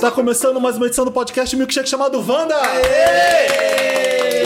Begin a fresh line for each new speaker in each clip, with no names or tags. Tá começando mais uma edição do podcast Milkshake chamado Wanda!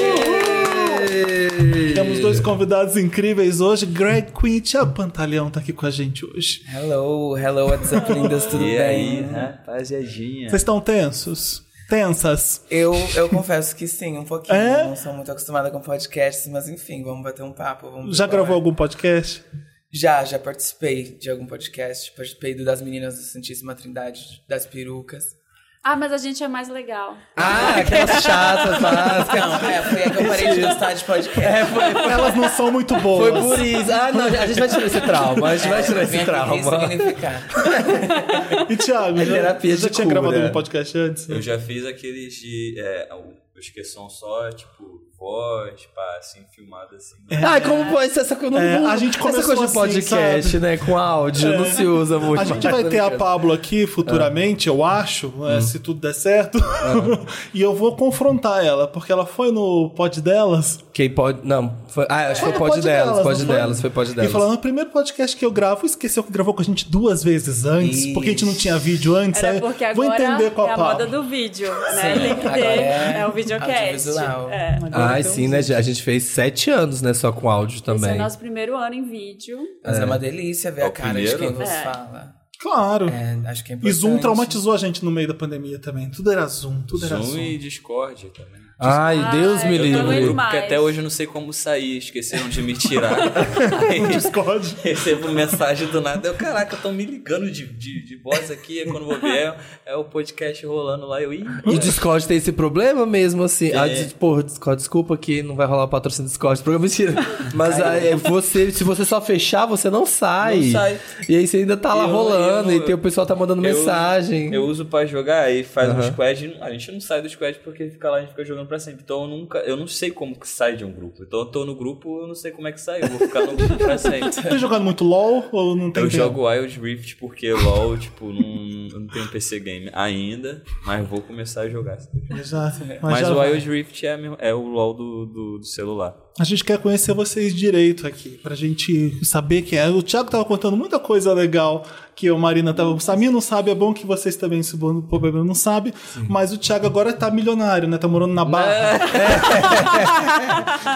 Uhul! Temos dois convidados incríveis hoje. Greg Queen e Thiago Pantaleão tá aqui com a gente hoje.
É.
Hello, hello, what's up, lindas, tudo
E aí,
bem?
rapaziadinha?
Vocês estão tensos? Tensas?
Eu, eu confesso que sim, um pouquinho.
É?
Não sou muito acostumada com podcasts, mas enfim, vamos bater um papo. vamos
Já
falar.
gravou algum podcast?
Já, já participei de algum podcast. Participei do das meninas do Santíssima Trindade, das perucas.
Ah, mas a gente é mais legal.
Ah, aquelas chatas,
Ah,
mas... Não, é, foi aí que eu parei de gostar de podcast. É, foi,
Elas não são muito
Foi
boas.
por isso. Ah, não, a gente vai tirar esse trauma. A gente vai tirar esse trauma.
significar.
E Thiago,
É
já,
terapia
já
de
tinha
cura. é.
gravado algum podcast antes?
Eu já fiz aqueles de. É, os que são só, tipo, voz, pá, assim, filmado assim.
Ai, como pode ser essa coisa?
É,
não-
a gente
Essa
começou
coisa
assim,
de podcast,
sabe?
né? Com áudio, não se usa muito.
A gente
mais. tá Uhum.
vai ter a Pablo aqui futuramente, eu acho, é, se tudo der certo. e eu vou confrontar ela, porque ela foi no pod delas.
Quem pode. Não, foi- ah, acho que foi
no
pod delas, pod
não foi?
delas, foi pod delas.
E falando, o primeiro podcast que eu gravo, esqueceu que gravou com a gente duas vezes antes,
Ixi.
porque a gente não tinha vídeo antes.
Era
aí
porque
vou
agora
entender qual
é a
Pablo.
moda do vídeo, né? Tem que
agora
ter.
é
É, o videocast.
audiovisual.
É.
Ai, sim, né? A gente fez sete anos, né? Só com áudio
Esse é o
também.
nosso primeiro ano em vídeo.
Mas é uma delícia ver
É
a
o
cara de quem
primeiro?
vos
É.
fala.
Claro.
É, acho que é
E
importante.
Zoom traumatizou a gente no meio da pandemia também. Tudo era Zoom, tudo era Zoom.
Zoom e Discord também.
Ai, Deus
Ai, Ah, eu
me
não
livre.
aguento
Porque
mais.
até hoje eu não sei como sair, esqueceram de me tirar. Aí
Discord.
recebo mensagem do nada, eu, caraca, estão me ligando de, de, de voz aqui, aí quando vou ver é, é o podcast rolando lá, eu, ih,
O Discord tem esse problema mesmo, assim. Ah,
É.
de- porra, Discord, desculpa que não vai rolar o patrocínio do Discord, programa mentira. Mas aí, é, você, se você só fechar, você não sai.
Não sai.
E aí você ainda tá lá
Eu-
rolando,
eu-
e tem, o pessoal tá mandando
eu-
mensagem.
Eu uso pra jogar aí faz um
Aham.
squad. A gente não sai do squad porque fica lá, a gente fica jogando pra sempre. Então eu nunca. Eu não sei como que sai de um grupo. Então eu tô no grupo, eu não sei como é que sai. Eu vou ficar no grupo pra sempre.
Tem jogado muito LOL ou não tem
Eu
tempo?
jogo Wild Rift porque LOL, tipo, não, eu não tenho PC game ainda, mas vou começar a jogar.
Já, mas
Mas,
já
o
vai.
Wild Rift é, a mesma- é o LOL do, do- do celular.
A gente quer conhecer vocês direito aqui, pra gente saber quem é. O Thiago tava contando muita coisa legal que o Marina tava. O Samir não sabe, é bom que vocês também, se o problema não sabe. Mas o Thiago agora tá milionário, né? Tá morando na
É.
Barra.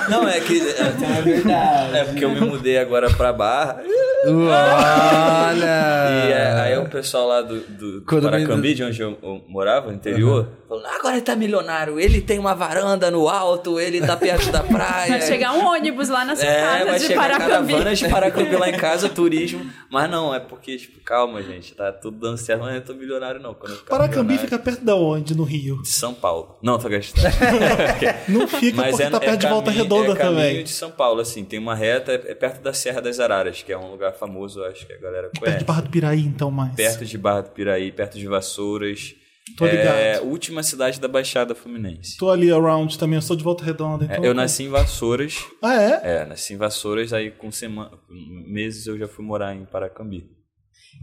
Não, é que. É,
É verdade.
é porque eu me mudei agora pra Barra.
Uh, Olha!
E é, aí o pessoal lá do, do, do
Quando
Paracambi, de onde eu, eu morava, no interior, falou, agora ele tá milionário, ele tem uma varanda no alto, ele tá perto da praia.
É.
Vai chegar um ônibus lá na sua
É, vai
casa de
chegar
Paracambi.
caravanas de Paracambi lá em casa, turismo. Mas não, é porque, tipo, calma, gente, tá tudo dando certo, mas eu não tô milionário não. Quando eu ficar
Paracambi
milionário-
fica perto da onde? No Rio.
De São Paulo. Não, tô gastando.
Não fica
Mas
porque
é,
tá
é
perto de Volta
caminho-
Redonda
é caminho
também.
de São Paulo, assim, tem uma reta, é é perto da Serra das Araras, que é um lugar famoso, eu acho que a galera
Perto de
conhece.
Barra do Piraí, então, mais.
perto de Barra do Piraí, perto de Vassouras.
Tô
É,
ligado.
última cidade da Baixada Fluminense.
Tô ali around também, eu sou de Volta Redonda,
É,
então.
eu nasci em Vassouras.
Ah, é?
É, nasci em Vassouras, aí com semana, meses eu já fui morar em Paracambi.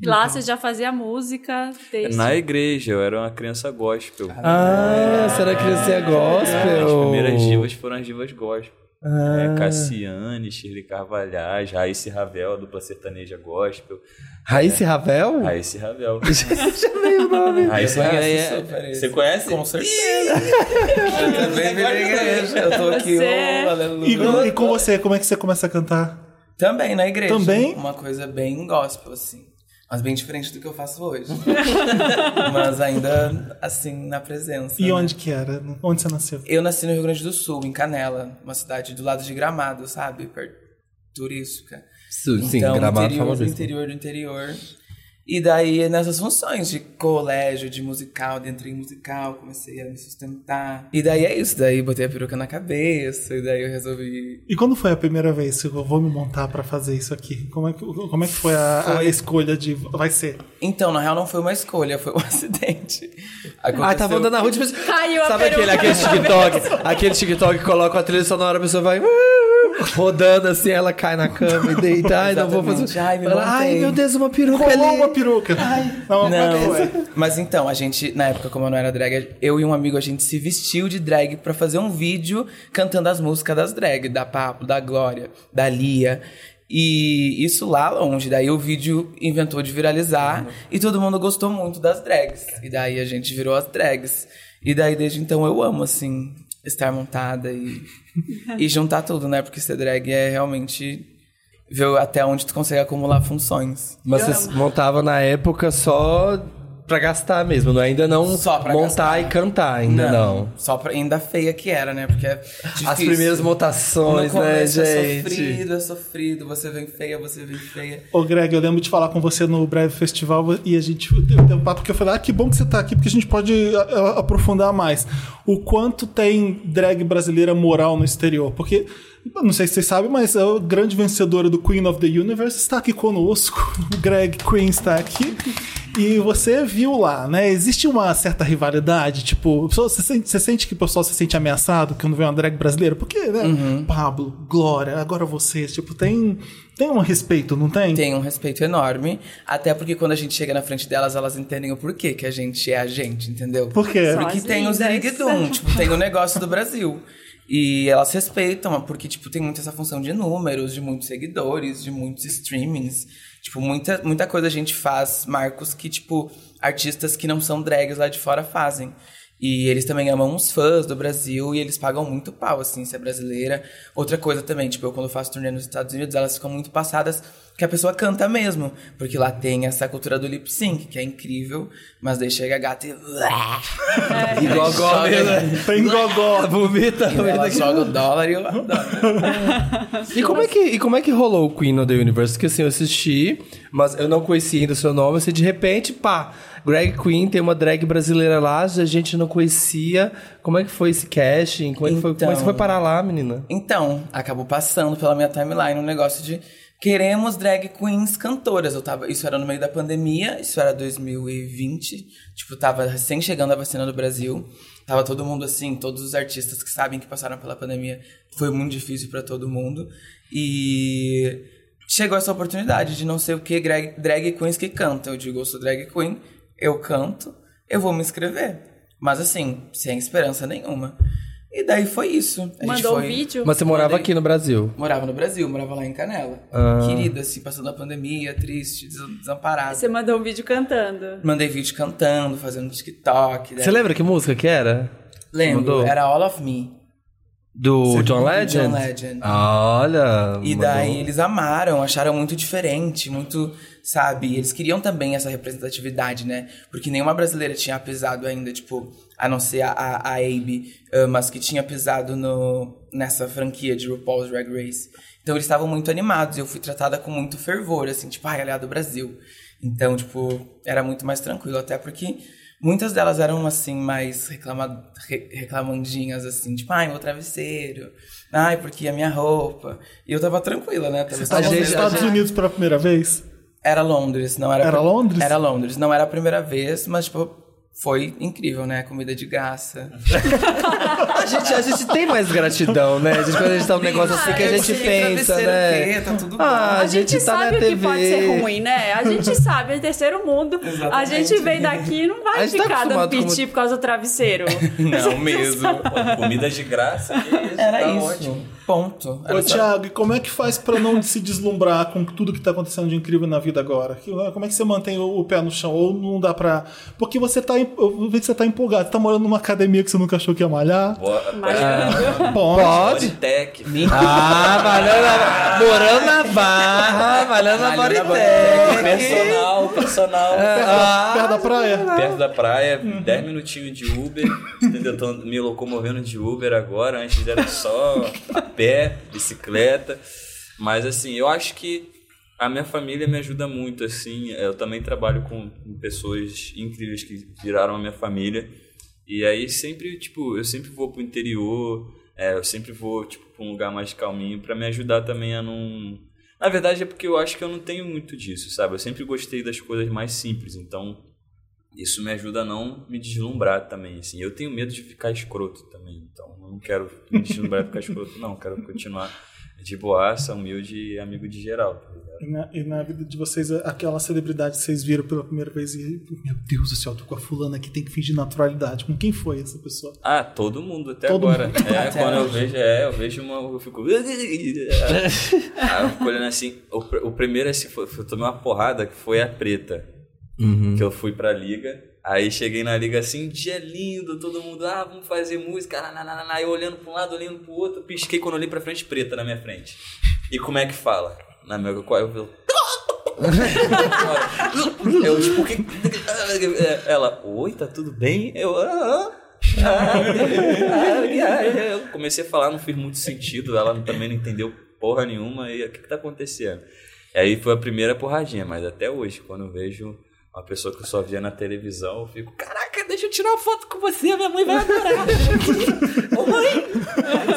Lá você já fazia música
É,
desde...
Na igreja, eu era uma criança gospel.
Ah, será que você é
As
gospel?
primeiras divas foram as divas gospel. É, Cassiane, Shirley Carvalhais, Raíssa e Ravel, a dupla sertaneja gospel.
Raíssa e Ravel?
Raíssa e Ravel.
Meu nome.
Raíssa
conhece
é-
super
é-
esse.
Você conhece?
Com certeza. eu também vim da igreja. Eu tô aqui,
Você- é
ô,
E,
Uhum.
aleluia.
e com você, como é que você começa a cantar?
Também na igreja.
Também?
Uma coisa bem gospel, assim. Mas bem diferente do que eu faço hoje. Mas ainda, assim, na presença.
E
né?
onde que era? Onde você nasceu?
Eu nasci no Rio Grande do Sul, em Canela. Uma cidade do lado de Gramado, sabe? Per- Turística.
Sim, sim,
então,
gramado
interior, do
famosíssimo.
interior do interior. E daí, nessas funções de colégio, de musical, de entrei em musical, comecei a me sustentar. E daí é isso, daí botei a peruca na cabeça, e daí eu resolvi.
E quando foi a primeira vez que eu vou me montar pra fazer isso aqui? Como é que, como é que foi, a, a escolha de. Vai ser?
Então, na real, não foi uma escolha, foi um acidente. Aconteceu...
Ah, tava andando na rua de
Caiu a
Sabe aquele,
peruca
aquele
na
TikTok? Aquele TikTok que coloca a trilha sonora, a pessoa vai uh, rodando assim, ela cai na cama e deita. Ai, não vou fazer.
Exatamente. Ai, me
Ela, Ai,
montei.
meu Deus, uma peruca ali.
Colou uma peruca. Não, como é que foi?
Não, mas então, a gente, na época, como eu não era drag, eu e um amigo, a gente se vestiu de drag pra fazer um vídeo cantando as músicas das drag, da Papo, da Glória, da Lia. E isso lá longe. Daí o vídeo inventou de viralizar e todo mundo gostou muito das drags. E daí a gente virou as drags. E daí desde então eu amo, assim, estar montada e, e juntar tudo, né? Porque ser drag é realmente ver até onde tu consegue acumular funções.
Mas você montava na época só pra gastar mesmo, não, é? ainda não
Só pra
montar
gastar.
e cantar, ainda não.
Só pra, ainda feia que era, né? Porque é
As
difícil.
primeiras
No
montações, né,
começo
gente?
É sofrido, é sofrido. Você vem feia, você vem feia.
Ô Greg, eu lembro de falar com você no Breve Festival e a gente deu um papo que eu falei, ah, que bom que você tá aqui, porque a gente pode a- a- aprofundar mais. O quanto tem drag brasileira moral no exterior, porque, eu não sei se vocês sabem, mas a grande vencedora do Queen of the Universe está aqui conosco, Greg Queen está aqui. E você viu lá, né? Existe uma certa rivalidade, tipo, pessoa- você sente, você sente que o pessoal se sente ameaçado quando vê uma drag brasileira? Porque, né? Pablo, Glória, agora vocês, tipo, tem, tem um respeito, não tem?
Tem um respeito enorme. Até porque quando a gente chega na frente delas, elas entendem o porquê que a gente é a gente, entendeu?
Por quê?
Só.
Porque
As
tem o
lindas.
Zerigdum, tipo, tem o negócio do Brasil. E elas respeitam, porque, tipo, tem muito essa função de números, de muitos seguidores, de muitos streamings. Tipo, muita, muita coisa a gente faz, marcos que, tipo, artistas que não são drags lá de fora fazem. E eles também amam os fãs do Brasil e eles pagam muito pau, assim, se é brasileira. Outra coisa também, tipo, eu quando faço turnê nos Estados Unidos, elas ficam muito passadas que a pessoa canta mesmo. Porque lá tem essa cultura do lip sync, que é incrível, mas daí chega a gata e.
E gogó
Joga-
mesmo.
Tem gogó.
Vomita.
Ela né? joga o dólar e eu adoro.
E como, é que, e como é que rolou o Queen of the Universe? Porque assim, eu assisti, mas eu não conhecia ainda o seu nome. Assim, de repente, pá, Greg Queen tem uma drag brasileira lá, a gente não conhecia. Como é que foi esse casting? Como é que foi, como é que você
Então.
foi parar lá, menina?
Então, acabou passando pela minha timeline um negócio de queremos drag queens cantoras. Eu tava, isso era no meio da pandemia, isso era 2020. Tipo, tava recém chegando a vacina do Brasil. Tava todo mundo assim, todos os artistas que sabem que passaram pela pandemia. Foi muito difícil pra todo mundo. E chegou essa oportunidade de não sei o que drag, drag queens que cantam. Eu digo, eu sou drag queen, eu canto, eu vou me inscrever. Mas assim, sem esperança nenhuma. E daí foi isso. A gente
Mandou
foi-
um vídeo.
Mas você morava
Mandei.
aqui no Brasil.
Morava no Brasil, morava lá em Canela.
Ah.
Querida, assim, passando a pandemia, triste, des- desamparada.
Você mandou um vídeo cantando.
Mandei vídeo cantando, fazendo TikTok. daí-
Você lembra que música que era?
Lembro,
Mandou?
era All of Me.
Do
Você-
John
do
Legend?
John Legend.
Olha.
E
mandou.
daí eles amaram, acharam muito diferente, muito, sabe? Eles queriam também essa representatividade, né? Porque nenhuma brasileira tinha pisado ainda, tipo, a não ser a, a, a Abe, ah, mas que tinha pisado no, nessa franquia de RuPaul's Drag Race. Então eles estavam muito animados, eu fui tratada com muito fervor, assim, tipo, ai, ela é do Brasil. Então, tipo, era muito mais tranquilo, até porque muitas delas eram, assim, mais reclama, re- reclamandinhas, assim, tipo, ai, meu travesseiro, ai, porque a minha roupa. E eu tava tranquila, né? Tava
Tava
gente-
nos tá Estados
a-
Unidos pela primeira vez?
Era Londres, não era...
Era Londres?
Era Londres, não era a primeira vez, mas, tipo, foi incrível, né? Comida de graça.
A gente, a gente tem mais gratidão, né? A gente, quando a gente tá um negócio assim que a
eu
gente
sei,
pensa,
travesseiro o
né?
quê? Tá tudo
Ah,
bom.
a gente tá
sabe
na
o que
TV.
pode ser ruim, né? A gente sabe, é terceiro mundo. A
Exatamente.
gente vem daqui e não
A
vai
gente tá
ficar dando
acostumado com
piti por causa do travesseiro.
Não mesmo.
Pô, comida de graça, que isso,
Era
tá
isso.
ótimo.
Ponto. Era
Ô,
só-
Thiago, e como é que faz pra não se deslumbrar com tudo que tá acontecendo de incrível na vida agora? Que- Como é que você mantém o o pé no chão? Ou não dá pra. Porque você tá. em- Eu vi que você tá empolgado. Você tá morando numa academia que você nunca achou que ia malhar.
Bora,
Mas-
Bom.
Pode?
Ah. Bodytech.
Ah, malhando na... Morando na Barra, malhando na
Malhando na
Bodytech.
Personal, personal.
Ah,
Perto da praia?
Perto da praia, 10 minutinhos de Uber. Entendeu? Tô me locomovendo de Uber agora. Antes era só a pé, bicicleta. Mas assim, eu acho que a minha família me ajuda muito. Assim, eu também trabalho com com pessoas incríveis que viraram a minha família. E aí sempre, tipo, eu sempre vou pro interior. é, eu sempre vou, tipo, pra um lugar mais calminho pra me ajudar também a não. Na verdade é porque eu acho que eu não tenho muito disso, sabe? Eu sempre gostei das coisas mais simples, então isso me ajuda a não me deslumbrar também, assim. Eu tenho medo de ficar escroto também, então eu não quero me deslumbrar e ficar escroto, não. Quero continuar de boaça, humilde e amigo de geral, tá ligado?
E na, e na vida de vocês, aquela celebridade que vocês viram pela primeira vez e. Meu Deus do céu, tô com a fulana aqui, tem que fingir naturalidade. Com quem foi essa pessoa?
Ah, todo mundo até
Todo
agora.
mundo.
É,
Até
quando eu
hoje.
vejo, é, eu vejo uma. Eu fico. Aí eu fico olhando assim. O, pr- o primeiro, assim, foi, eu tomei uma porrada que foi a preta. Que eu fui pra liga. Aí cheguei na liga assim, dia lindo, todo mundo, ah, vamos fazer música, nananana. Eu olhando pra um lado, olhando pro outro, pisquei quando olhei pra frente, preta na minha frente. E como é que fala? Na minha qual é eu eu, tipo, que... Ela, oi, tá tudo bem? Eu, ah, ah. Ah, ah, ah. eu comecei a falar, não fez muito sentido. Ela também não entendeu porra nenhuma. E o que, que tá acontecendo? Aí foi a primeira porradinha, mas até hoje, quando eu vejo uma pessoa que eu só via na televisão, eu fico, caraca, deixa eu tirar uma foto com você, minha mãe vai adorar. Ô mãe!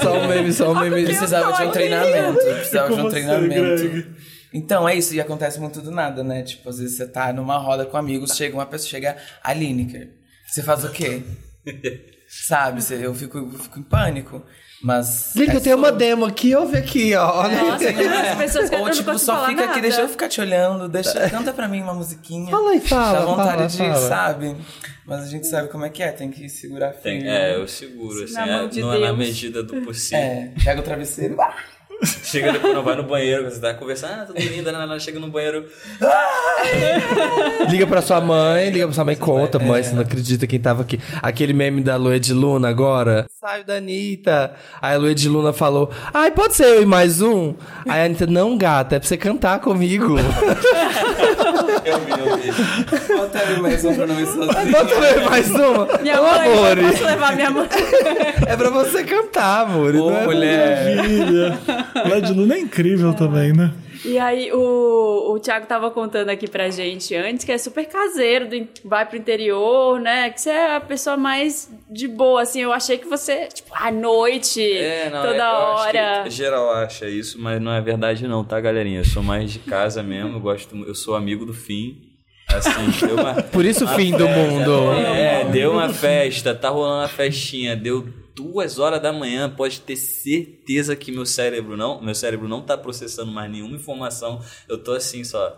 Só um meme, só um
Olha
meme.
o que eu-
Precisava de um
Olha!
treinamento. Precisava
E
de
com
um
você,
treinamento.
Greg?
Então, é isso. E acontece muito do nada, né? Tipo, às vezes você tá numa roda com amigos, chega uma pessoa, chega a Lineker. Você faz o quê? Sabe? Você- Eu fico, eu fico em pânico. Mas.
Liga,
é
eu tenho uma
sobre.
demo aqui, ouve aqui, ó. Olha.
Nossa,
É.
as pessoas que eu
Ou
não
tipo,
consigo
só
falar
fica aqui,
nada.
deixa eu ficar te olhando, deixa, canta pra mim uma musiquinha.
Fala aí, fala,
Dá vontade
fala,
de,
fala.
sabe? Mas a gente sabe como é que é, tem que segurar
Tem-
firme.
é, eu seguro, assim,
Na mão
é,
de
não é na
Deus.
medida do possível.
É, pega o travesseiro. ah!
Chega depois, não vai no banheiro, você tá conversando, ah, tudo lindo, nanana, chega no banheiro,
Liga pra sua mãe, liga pra sua mãe, conta, mãe, você não acredita quem tava aqui. Aquele meme da Lua de Luna agora. Saiu da Anitta. Aí a Lua de Luna falou: Ai, pode ser eu e mais um? Aí a Anitta, não, gata, é pra você cantar comigo.
eu vi, eu vi.
Bota aí mais um pra não ir sozinho.
Bota eu e mais uma.
Minha
Ô,
mãe,
amor,
eu posso levar minha mãe.
é pra você cantar, amor.
Ô,
não é
mulher.
Maravilha! Led Luna é incrível também, né?
E aí, o, o Thiago tava contando aqui pra gente antes que é super caseiro, do in- vai pro interior, né? Que você é a pessoa mais de boa, assim. Eu achei que você, tipo, à noite,
É, não,
toda
é- eu acho que
hora.
geral acha isso, mas não é verdade não, tá, galerinha? Eu sou mais de casa mesmo, eu gosto, mu- eu sou amigo do fim. Assim, deu uma
Por isso o fim do mundo.
É, deu uma festa, tá rolando a festinha, deu duas horas da manhã, pode ter certeza que meu cérebro não, meu cérebro não tá processando mais nenhuma informação. Eu tô assim só.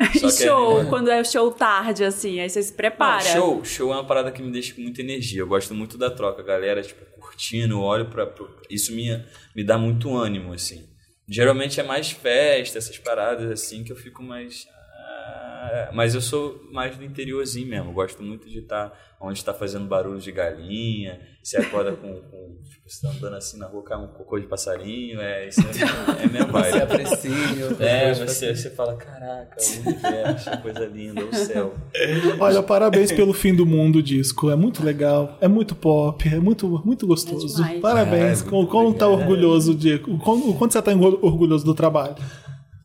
E
que-
show, quando é show tarde, assim. Aí você se prepara.
Não, show, show é uma parada que me deixa com muita energia. Eu gosto muito da troca, a galera, tipo, curtindo, eu olho pra. pro- Isso me, me dá muito ânimo, assim. Geralmente é mais festa, essas paradas, assim, que eu fico mais. ah, Mas eu sou mais do interiorzinho mesmo. Eu gosto muito de estar onde está fazendo barulho de galinha. Você acorda com. com tipo, você tá andando assim na rua, cai um cocô de passarinho. É, isso é, é minha
Você
vibe.
aprecia.
É, você, você fala: caraca, o universo, coisa linda, o céu.
Olha, parabéns pelo fim do mundo disco. É muito legal, é muito pop, é muito, muito gostoso.
É demais.
parabéns.
Ah,
com o quão tá
obrigado.
orgulhoso de. O quão- o quanto você tá engol- orgulhoso do trabalho.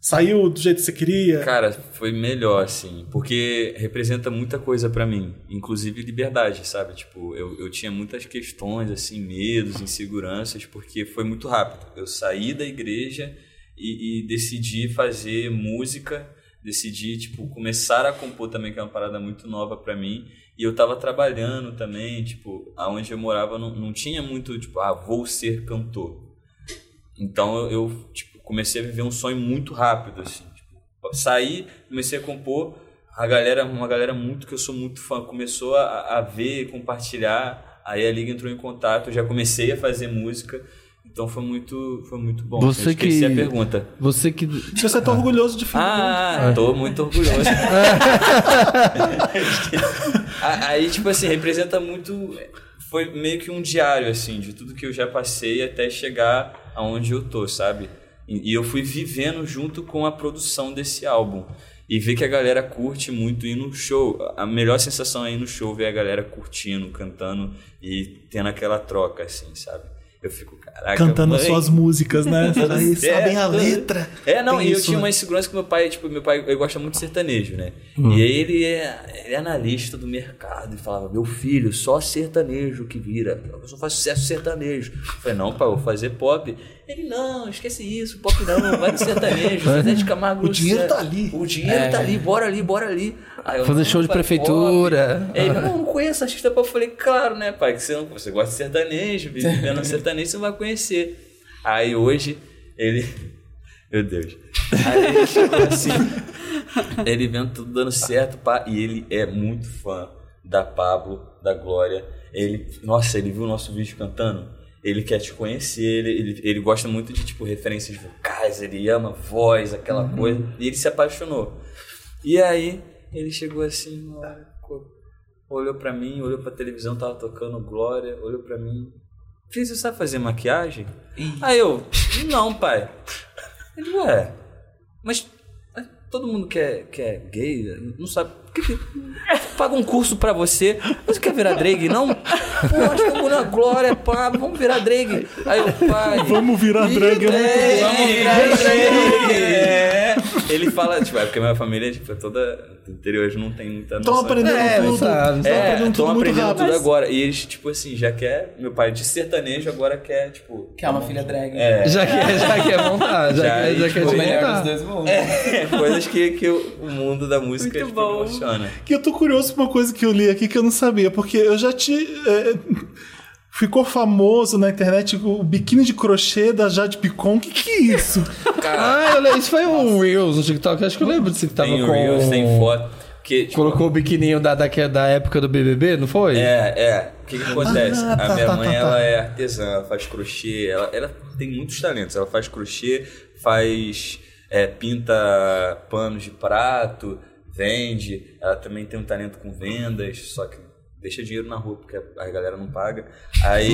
Saiu do jeito que você queria.
Cara, foi melhor, assim, porque representa muita coisa pra mim, inclusive liberdade, sabe? Tipo, eu, eu tinha muitas questões, assim, medos, inseguranças, porque foi muito rápido. Eu saí da igreja e, e decidi fazer música, decidi, tipo, começar a compor também, que é uma parada muito nova pra mim. E eu tava trabalhando também, tipo, aonde eu morava não, não tinha muito, tipo, ah, vou ser cantor. Então eu, eu, tipo, comecei a viver um sonho muito rápido, assim. Tipo, saí, comecei a compor, a galera, uma galera muito que eu sou muito fã, começou a, a ver, compartilhar. Aí a liga entrou em contato, eu já comecei a fazer música. Então foi muito, foi muito bom.
Você
eu esqueci
que-
a pergunta.
Você que.
Você tá orgulhoso de fim É.
Ah, tô muito orgulhoso. A- Aí, tipo assim, representa muito. Foi meio que um diário, assim, de tudo que eu já passei até chegar aonde eu tô, sabe? E e eu fui vivendo junto com a produção desse álbum. E ver que a galera curte muito ir no show. A melhor sensação é ir no show, ver a galera curtindo, cantando e tendo aquela troca, assim, sabe? Eu fico, caraca.
Cantando
mãe,
suas músicas, né? Aí
certo.
sabem a letra.
é, não,
Tem
e eu
isso,
tinha
né?
uma insegurança que meu pai, tipo, meu pai ele gosta muito de sertanejo, né? E aí ele é, ele é analista do mercado e falava, meu filho, só sertanejo que vira. Eu só faço sucesso sertanejo. Eu falei, não, pai, eu vou fazer pop. Ele, não, esquece isso, pop não, vai no sertanejo, Zé de Camargo.
O dinheiro
Luciano.
tá ali.
O dinheiro tá ali, bora ali, bora ali. Aí eu,
Fazer
"Não,
show de
pai,
prefeitura."
pop. Aí ele, não, não conheço artista pop. Eu falei, claro, né, pai, que você, não, você gosta de sertanejo, vive vivendo sertanejo, você não vai conhecer. Aí hoje ele. Meu Deus. Aí ele chegou assim. Ele vendo tudo dando certo, pá, e ele é muito fã da Pablo, da Glória. Ele, nossa, ele viu o nosso vídeo cantando. Ele quer te conhecer, ele, ele, ele gosta muito de tipo referências vocais, ele ama voz, aquela
Uhum.
coisa. E ele se apaixonou. E aí ele chegou assim, uma hora, co- olhou pra mim, olhou pra televisão, tava tocando Glória, olhou pra mim. Fiz, você sabe fazer maquiagem? Aí eu, não, pai. Ele, ué, mas mas todo mundo que é, que é gay não sabe. Por que que- Paga um curso pra você. Mas você quer virar drag, não? Pô, acho que eu vou na glória, pá, vamos virar drag. Aí o pai.
Vamos virar
Ih,
drag, é muito
drag,
bom.
virar drag. É. Ele fala, tipo, é porque minha família tipo, é toda do interior, eles não tem muita
Estão
noção.
aprendendo
É,
tudo.
sabe,
Estão
É,
aprendendo
estão
tudo muito
aprendendo
rápido.
tudo agora. E eles, tipo assim, já quer. Meu pai de sertanejo agora quer, tipo.
Que é uma filha drag.
É.
Já que, já que é vontade, já,
Já,
que- já
e,
que é
tipo,
O
de
melhor dos
vontade.
dois mundos.
É, coisas que, que o o mundo da música
Muito
tipo,
bom.
emociona.
Que eu tô curioso por uma coisa que eu li aqui que eu não sabia, porque eu já te. é, ficou famoso na internet o biquíni de crochê da Jade Picon. O que, que é isso?
Ah, eu lembro- isso foi um Reels no TikTok, acho que eu lembro disso que tava
Tem um
com... um
Reels, tem foto. Porque, tipo,
Colocou o biquininho da, da, da época do BBB, não foi?
É, é. O que, que acontece?
Ah, tá,
a minha
tá,
mãe,
tá, tá.
ela é artesã, ela faz crochê, ela, ela tem muitos talentos. Ela faz crochê, faz. é, pinta panos de prato, vende. Ela também tem um talento com vendas, só que deixa dinheiro na rua, porque a a galera não paga. Aí.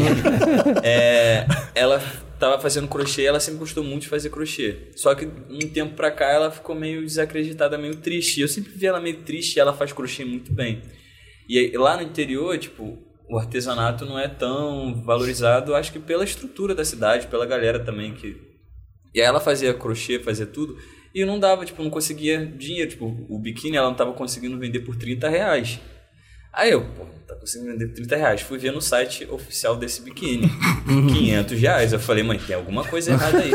é, ela tava fazendo crochê, ela sempre gostou muito de fazer crochê. Só que um tempo pra cá ela ficou meio desacreditada, meio triste. Eu sempre vi ela meio triste e ela faz crochê muito bem. E aí, lá no interior, tipo, o artesanato não é tão valorizado, acho que pela estrutura da cidade, pela galera também que. E aí ela fazia crochê, fazia tudo, e eu não dava, tipo, não conseguia dinheiro. Tipo, o biquíni ela não tava conseguindo vender por 30 reais. Aí eu, pô, não tá conseguindo vender por 30 reais. Fui ver no site oficial desse biquíni. 500 reais. Eu falei, mãe, tem alguma coisa errada aí.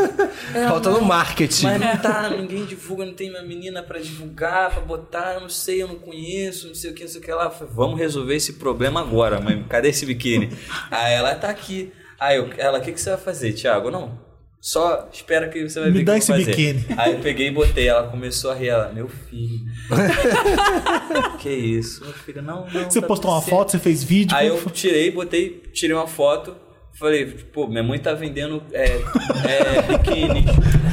Falta no marketing.
Mas não tá, ninguém divulga, não tem minha menina pra divulgar, pra botar, eu não sei, eu não conheço, não sei o que, não sei o que lá. Eu falei, Vamos resolver esse problema agora, mãe. Cadê esse biquíni? Aí ela tá aqui. Aí eu, ela, o que, que você vai fazer, Thiago? Não. Só espera que você vai
Me
ver o
dá
que eu
esse
vou fazer.
biquíni.
Aí eu peguei e botei, ela começou a rir, ela, meu filho. que isso? Meu filho, não, não.
Você
tá
postou uma
tudo certo."
foto, você fez vídeo.
Aí eu tirei, botei, tirei uma foto. Falei, pô, minha mãe tá vendendo é, é, biquíni,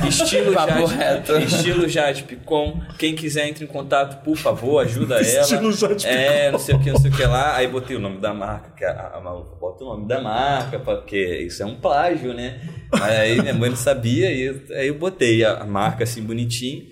estilo
Papo
Jade,
reto.
estilo Jade Picon. Quem quiser entre em contato, por favor, ajuda ela.
Estilo Jade
É, não sei o que, não sei o que lá. Aí botei o nome da marca, que a, a maluca bota o nome da marca, porque isso é um plágio, né? Aí minha mãe não sabia, e eu- aí eu botei a, a marca assim bonitinho.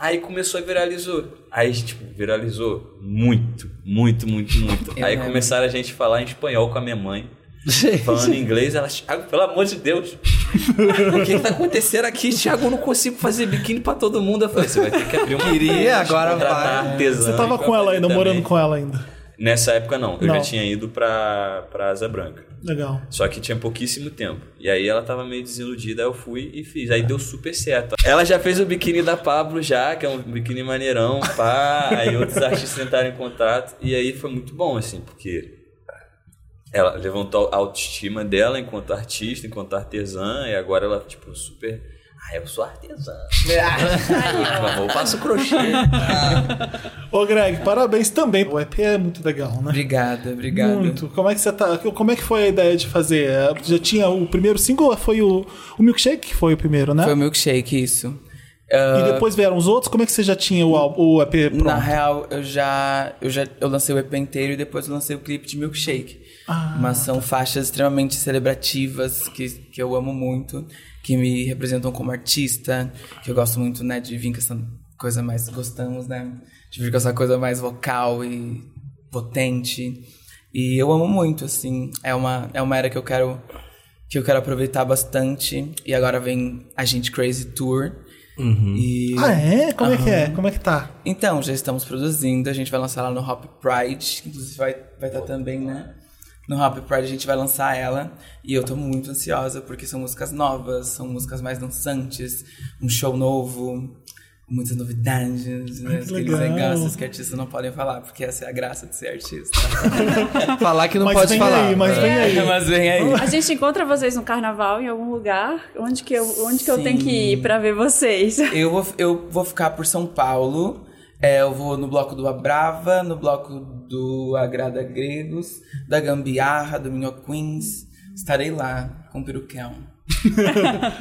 Aí começou e viralizou. Aí, tipo, viralizou muito, muito, muito, muito.
Eu
aí
lembro.
começaram a gente falar em espanhol com a minha mãe. Falando em inglês, ela, Thiago, pelo amor de Deus, o que, que tá acontecendo aqui? Thiago, eu não consigo fazer biquíni pra todo mundo. Eu falei, você vai ter que abrir uma
Queria, agora
contratar
vai.
artesã
Você tava
pra
com ela
fazer
ainda, morando
também.
com ela ainda.
Nessa época não, eu
Não.
já tinha ido pra, pra Asa Branca.
Legal.
Só que tinha pouquíssimo tempo. E aí ela tava meio desiludida, aí eu fui e fiz. Aí deu super certo. Ela já fez o biquíni da Pablo já, que é um biquíni maneirão, pá. aí outros artistas entraram em contato. E aí foi muito bom, assim, porque ela levantou a autoestima dela enquanto artista, enquanto artesã. E agora ela, tipo, super... Ah, eu sou artesã. Ah, eu faço crochê.
Ô, Greg, parabéns também. O EP é muito legal, né?
Obrigada, obrigada.
Muito. Como é que você tá? Como é que foi a ideia de fazer? Eh, Já tinha o primeiro single ou foi o, o Milkshake que foi o primeiro, né?
Foi o milkshake, isso. Ah,
E depois vieram os outros. Como é que você já tinha o, álbum- o EP pronto?
Na real, eu já, eu já eu lancei o EP inteiro e depois eu lancei o clipe de Milkshake. Mas são faixas extremamente celebrativas que, que eu amo muito, que me representam como artista, que eu gosto muito, né, de vir com essa coisa mais gostamos, né? De vir com essa coisa mais vocal e potente. E eu amo muito, assim, é uma é uma era que eu quero que eu quero aproveitar bastante e agora vem a gente Crazy Tour. E
Ah, é? Como é que é? Como é que tá?
então, já estamos produzindo, a gente vai lançar ela no Hop Pride, que inclusive vai estar vai tá também, né? No Hop Pride a gente vai lançar ela e eu tô muito ansiosa porque são músicas novas, são músicas mais dançantes, um show novo. muitas novidades, né? aqueles
legal.
negócios que artistas não podem falar, porque essa é a graça de ser artista.
Falar que não
Mas
pode
vem
falar.
aí, mas
né?
vem aí.
Mas vem aí.
A gente encontra vocês no carnaval em algum lugar? Onde que eu, onde que eu
Sim.
tenho que ir pra ver vocês?
Eu vou, eu vou ficar por São Paulo. É, eu vou no bloco do Abrava, no bloco do Agrada Gregos, da Gambiarra, do Minho Queens. Estarei lá com o peruquão.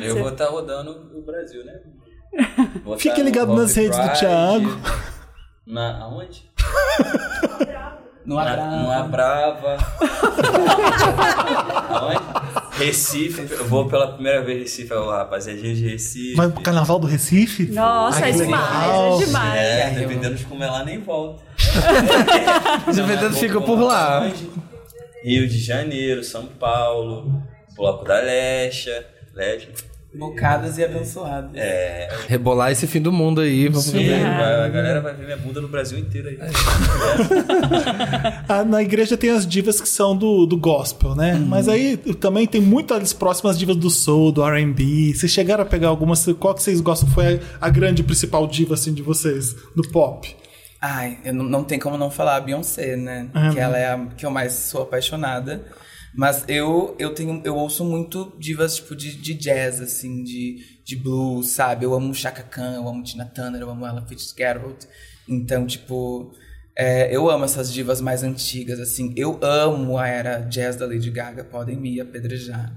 Eu vou estar rodando o Brasil, né? Vou
Fique
tá no
ligado nas
Pop
redes do
Pride,
Thiago.
Na, aonde?
No
Na,
Abrava.
no Abrava. aonde? Recife. Eu vou pela primeira vez Recife. Eu, rapaziada, de Recife.
Vai pro Carnaval do Recife?
Nossa,
Ai,
é
que legal.
demais, é demais.
É, dependendo de como é lá, nem volta.
Dependendo, fica por lá.
Rio de Janeiro, São Paulo, Bloco da Lecha. Lecha.
Bocadas e abençoadas.
É,
Rebolar esse fim do mundo aí. Vamos
Sim,
ver.
vai- a galera vai ver minha bunda no Brasil inteiro aí.
Ah, na igreja tem as divas que são do, do gospel, né?
Uhum.
Mas aí também tem muitas próximas divas do soul, do R&B. Vocês chegaram a pegar algumas? Qual que vocês gostam? Foi a, a grande principal diva, assim, de vocês? Do pop?
Ai, eu não, não tem como não falar a Beyoncé, né?
Ah,
que ela é a que eu mais sou apaixonada. Mas eu eu tenho eu ouço muito divas tipo de, de jazz assim, de, de blues, sabe? Eu amo Chaka Khan, eu amo Tina Turner, eu amo Ella Fitzgerald. Então, tipo, é, eu amo essas divas mais antigas, assim. Eu amo a era jazz da Lady Gaga, podem me apedrejar.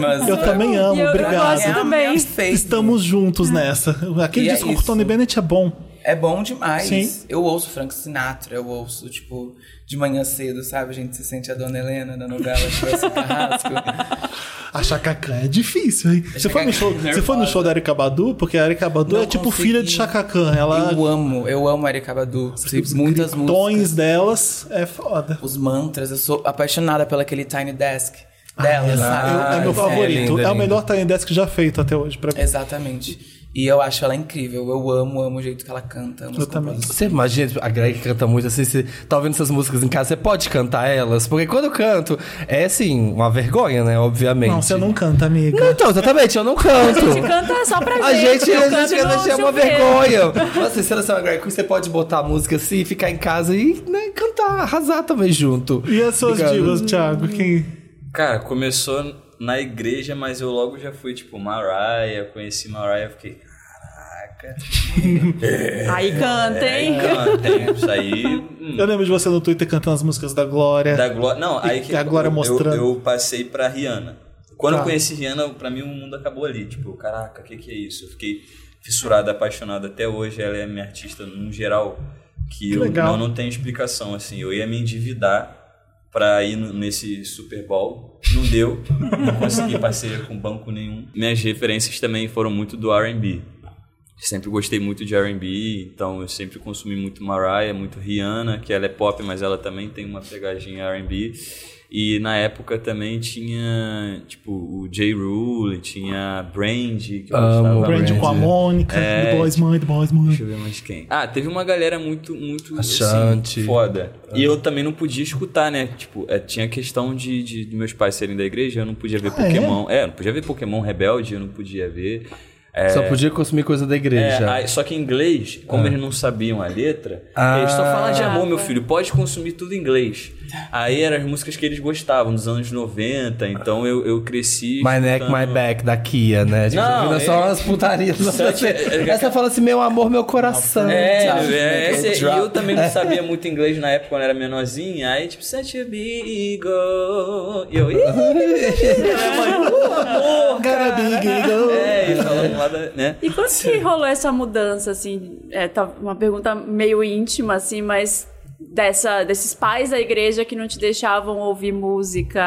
Mas
Eu também amo,
E eu- eu
é
obrigado.
gosto também.
Estamos
Estamos juntos nessa. Aquele
E é
disco com o
isso.
Tony Bennett é bom.
É bom demais.
Sim.
Eu ouço Frank Sinatra, eu ouço, tipo, de manhã cedo, sabe? A gente se sente a Dona Helena da novela Churrasco Carrasco.
A Chaka Khan é difícil, hein? Você foi, no
Chaka
show,
Khan é
você foi no
nervosa.
show da Erika Badu? Porque a Erika Badu
Não
é tipo
consegui.
filha de Chaka Khan. Ela...
Eu amo, eu amo Erika Badu. Sei Muitas
os
músicas.
tons delas é foda.
Os mantras, eu sou apaixonada pelo aquele Tiny Desk dela, sabe?
Eu- é meu
é
favorito. É,
lindo,
o
lindo.
melhor Tiny Desk já feito até hoje pra mim.
Exatamente. E eu acho ela incrível. Eu amo, amo o jeito que ela canta. Amo as
Eu também.
composições.
Você imagina, tipo, a Greg canta muito assim, você tá ouvindo essas músicas em casa, você pode cantar elas? Porque quando eu canto, é assim, uma vergonha, né? Obviamente.
Não, você não canta, amiga.
Não, então, exatamente, eu não canto.
A gente canta só pra
A gente,
eu
a
canto
gente canta,
no
achei uma
chuveiro.
vergonha. Nossa, se ela é uma Greg Queen, você pode botar a música assim, ficar em casa e né, cantar, arrasar também junto.
E as suas
Obrigado.
divas, Thiago? Quem...
Cara, começou na igreja, mas eu logo já fui, tipo, Mariah, conheci Mariah, fiquei, caraca.
Aí canta, hein?
Então, tem isso aí. hum,
Eu lembro de você no Twitter cantando as músicas da Glória.
da Glória. Não, aí
E
que tá,
a Glória
eu,
mostrando.
Eu, eu passei pra Rihanna. Quando
Tá.
eu conheci Rihanna, pra mim o mundo acabou ali. Tipo, caraca, o que, que é isso? Eu fiquei fissurado, apaixonado até hoje. Ela é minha artista num geral que, eu
legal.
não, não tenho explicação. Assim, eu ia me endividar pra ir no- nesse Super Bowl. Não deu. Não consegui parceria com banco nenhum. Minhas referências também foram muito do RB. Sempre gostei muito de R&B, então eu sempre consumi muito Mariah, muito Rihanna, que ela é pop, mas ela também tem uma pegadinha R&B. E na época também tinha, tipo, o J. Rule, tinha Brandy, que eu
Amo
gostava.
Brand
Brandy.
com a Mônica,
É.
The Boys Mãe, The Boys Mãe.
Deixa eu ver mais quem. Ah, teve uma galera muito, muito,
Ashanti. Ah.
assim, foda. E eu também não podia escutar, né? Tipo, é, tinha questão de, de, de meus pais serem da igreja, eu não podia ver
Ah,
é?
Pokémon. É? eu não podia ver Pokémon Rebelde, eu não podia ver. É,
Só podia consumir coisa da
é,
igreja.
aí- só que em inglês, como eles não sabiam a letra,
Ah.
eles só falam de amor, meu filho, pode consumir tudo em inglês. Aí eram as músicas que eles gostavam, dos anos 90, então eu, eu cresci.
My neck, my
escutando-
back, da Kia, né? Tipo,
então. Não,
vira só
é-
umas putarias.
Such-
Essa fala assim, meu amor, meu coração.
É,
sabe?
é,
Make it
esse-
drop.
e eu também não sabia muito inglês na época quando eu era menorzinha, aí tipo, such a beagle. E eu, "Ih,
Uhum.
Gotta be giggle.
é, e falando lá da, né?
E quando que rolou essa mudança, assim? É, tá uma pergunta meio íntima, assim, mas dessa, desses pais da igreja que não te deixavam ouvir música,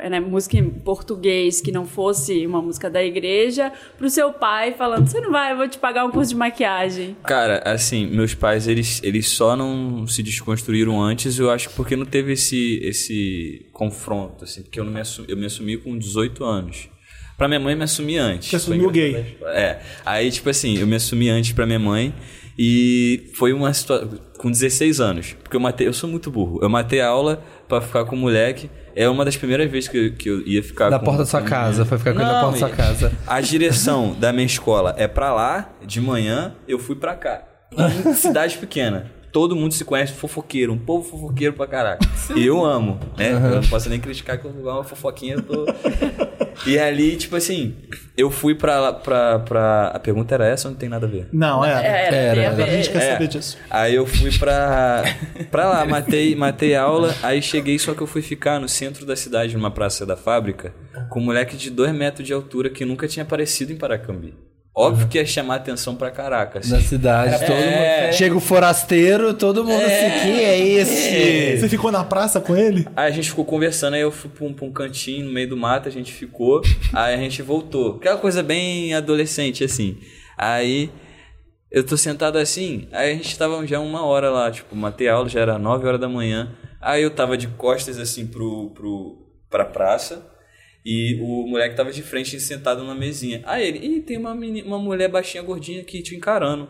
é, né, música em português que não fosse uma música da igreja, pro seu pai falando, você não vai, eu vou te pagar um curso de maquiagem.
Cara, assim, meus pais, eles, eles só não se desconstruíram antes, eu acho que porque não teve esse, esse confronto, assim, porque eu, não me assumi, eu me assumi com 18 anos. Pra minha mãe, eu me assumi antes.
Você
Foi
assumiu
engraçado. É. Aí, tipo assim, eu me assumi antes pra minha mãe e foi uma situação... Com 16 anos, porque eu matei... Eu sou muito burro. Eu matei a aula pra ficar com o moleque É uma das primeiras vezes que eu, que eu ia ficar.
Na
com- um
porta da sua
com-
casa, foi ficar com ele na
É. Não,
porta da sua
e-
casa.
A direção da minha escola é pra lá, de manhã, eu fui pra cá. Em Cidade pequena. Todo mundo se conhece, fofoqueiro, um povo fofoqueiro pra caraca. E eu amo, né? Eu não posso nem criticar que eu vou uma fofoquinha, eu tô. E ali, tipo assim, eu fui pra lá, pra, pra. A pergunta era essa ou não tem nada a ver?
Não, era.
Era,
Era,
tem a
era.
A gente
ver.
quer
É.
saber disso.
Aí eu fui pra, pra lá, matei, matei a aula, aí cheguei, só que eu fui ficar no centro da cidade, numa praça da fábrica, com um moleque de 2 metros de altura que nunca tinha aparecido em Paracambi. Óbvio
Uhum.
que ia chamar atenção pra caraca, assim.
Na cidade, todo mundo. Chega o forasteiro, todo mundo assim, quem é esse?
Você ficou na praça com ele?
Aí a gente ficou conversando, aí eu fui pra um, pra um cantinho no meio do mato, a gente ficou, aí a gente voltou. Aquela coisa bem adolescente, assim. Aí eu tô sentado assim, aí a gente tava já uma hora lá, tipo, matei aula, já era 9 horas da manhã. Aí eu tava de costas, assim, pro, pro, pra praça. E o moleque tava de frente, sentado numa mesinha. Aí ele, ih, tem uma, meni- uma mulher baixinha, gordinha aqui te encarando.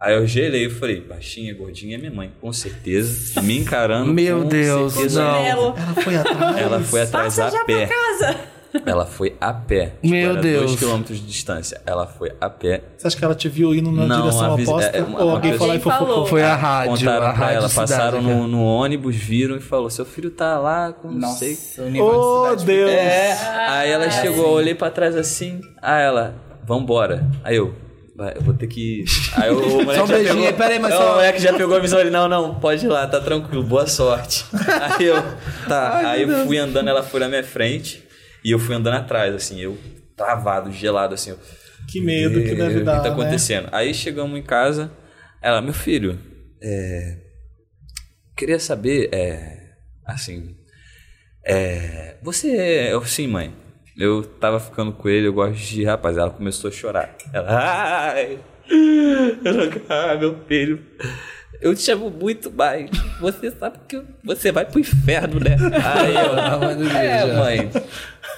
Aí eu gelei, eu falei, baixinha, gordinha é minha mãe, com certeza. Me encarando.
Meu
com
Deus,
certeza. é
não.
Belo.
Ela foi atrás.
Ela foi atrás
Passa
a
já
pé.
pra casa.
Ela foi a pé. Tipo,
Meu
era
Deus.
Dois quilômetros de distância. Ela foi a pé.
Você acha que ela te viu indo na
Não,
direção
avisa-
oposta?
é, uma-
ou alguém
uma-
foi lá e
Alguém falou.
fofocou?
Foi a rádio,
É. Contaram
a
pra
rádio
ela,
cidade,
passaram
cara.
no, no ônibus, viram e falou: seu filho tá lá com não
Nossa,
sei.
o
Ô,
nível de cidade.
Deus!
É. Aí ela chegou, eu olhei pra trás assim. Aí ela, vambora. Aí eu. "Vai, Eu vou ter que ir. Aí o moleque
Só um
já
beijinho,
pegou-
peraí, mas
Não,
só-
O moleque já pegou a visão ali. Não, não, pode ir lá, tá tranquilo, boa sorte. Aí eu, tá. aí eu fui andando, ela foi na minha frente e eu fui andando atrás, assim, eu travado, gelado, assim. eu,
Que medo que
"Meu,
deve dar.
O que tá
né?
acontecendo? Aí chegamos em casa, ela, meu filho, é, queria saber, é, assim, é, você, é- eu, sim, mãe, eu tava ficando com ele, eu gosto de rapaz. Ela começou a chorar. Ela, ai, eu não, ah, meu filho, eu te amo muito, mais. Você sabe que eu- você vai pro inferno, né?
é.
Aí
Ah, mas não
eu,
veja.
é, mãe,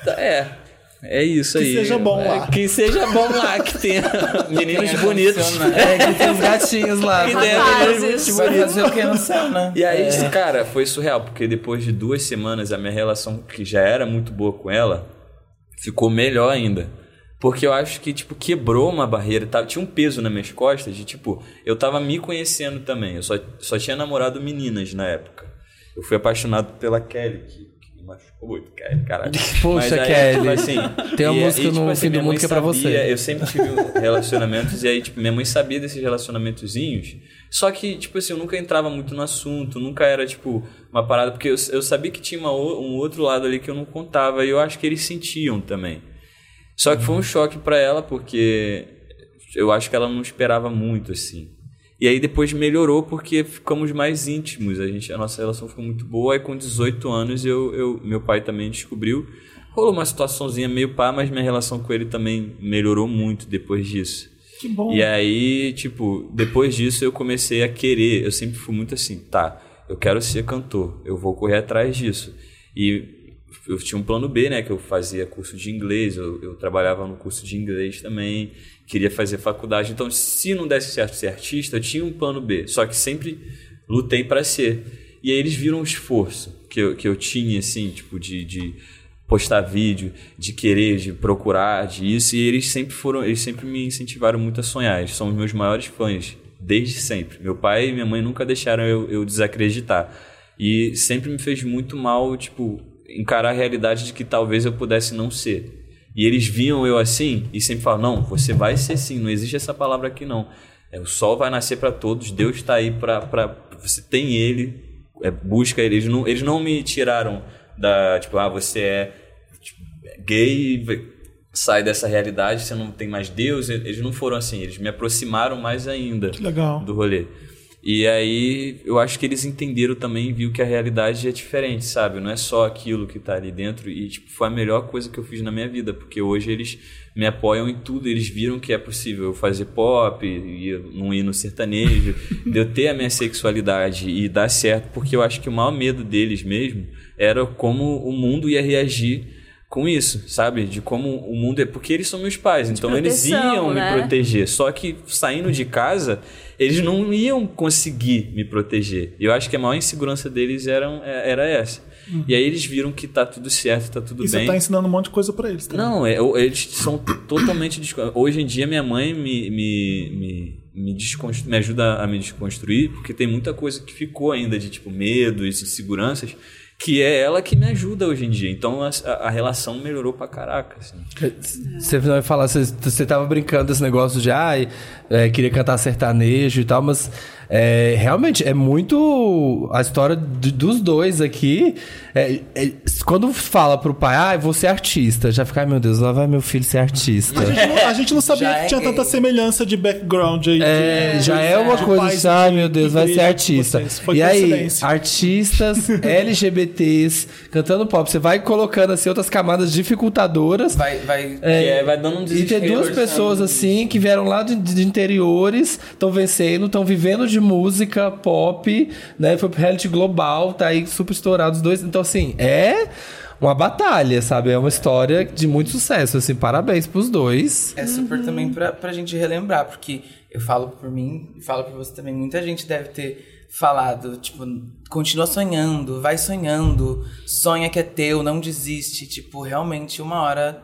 tá- é. É isso
Que
aí.
seja bom lá.
Que seja bom lá, que tenha meninos
Tenha
bonitos.
condicionado.
É, que tem os gatinhos lá.
Que
né?
ideia.
Rapazes.
Vai fazer o que no céu, né?
E aí,
É.
cara, foi surreal, porque depois de duas semanas a minha relação, que já era muito boa com ela, ficou melhor ainda. Porque eu acho que, tipo, quebrou uma barreira. Tava, tinha um peso nas minhas costas de, tipo, eu tava me conhecendo também. Eu só, só tinha namorado meninas na época. Eu fui apaixonado pela Kelly, que, que me machucou muito, Kelly, caralho.
Poxa,
aí,
Kelly.
tipo assim,
Tem uma
e- tipo assim,
música no Fim do
minha
Mundo
mãe
que é pra
sabia,
você.
eu sempre tive um relacionamentos e aí, tipo, minha mãe sabia desses relacionamentozinhos. Só que, tipo assim, eu nunca entrava muito no assunto, nunca era, tipo, uma parada. Porque eu, eu sabia que tinha uma o- um outro lado ali que eu não contava e eu acho que eles sentiam também. Só que foi um choque pra ela, porque eu acho que ela não esperava muito, assim. E aí depois melhorou porque ficamos mais íntimos, a, gente, a nossa relação ficou muito boa. Aí com 18 anos eu, eu, meu pai também descobriu. Rolou uma situaçãozinha meio pá, mas minha relação com ele também melhorou muito depois disso.
Que bom.
E é aí, tipo, depois disso eu comecei a querer, eu sempre fui muito assim, tá, eu quero ser cantor, eu vou correr atrás disso. E eu tinha um plano B, né, que eu fazia curso de inglês, eu, eu trabalhava no curso de inglês também, queria fazer faculdade. Então, se não desse certo ser artista, eu tinha um plano B, só que sempre lutei para ser. E aí eles viram o esforço que eu, que eu tinha, assim, tipo, de- de postar vídeo, de querer, de procurar, de isso. E eles sempre foram, eles sempre me incentivaram muito a sonhar. Eles são os meus maiores fãs, desde sempre. Meu pai e minha mãe nunca deixaram eu, eu desacreditar. E sempre me fez muito mal, tipo, encarar a realidade de que talvez eu pudesse não ser. E eles viam eu assim e sempre falavam: não, você vai ser sim, não existe essa palavra aqui não. É, o sol vai nascer para todos, Deus está aí para. Você tem ele, é, busca ele. Eles não, eles não me tiraram da, tipo, ah, você é tipo, gay, vai- sai dessa realidade, você não tem mais Deus. Eles não foram assim, eles me aproximaram mais ainda
Que
Uhum.
legal.
do rolê. E aí eu acho que eles entenderam também e viu que a realidade é diferente, sabe? Não é só aquilo que tá ali dentro. E tipo, foi a melhor coisa que eu fiz na minha vida, porque hoje eles me apoiam em tudo. Eles viram que é possível eu fazer pop, e eu não ir no sertanejo, de eu ter a minha sexualidade e dar certo, porque eu acho que o maior medo deles mesmo era como o mundo ia reagir com isso, sabe? De como o mundo é. Porque eles são meus pais, então eles
proteção,
iam
né?
me proteger. Só que saindo de casa, eles não iam conseguir me proteger. E eu acho que a maior insegurança deles eram, é- era essa. E aí eles viram que tá tudo certo, tá tudo
Uhum. E você
bem.
tá ensinando um monte de coisa pra eles. Tá?
Não, é, o- eles são totalmente. desco- Hoje em dia, minha mãe me, me, me, me, desconstru- me ajuda a me desconstruir, porque tem muita coisa que ficou ainda de tipo medo e inseguranças, que é ela que me ajuda hoje em dia. Então a, a- a relação melhorou pra caraca. assim.
Você vai falar, você, você tava brincando desse negócio de, ai, é, queria cantar sertanejo e tal, mas é, realmente é muito. A história de- dos dois aqui. é- é- quando fala pro pai, ai, vou ser artista, já fica, ai meu Deus, lá vai meu filho ser artista.
A gente não, a gente não sabia
Já
que
é
tinha
gay.
tanta semelhança de background aí.
É,
de-
já
de-
é uma
de
coisa,
pais
assim, ai meu
de
Deus, vai ser
igreja,
artista.
vocês. Foi
E aí,
coincidência.
artistas LGBTs cantando pop, você vai colocando assim outras camadas dificultadoras
Vai, vai.
Que é, vai dando um
E
desespero.
tem duas
sabe?
pessoas assim que vieram lá de, de interiores, estão vencendo, estão vivendo de música pop, né? Foi pro reality global, tá aí super estourado os dois. Então, assim, é uma batalha, sabe? É uma história de muito sucesso. Assim, parabéns pros dois.
É super também pra, pra gente relembrar, porque eu falo por mim e falo por você também. Muita gente deve ter falado, tipo, continua sonhando, vai sonhando, sonha que é teu, não desiste. Tipo, realmente uma hora,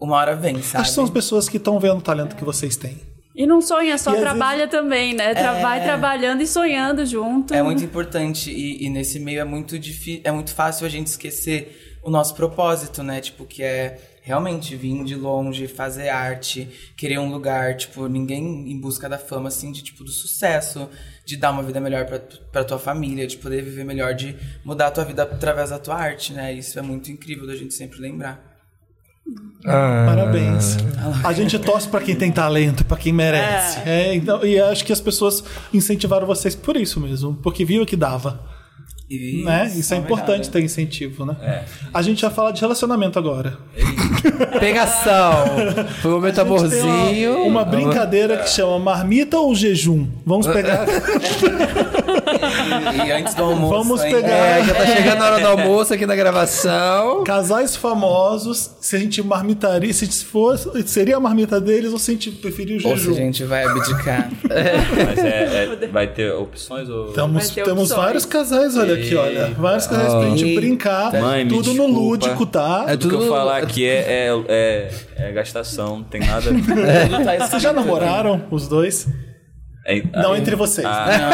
uma hora vem, é sabe?
Acho que são as pessoas que estão vendo o talento que vocês têm.
E não sonha, só
E às É.
trabalha também, né? Tra- Vai trabalhando e sonhando junto.
É muito importante e, e nesse meio é muito difícil, é muito fácil a gente esquecer o nosso propósito, né? Tipo, que é realmente vir de longe, fazer arte, querer um lugar, tipo, ninguém em busca da fama assim, de tipo do sucesso, de dar uma vida melhor pra, pra tua família, de poder viver melhor, de mudar a tua vida através da tua arte, né? Isso é muito incrível da gente sempre lembrar.
Ah. Parabéns. A gente torce pra quem tem talento, pra quem merece. É, então, e acho que as pessoas incentivaram vocês por isso mesmo, porque viram que dava.
E
né? Isso é
uma
importante
verdade.
ter incentivo, né? A gente vai falar de relacionamento agora.
Pegação! Foi um momento amorzinho.
Uma, uma brincadeira que chama marmita ou jejum. Vamos pegar.
E, e antes do almoço.
Vamos
ainda-
pegar-
É, já tá chegando a hora do almoço aqui na gravação.
Casais famosos, se a gente marmitaria, se fosse, seria a marmita deles ou se a gente preferir o
Ou se a
jejum.
gente vai abdicar.
Mas é, é- vai ter opções ou.
Temos,
Vai ter
temos
opções.
vários casais, olha aqui, olha. Vários casais pra gente
Eita.
brincar.
Mãe, me
tudo no
desculpa.
lúdico, tá?
É
tudo que eu
tudo-
falar aqui é, é, é- é gastação, não tem nada. a ver.
Vocês já namoraram, os dois?
É-
Não
ah,
entre vocês.
ah,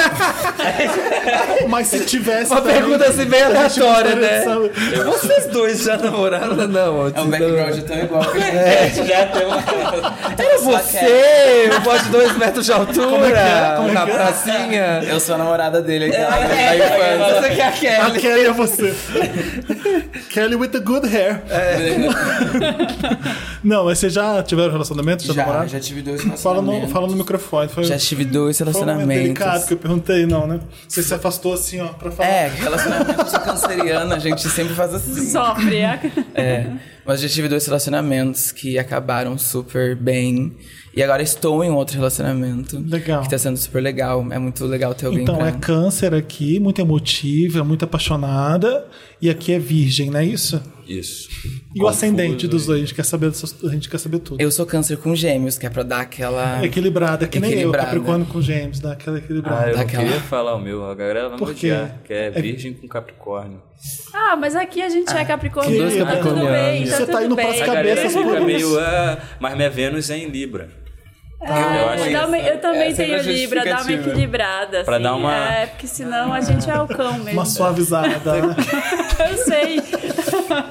Mas se tivesse.
Uma
também,
pergunta assim bem aleatória, né?
sabe?
Vocês dois já namoraram? Não,
É um background tão igual que já tem um- uma...
Era você, o bote de dois metros de altura,
Tá
um
Como é que é?
na pracinha.
Eu sou a namorada dele aqui. tá da infância.
Você que é a
A
Ah,
Kelly.
Kelly é você. Kelly with the good hair. Não, mas vocês já tiveram relacionamento? Já,
Já,
namoraram?
já tive dois
Fala,
relacionamentos.
no, fala no microfone. Foi,
Já tive dois
foi um momento delicado
relacionamentos.
que eu perguntei, não, né? Você se afastou assim, ó, pra falar.
É, relacionamento eu sou canceriana, a gente sempre faz assim.
Sofre. é.
É. Mas já tive dois relacionamentos que acabaram super bem. E agora estou em outro relacionamento.
Legal.
Que tá sendo super legal. É muito legal ter alguém
Então
pra...
é câncer aqui, muito emotiva, muito apaixonada. E aqui é virgem, não é isso?
isso.
E o
Confuso,
ascendente dos
hein?
dois, a gente quer saber, dessas- a gente quer saber tudo.
Eu sou câncer com gêmeos, que é pra dar aquela...
Equilibrada, que nem eu,
Equilibrada.
Capricórnio com gêmeos, dá aquela
Ah,
equilibrada.
eu não
Daquela-
queria falar o meu, a galera vai me
Por quê?
odiar, que é virgem com capricórnio.
Ah, mas aqui a gente é Capricórnio,
dois
tá tudo
Capricornianos.
bem, tá
Você
tudo
tá indo
bem.
pras
A galera
cabeças
fica
por
meio, ah, mas minha Vênus é em Libra.
É,
eu acho
dá uma- eu também
Essa é
tenho
pra
Libra, dá uma
justificativa.
equilibrada.
Pra
assim.
dar uma-
É, porque senão a gente é o cão mesmo.
Uma suavizada. né?
Eu sei.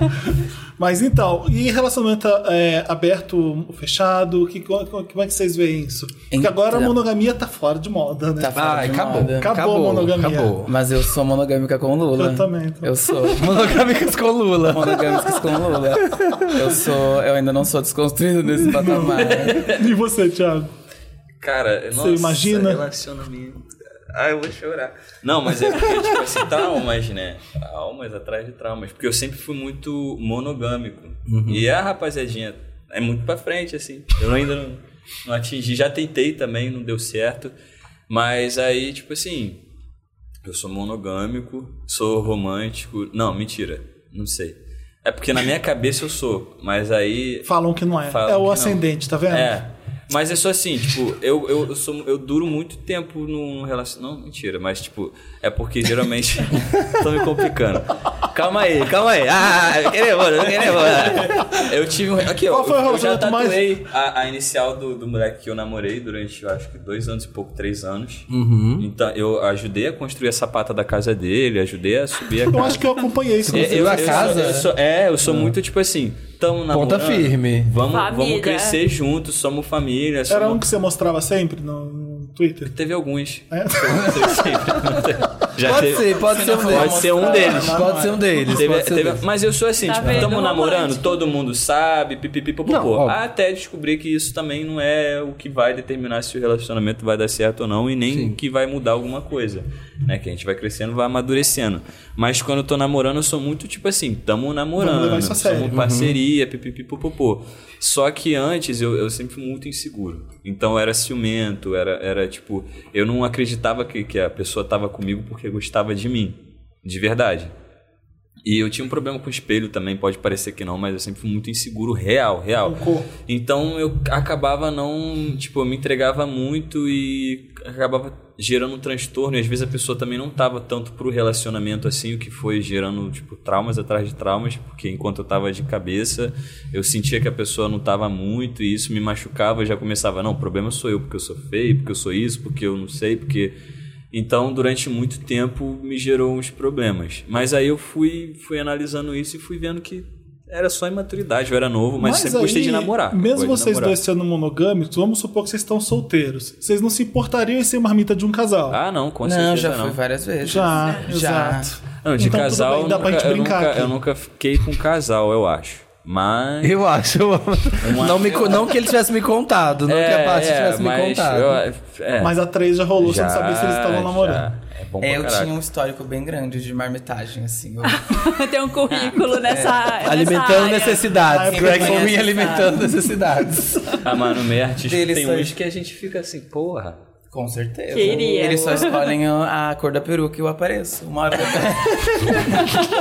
Mas então, e relacionamento é, aberto, fechado? Que, co- co- como é que vocês veem isso? Porque
Então.
é.
agora a monogamia tá fora de moda, né?
Tá fora
Ai,
de
Ah, acabou.
moda.
Acabou a monogamia.
Acabou.
Mas eu sou monogâmica com o Lula.
Eu também, então.
Eu sou
Monogâmicas com Lula.
monogâmica com o Lula. Eu sou. Eu ainda não sou desconstruído nesse patamar.
E você, Thiago?
Cara, nossa,
imagina?
relacionamento. Ah, eu vou chorar. Não, mas é porque, tipo assim, traumas, né? Traumas atrás de traumas. Porque eu sempre fui muito monogâmico. E a rapaziadinha é muito pra frente, assim. Eu ainda não, não atingi. Já tentei também, não deu certo. Mas aí, tipo assim, eu sou monogâmico, sou romântico. Não, mentira. Não sei. É porque na minha cabeça eu sou, mas aí.
Falam que não é.
Falam
é
que
o
não.
ascendente, tá vendo?
É. Mas é só assim, tipo, eu, eu, eu sou, eu duro muito tempo num relacionamento. Não, mentira, mas tipo, é porque geralmente. tô me complicando. Calma aí, calma aí. Ah, fiquei nervoso, fiquei nervoso. Eu tive um. Aqui,
Qual
ó.
foi o
eu, eu já
relacionamento mais-
tatuei a, a inicial do, do moleque que eu namorei durante, eu acho que dois anos e pouco, três anos.
Uhum.
Então, eu ajudei a construir a sapata da casa dele, ajudei a subir a
Eu
casa.
acho que eu acompanhei isso.
É,
Construiu a
sou-
casa?
eu sou- é, eu sou muito tipo assim. Tamo
Ponta
namorando.
firme.
Vamos, vamos
Família.
crescer juntos, somos família. Somos...
Era um que você mostrava sempre no, no Twitter.
Teve alguns.
É?
Não sei se- não sei. Já
Pode
teve-
ser, pode ser um
Pode
deles.
ser um deles.
Pode ser um deles.
Teve-
pode ser um
teve-
deles.
mas eu sou assim,
Tá
tipo,
vendo?
tamo namorando,
Romântico.
todo mundo sabe,
Não,
pipipipopopô.
óbvio.
Até descobrir que isso também não é o que vai determinar se o relacionamento vai dar certo ou não e nem que vai mudar alguma coisa, né? Que a gente vai crescendo, vai amadurecendo. Mas quando eu tô namorando, eu sou muito tipo assim, tamo
Vamos levar
namorando,
isso a sério.
somos parceria, pipipipopopô. Só que antes eu, eu sempre fui muito inseguro. Então eu era ciumento, era, era tipo, eu não acreditava que, que a pessoa tava comigo porque gostava de mim, de verdade. E eu tinha um problema com o espelho também, pode parecer que não, mas eu sempre fui muito inseguro, real, real.
Uhum.
Então eu acabava não, tipo, eu me entregava muito e acabava gerando um transtorno. E às vezes a pessoa também não tava tanto pro relacionamento assim, o que foi gerando, tipo, traumas atrás de traumas, porque enquanto eu tava de cabeça, eu sentia que a pessoa não tava muito e isso me machucava. Eu já começava, não, o problema sou eu, porque eu sou feio, porque eu sou isso, porque eu não sei, porque. Então, durante muito tempo, me gerou uns problemas. Mas aí eu fui, fui analisando isso e fui vendo que era só imaturidade. Eu era novo, mas, sempre gostei
aí,
de namorar.
Mesmo
Gosto de
vocês
namorar.
dois sendo monogâmicos, vamos supor que vocês estão solteiros. Vocês não se importariam em ser marmita de um casal?
Ah, não, com
não,
certeza
já
não.
fui várias vezes.
já,
Já.
exato.
Não, de
Então, tudo
casal,
bem, dá
eu
pra
nunca-
gente
eu,
brincar
nunca,
aqui.
eu nunca fiquei com casal, eu acho. Mas...
Eu acho. eu- Não, me, co- não que ele tivesse me contado, não que a parte
é,
tivesse me
mas
contado.
eu- é,
Mas a três já rolou, você não
já,
sabia se eles estavam
já.
namorando.
É bom pra
É, eu
caraca.
tinha um histórico bem grande de marmitagem, assim. Eu,
Tem um currículo nessa. nessa
Alimentando
área.
Ah, é
necessidades.
porque
Greg
conhece
Louis
essa-
alimentando necessidades.
Ah, mano, meio artista
Dele
tem
só-
uns que a gente fica assim, porra...
com certeza.
Queria.
Eles só escolhem a a cor da peruca e eu apareço. Uma hora eu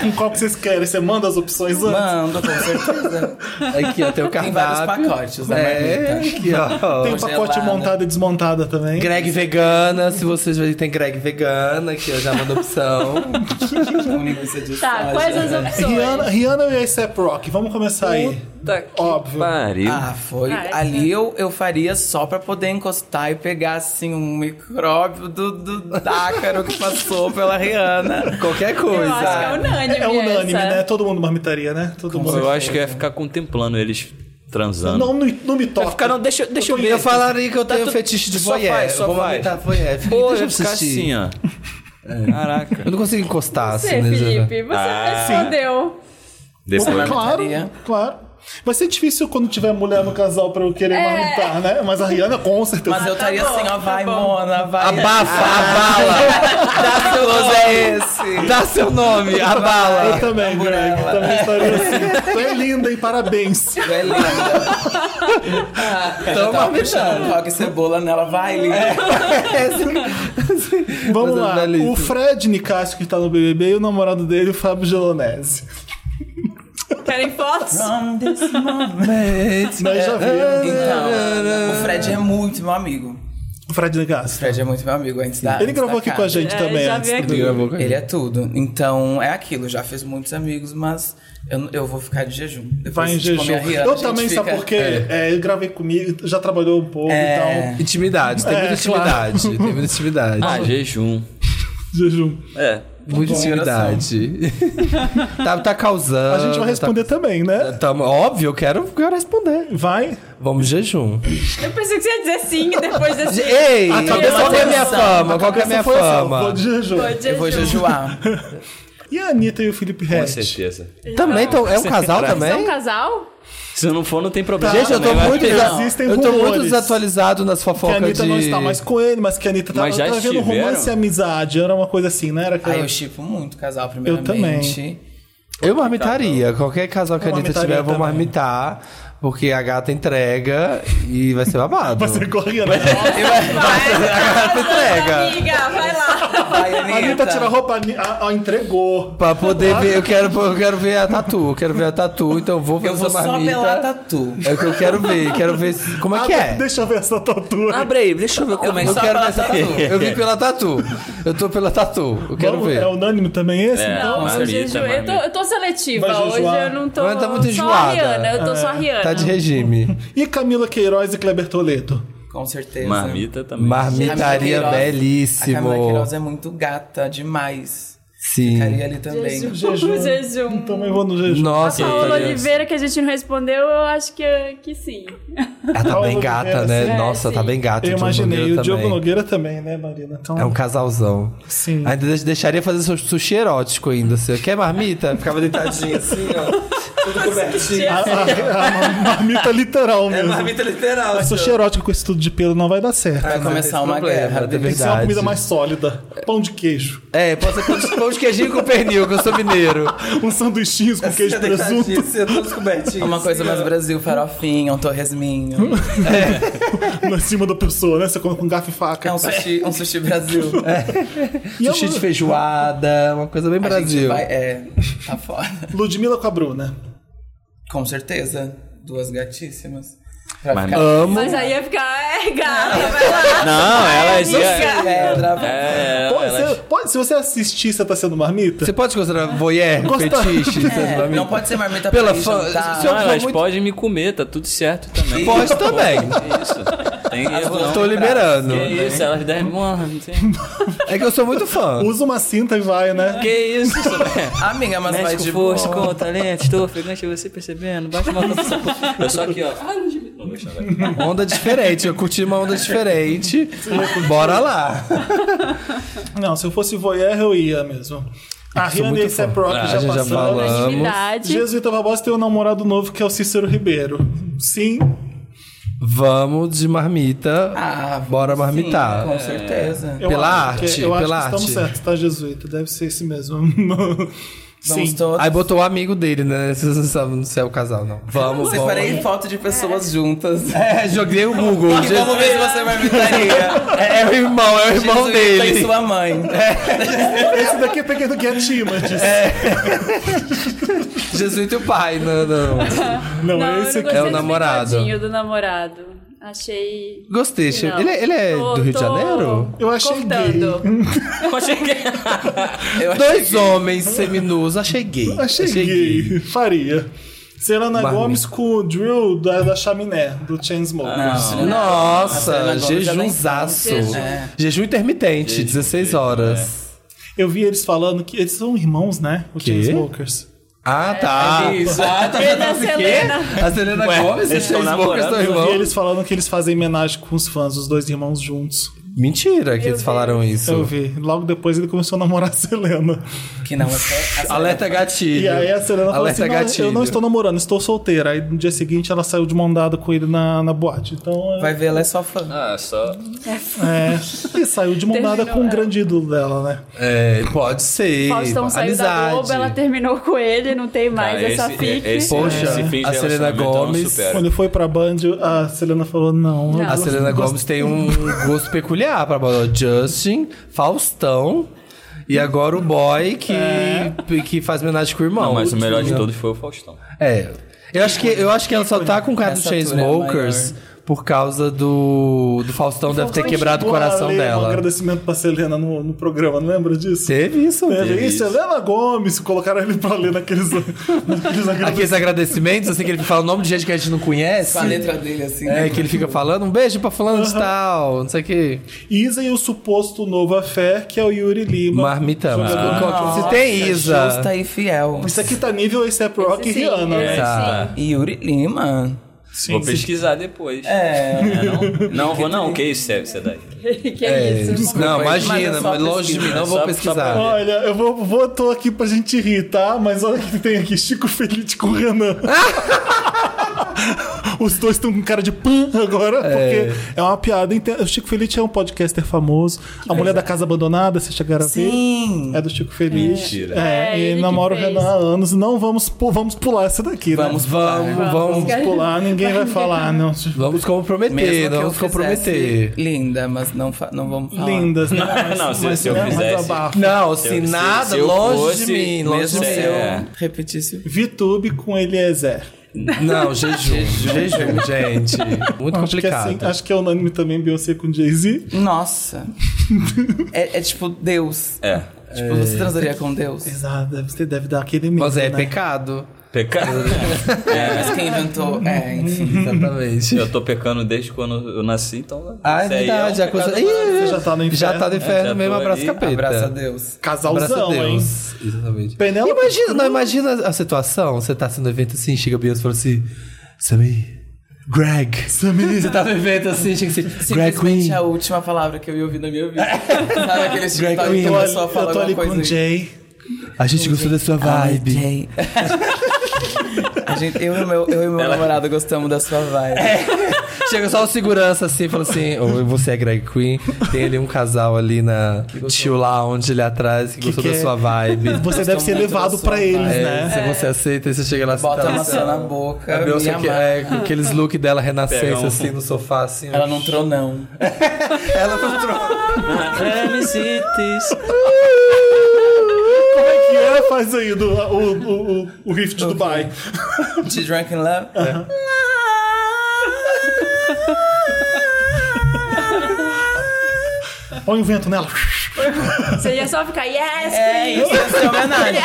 Com qual que vocês querem? Você manda as opções antes?
mando, com certeza.
Aqui, ó, tem o
Tem
cardápio.
vários pacotes da
É,
marmita.
aqui, ó.
Tem um pacote
gelada.
montada e desmontada também.
Greg vegana, se vocês verem tem Greg vegana, aqui eu já mando opção.
Um
Com linguiça de
É. Tá,
soja.
quais as opções?
Rihanna, Rihanna e A$AP Rock, vamos começar aí.
Puta tá que
Óbvio.
pariu.
Ah, foi.
Ah, é
Ali eu, eu faria só pra poder encostar e pegar, assim, um micróbio do, do dácaro que passou pela Rihanna.
Eu acho que
Qualquer
é
coisa.
unânime.
É unânime,
essa.
né? Todo mundo marmitaria, né? Todo mundo.
Eu acho que eu ia ficar contemplando eles transando.
Não, não, não me toca.
ficar, não, deixa, deixa eu
Eu,
ver.
falaria que eu tenho fetiche de
Tá só
voyeur.
faz, só
eu vou
faz.
aumentar voyeur. Felipe,
Pô, eu
deixa
ia
eu
ficar
assistir.
assim, ó. Caraca.
Eu não consigo encostar
Você,
assim, né? Zé?
Felipe, você respondeu.
Depois.
Claro,
marmitaria.
claro. Vai ser difícil quando tiver mulher no casal pra eu querer marmitar, né? Mas a Rihanna com certeza.
tá
Mas eu estaria assim, ó, vai, Mona, vai.
Abafa,
Ah.
abala! Dá seu nome é esse! Dá seu nome,
Eu
abala!
também, Greg. Também estaria assim. Tu é linda, hein? Parabéns.
Tu é linda.
Então,
Tava puxando rock e cebola nela, vai, linda.
É. Vamos
Fazendo
lá.
é belíssimo.
O Fred Nicásio, que tá no BBB, e o namorado dele, o Fábio Gelonese.
Querem fotos?
From this moment.
Nós
É.
já vimos.
Então, o Fred é muito meu amigo.
O Fred
O
Nicásio.
Fred é muito meu amigo antes da.
Ele gravou aqui com a
gente.
gente
É,
também
já
antes.
veio
do
aqui.
BBB.
Ele é tudo. Então, é aquilo. Já fiz muitos amigos, mas eu, eu vou ficar de jejum. Depois,
Vai em
tipo,
jejum.
minha Rihanna, a
eu
gente
também, sabe
fica- É.
por quê? É, ele gravei comigo, já trabalhou um pouco, então.
é Intimidade, tem muita
claro.
intimidade. Tem muita intimidade.
É, Ah, jejum.
Jejum.
É.
muita
bom,
intimidade. tá, tá causando.
A gente vai responder também, né?
Tá, tá- óbvio, eu quero, eu quero responder.
Vai.
Vamos jejum.
Eu pensei que você ia dizer sim depois desse.
Ei,
cabeça
qual que é a minha
foi
fama? Qual que é a minha
Essa foi essa, vou
fama?
de jejum.
Eu vou jejuar.
E a Anitta e o Felipe
Com
Rett?
certeza.
Também, então, é um casal
É um
também?
casal?
Se não for, não tem problema.
Gente, eu tô
também,
muito,
vai-
ter-
desa-
Existem
eu tô muito
rumores.
desatualizado nas
Que a
fofocas
Anitta
de...
não está mais com ele, mas que a Anitta tá,
Mas já
tava vendo
estiveram?
romance e amizade. Era uma coisa assim, né? Era aquela...
Aí eu chipo muito casal, primeiramente.
Eu marmitaria. Qualquer casal que a
Eu
Anitta
marmitaria
tiver, eu vou
também.
marmitar. Porque a gata entrega e vai ser babado.
Você corria, né?
A gata entrega.
Amiga, vai lá.
Vai,
A Anitta tira a roupa, a Ani- a- a entregou.
Pra poder ver, eu quero, eu quero ver a tatu, eu quero ver a tatu, então eu vou fazer
Eu vou
essa
só
marmita.
pelar tatu.
É o que eu quero ver, quero ver se- como é que
Ah,
é. Ah,
Deixa eu ver essa tatu. aí.
Abre aí, deixa eu ver como é
Eu
só
quero ver
pela
essa
tatu.
tatu. Eu vim pela tatu. Eu tô pela tatu. Eu quero
Vamos-
ver.
É unânime também esse?
É.
Então,
Não,
Marmita,
eu jejuei. Eu tô,
marmita.
eu tô seletiva
Vai
hoje,
jejuar. É.
eu não tô.
Mas tá muito
Só a
enjoada.
Rihanna, eu tô só a Rihanna.
Tá de regime.
E Camila Queiroz e Kleber Toledo?
Com certeza.
Marmita também.
Marmitaria
Camila Queiroz- A Camila
belíssimo.
Queiroz é muito gata demais.
Sim.
Ficaria ali também.
Jesus.
Jejum.
Jejum.
Também vou no jejum.
Nossa,
Paola
Paola
Oliveira, que a gente não respondeu, eu acho que, que sim.
Ela tá bem
Paola
gata,
Oliveira,
né?
sim.
Nossa,
É,
tá
sim.
bem gata.
Eu
Diogo
imaginei.
Nogueira
O Diogo
também.
Nogueira também, né, Marina? Então,
É um casalzão.
Sim.
Ainda deix- deixaria fazer su- sushi erótico ainda. Assim. Quer marmita? Ficava deitadinha assim, ó. Tudo cobertinho.
a, a- a ma- marmita literal
É
mesmo.
marmita literal.
Mas sushi erótico com esse tudo de pelo não vai dar certo. né?
Vai começar uma
Problema,
guerra.
é
Tem que ser uma
verdade.
comida mais sólida. Pão de queijo.
É, pode ser pão de- pão de queijinho com pernil, que eu sou mineiro.
Uns sanduichinhos Um com
é
queijo e presunto.
Uma coisa mais Brasil, farofinha, um torresminho.
na cima da pessoa, né? Você come com garfo e faca.
É um sushi, um sushi Brasil. É,
e um a
Sushi de feijoada, uma coisa bem Brasil.
Vai, é, tá fora.
Ludmilla com a Bruna.
Com certeza. Duas gatíssimas. Pra
Mas-
ficar
Amo.
Mas aí ia ficar, é gata, vai lá.
Não, ela
amiga.
já.
pedra, vai-
É,
Pode,
ela-
ser- pode- se você assistir, você tá sendo marmita?
Você pode considerar voyeur,
Gosta-
fetiche, essas
É,
marmitas?
não pode ser marmita
Pela
pra ir
fã-
jantar.
se eu-
Ah, elas
muito-
podem me comer, tá tudo certo também.
Pode também.
Isso. Tem erro não.
Tô liberando.
Que isso, elas devem. Mano, não tem-
É que eu sou muito fã.
Usa uma cinta e vai, né?
Que isso, isso é.
Amiga, mas vai de
Médico
boa.
força, com talento, estou ofegante, é você percebendo, bate uma coisa. Eu só aqui, ó. Ah, não, não vou deixar, vai.
Onda diferente, eu curti uma onda diferente. Bora lá.
Não, se eu fosse voyeur, eu ia mesmo. A
sou
Rihanna e
muito
esse é
fã.
próprio,
Ah,
já
já
passamos.
falamos.
Unanimidade.
Jesuíta Barbosa tem um namorado novo que é o Cícero Ribeiro. Sim,
Vamos de marmita.
Ah,
Bora marmitar.
Sim, com certeza.
eu
Pela
acho que-
arte,
eu acho
pela
que estamos
arte.
certos, tá, Jesuíta? Deve ser esse mesmo. Sim.
Vamos todos.
Aí botou o amigo dele, né? Vocês não sabem não sei o casal, não. Vamos, vamos.
Separei foto de pessoas juntas.
É, joguei o Google.
E vamos ver se você marmitaria.
É, é o irmão, é o irmão
Jesus tem
dele.
sua mãe.
Esse daqui é eu peguei do Get Images.
Jesus e o pai, não, não.
Não,
Não,
é
eu não
esse aqui.
gostei
É o
do
namorado.
bigodinho do namorado. Achei.
Gostei. che-
Não.
Ele, é- ele é
Tô-
do Rio de
tô
Janeiro?
Eu achei
cortando.
Eu cheguei.
Eu
Dois homens seminus, achei gay.
Achei gay. Faria. Serena
Barney.
Gomes com o Drill da, da chaminé, do
Ah.
Tá
Chainsmokers.
Não.
Nossa,
A Selena Gomez Tá já não
jejumzaço.
Jejum.
É.
Jejum intermitente,
Jejum,
16
jejum,
horas.
Eu vi eles falando que eles são irmãos, né? O
Quê?
Chainsmokers.
Ah,
É,
tá.
Isso. Ah, tá vendo?
Da é Selena.
A Selena
Ué,
Gomes e
eles estão
Chase Booker
namorando?
são
Eu vi
irmãos.
eles falando que eles fazem homenagem com os fãs, os dois irmãos juntos.
Mentira que eles falaram
Eu
isso.
vi. Logo depois ele começou a namorar a Selena.
Que não, é só- a Selena-
Alerta gatilho.
E aí a Selena falou
Alerta
assim: não,
gatilho.
eu não estou namorando, estou solteira. Aí no dia seguinte ela saiu de mão dada com ele na, na boate. Então. é-
Vai ver, ela é só fã.
Ah, só.
É. E saiu de mão dada
Terminou,
com um
é.
grande ídolo dela, né?
É, pode ser.
um
Faustão saiu da
Amizade.
Globo, ela terminou com ele, não tem mais
Cara,
essa
Ah, esse- é-
fique.
esse-
Poxa,
esse fim de
a Selena
relacionamento eu não
Gomez.
supero.
Quando foi pra Band, a Selena falou: não. eu
tá
Não.
A
gosto-
Selena
gosto-
Gomes tem um gosto peculiar pra bola. Justin, Faustão e agora o boy que,
É.
que faz homenagem com o irmão.
Não, mas o melhor de todos foi o Faustão.
É. Eu acho que, eu acho que ela só tá com cara do
Essa altura é
Chainsmokers por causa do, do Faustão, deve
é
ter quebrado o
Chegou a
coração
ler Um
dela.
agradecimento pra Selena no, no programa, não lembra disso?
Teve isso.
Teve
isso.
isso, Selena Gomes, colocaram ele pra ler naqueles, naqueles agradecimentos.
Aqueles agradecimentos, assim, que ele fala o nome de gente que a gente não conhece.
Com a letra dele, assim.
É,
né?
que ele fica falando um beijo pra fulano de tal, não sei o que.
Isa e o suposto novo afé, que é o Yuri Lima.
Marmita. mas
Jogador-
qual- Se
Nossa,
tem Isa.
Justa e fiel.
Isso aqui tá nível esse é Rock e
Sim, é.
Rihanna,
esse
né?
Tá.
sim.
E Yuri Lima.
Sim,
vou
sim.
pesquisar depois.
É.
É, não? Não, vou não. Que isso, é, você daí?
Que é
É,
isso?
não,
mas eu
imagina,
só
mas longe de mim, não
pesquiso.
vou
Só-
pesquisar.
Olha, eu vou, vou tô aqui pra gente rir, tá? Mas olha o que tem aqui: Chico Feliz com Renan. Os dois estão com cara de pan agora, porque é uma piada. inteira. O Chico Feliz é um podcaster famoso. a Mulher da Casa Abandonada, vocês chegaram a ver?
Sim.
É do Chico Feliz.
Mentira.
É,
É,
e
ele que
namora o
fez.
Renan há anos. Não vamos, pu- vamos pular essa daqui, né?
Vamos,
Vamos,
vamos.
vamos.
Vamos pular, ninguém vai falar, não.
Vamos comprometer,
Mesmo
não
que eu
vamos comprometer.
fizesse linda, mas não, fa- não vamos falar.
Lindas, né? Mas-
Não, se-
mas-
se eu
mas
fizesse-
abafa.
Não,
Se
assim,
eu- se-
nada,
se eu
longe de
fosse,
mim, longe
mesmo
de
Se
É.
eu
mim.
repetisse...
VTube com Eliezer.
Não, jejum, jejum, gente. Muito
Acho que, é
complicado.
assim, acho que é unânime também Beyoncé com Jay-Z.
Nossa. é, é tipo Deus.
É.
Tipo, você transaria com Deus?
Exato, você deve dar aquele medo,
Mas é
né?
pecado.
Pecado.
É, mas quem inventou... É, enfim.
Uhum. Exatamente.
Eu tô pecando desde quando eu nasci, então.
Ah, é
isso aí
verdade.
um
a coisa...
pecado grave.
Você já tá no inferno.
Já tá no inferno
Já tô
mesmo, abraço
ali.
capeta.
Abraça a Deus.
Abraça a
Casalzão, hein?
Deus. Exatamente.
Penélope
Imagina, não, imagina a situação. Você tá assim no evento assim, chega a Beyoncé e fala assim: Samir, Greg. Samir. Você tá no evento assim, chega assim: Greg
Simplesmente é
Queen.
a última palavra que eu ia ouvir na minha vida. Sabe aquele tipo
Greg
que
Queen.
Eu tô
a
ali,
pessoa
eu tô
fala
ali
alguma
com o
coisa e-
Jay.
A gente gostou da sua vibe.
Jay. A gente, eu e meu, eu e meu namorado gostamos da sua vibe.
É, Chega só o segurança assim, fala assim: Oi, você é Greg Queen. Tem ali um casal ali na Chill Lounge ali atrás que, gostou
que
da
é?
sua vibe.
Você deve ser
muito
levado
da
pra
sua
eles,
É,
né?
Se você aceita, você chega lá assim,
Bota
tá
a maçã na
A
boca. me
Beyoncé que-
amar.
é, com aqueles look dela
Pega
renascença
um-
assim no sofá assim.
Ela não entrou, não.
Ela não entrou.
Como é que ela faz aí do, o, o, o, o riff de Dubai?
She drank in love.
Põe o vento nela.
Você ia só ficar, yes,
É
queen."
isso, essa é a homenagem.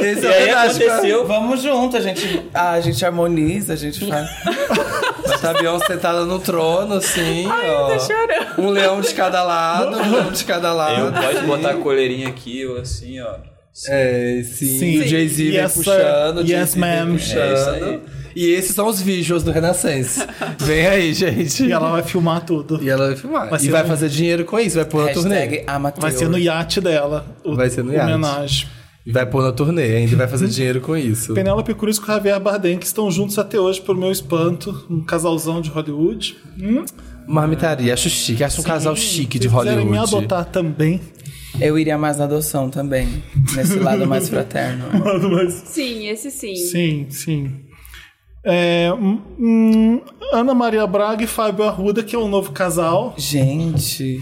Esse
E
é
aí aconteceu.
Vamos junto, a gente, ah, a gente harmoniza, a gente faz.
Mas tá a Beyoncé sentada no trono, assim, ó.
Tô tá chorando.
Um leão de cada lado, um leão de cada lado.
Eu pode botar a coleirinha aqui, eu assim, ó.
É, sim.
Sim.
O Jay-Z vem
Yes, sir.
puxando, o
Yes,
Jay-Z vem
ma'am.
É isso aí.
puxando. E esses são os visuals do Renascense. Vem aí, gente.
E ela vai filmar tudo.
E ela vai filmar.
Vai
e
ser
vai
um-
fazer dinheiro com isso, vai pôr na turnê.
Hashtag Amateur.
Vai ser no iate dela. O,
Vai ser no
o
iate.
Homenagem.
Vai pôr na turnê, ainda vai fazer dinheiro com isso.
Penélope Cruz com Javier Bardem, que estão juntos até hoje, por meu espanto. Um casalzão de Hollywood. Hum?
Marmitaria, acho chique, acho um casal chique de
Se quiserem
Hollywood.
me adotar também.
Eu iria mais na adoção também. Nesse lado mais fraterno.
Mano, mas
Sim, esse sim.
Sim, sim. É, hum, hum, Ana Maria Braga e Fábio Arruda, que é um novo casal.
Gente.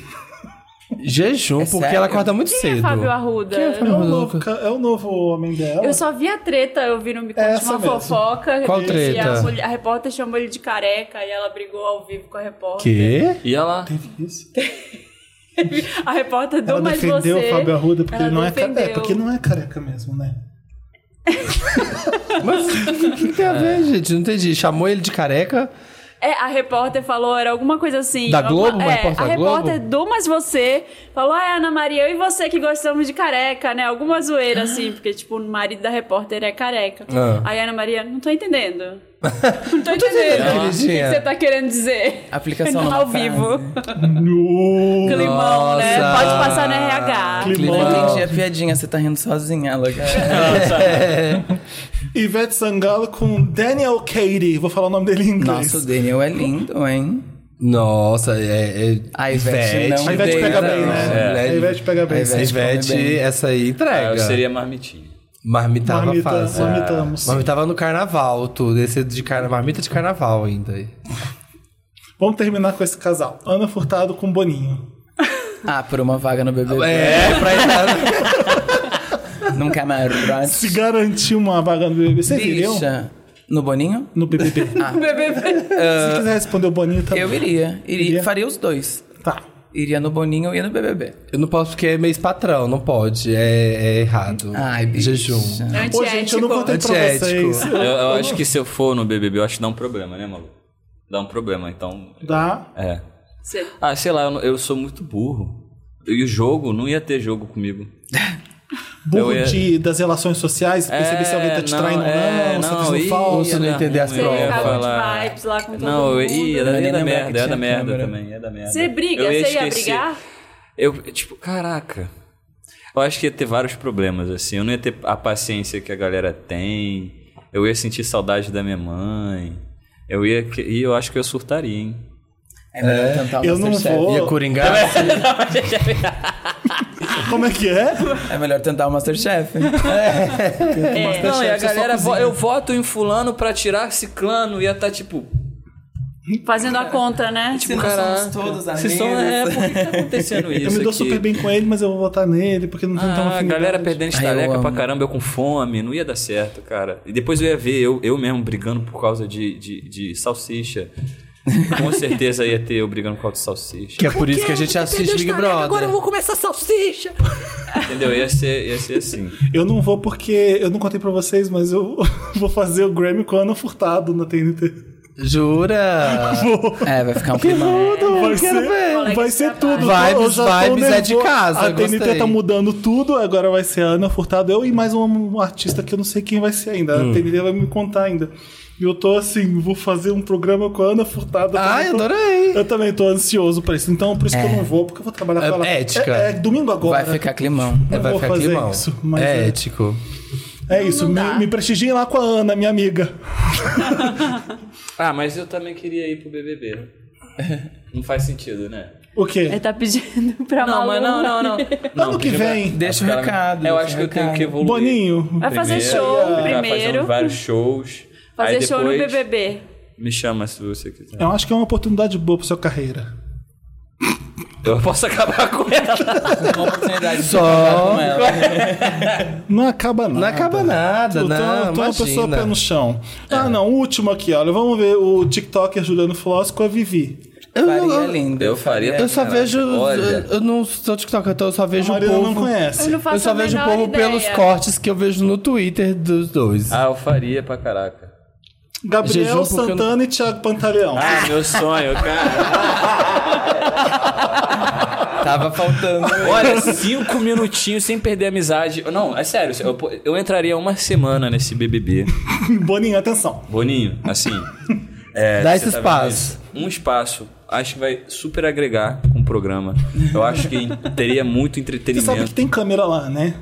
Jejum,
É
porque
sério?
ela acorda muito
Quem
cedo.
é Fábio Arruda?
É o novo, ca- é o novo homem dela.
Eu só vi a treta, eu vi no Me Conte
Essa
Uma
mesmo.
Fofoca.
Qual
e
treta?
A, mulher- a repórter chamou ele de careca e ela brigou ao vivo com a repórter.
Quê?
E ela.
Isso.
A repórter do
Ela
Mais
defendeu
Você.
o Fábio Arruda porque
Ela
ele não é careca. É,
defendeu.
porque não é careca mesmo, né?
Mas o que tem a ver, gente? Não entendi. Chamou ele de careca?
É, a repórter falou, era alguma coisa assim.
Da
alguma-
Globo? Uma
É,
repórter
a
da Globo?
repórter do Mas Você falou, ah, Ana Maria, eu e você que gostamos de careca, né? Alguma zoeira assim, porque, tipo, o marido da repórter é careca.
Ah.
Aí a Ana Maria, não tô entendendo. Não tô entendendo.
entendendo, né,
o que que
queridinha.
você tá querendo dizer?
Aplicação numa
Ao
frase.
vivo.
No.
Climão, né?
Nossa.
Pode passar no RH.
Climão.
Eu
Climão.
não entendi a piadinha, você tá rindo sozinha, louca.
Ivete Sangalo com Daniel Cady. Vou falar o nome dele em inglês.
Nossa, o Daniel é lindo, hein?
Nossa, é. é
A Ivete não
a Ivete
Daniel,
pega bem, né?
é.
A Ivete pega bem.
A Ivete
Essa
come
Ivete,
bem.
essa aí
Ah,
entrega.
eu seria marmitinha.
Marmitava
Marmita-
fácil. é.
marmitamos.
Marmitava no carnaval, tudo. Esse de carna... marmita de carnaval ainda.
Vamos terminar com esse casal. Ana Furtado com Boninho.
Ah, por uma vaga no BBB.
É, pra entrar.
Num camarote.
Se garantir uma vaga no BBB, vocês iriam?
Bicha. No Boninho?
No BBB. Se quiser responder o Boninho também.
Eu iria. iria.
Iria?
Faria os dois.
Tá.
Iria no Boninho e no BBB.
Eu não posso porque é mês patrão, não pode. É, é errado.
Ai, bicha.
Jejum.
Ô, gente, eu não contei pra
Antiético.
vocês.
Eu, eu acho que se eu for no BBB, eu acho que dá um problema, né, maluco? Dá um problema, então.
Dá.
É.
Você-
Ah, sei lá, eu, não- eu sou muito burro. E o jogo, não ia ter jogo comigo.
Burro
Eu ia- É,
de, das relações sociais, perceber se alguém tá te traindo ou não,
um
se tá fazendo falta.
né?
se não entender as
Você
provas.
ficava
falar-
de vibes lá com todo
Não, eu
mundo. né?
ia, ia,
nem
da
lembrar que
merda, ia
tinha
da merda
câmera.
também, ia da merda.
Você briga,
Eu ia
você ia
esquecer.
brigar?
Eu, tipo, caraca. Eu acho que ia ter vários problemas, assim. Eu não ia ter a paciência que a galera tem. Eu ia sentir saudade da minha mãe. Eu ia. que- E eu acho que eu surtaria, hein?
É melhor tentar o
Eu não
Masterchef.
vou.
Ia coringar?
É.
Como é que é?
É melhor tentar o Masterchef.
É.
É.
Não, e a
Masterchef, você só
galera, vo-
cozinha.
eu voto em fulano pra tirar ciclano, ia tá tipo,
Fazendo a conta, né?
tipo,
nós
caraca.
somos todos
Vocês são, é,
amigos.
por que que tá acontecendo isso
Eu me dou
aqui?
super bem com ele, mas eu vou votar nele, porque não tem tão
Ah, a
afinidade.
galera perdendo
Ai, eu
estaleca pra
amo.
caramba, eu com fome, não ia dar certo, cara. E depois eu ia ver eu, eu mesmo brigando por causa de, de, de salsicha. Com certeza ia ter eu brigando por causa de salsicha.
Que é por isso que a gente assiste Big Brother.
Entendeu? Ia ser, ia ser assim.
Eu não vou porque eu não contei pra vocês, mas eu vou fazer o Grammy com o Ana Furtado na TNT.
Jura?
É, vai ficar um climão.
Tudo,
Vai
quero ver.
ser, vai ser tudo. Então,
Vibes,
Eu já tô
vibes é de
nervoso.
casa,
A TNT
gostei.
tá mudando tudo, agora vai ser a Ana Furtado, eu e mais um, um artista que eu não sei quem vai ser ainda.
Hum.
A TNT vai me contar ainda. E eu tô assim, vou fazer um programa com a Ana Furtado. Eu
Ai,
também tô-
adorei.
Eu também tô ansioso pra isso. Então, por isso que eu não vou, porque eu vou trabalhar com
É
ela.
ética.
É, é domingo agora.
Vai ficar climão.
Eu
vai
vou
ficar
fazer
climão.
isso, mas
é
é-
ético.
É isso,
não
me,
dá.
me prestigiem lá com a Ana, minha amiga.
Ah, mas eu também queria ir pro BBB. Não faz sentido, né?
O quê?
Ele tá pedindo pra
Não,
Malu.
mas não, não, não.
Ano que vem.
Deixa o
Cara,
recado.
Eu
deixa
acho
o
que eu tenho
recado.
que evoluir.
Boninho.
Vai fazer
Primeiro,
show
Vai Tá um fazendo
primeiro.
vários shows.
Fazer
aí
show no
depois
BBB.
Me chama se você quiser.
Eu acho que é uma oportunidade boa pra sua carreira.
Eu posso acabar com ela.
Uma oportunidade de
Só-
falar com ela.
Não acaba nada. né?
Não acaba nada,
Tu, tu,
não,
tu é uma pessoa
imagina. É.
pé no chão. Ah, não, o último aqui, olha. Vamos ver o TikToker Juliano Floss com a Vivi.
Eu,
Faria é
eu,
lindo.
Eu faria.
eu só
Cara,
vejo.
É, olha.
Eu, eu não sou TikTok, então eu só
A
vejo o
Marina
povo.
não conhece.
Eu não faço
Eu só
a
vejo o
menor
povo
ideia.
pelos cortes que eu vejo no Twitter dos dois.
Ah, eu faria pra caraca.
Gabriel
Jejum porque eu
Santana e Thiago Pantaleão.
Ah, meu sonho, cara.
Tava faltando.
Olha, cinco minutinhos sem perder a amizade. Não, é sério. Eu, eu entraria uma semana nesse BBB.
Boninho, atenção.
Boninho, assim. é,
Dá
você
esse
tá vendo
espaço.
isso? um espaço. Acho que vai super agregar com o programa. Eu acho que teria muito
Você sabe
entretenimento.
que tem câmera lá, né?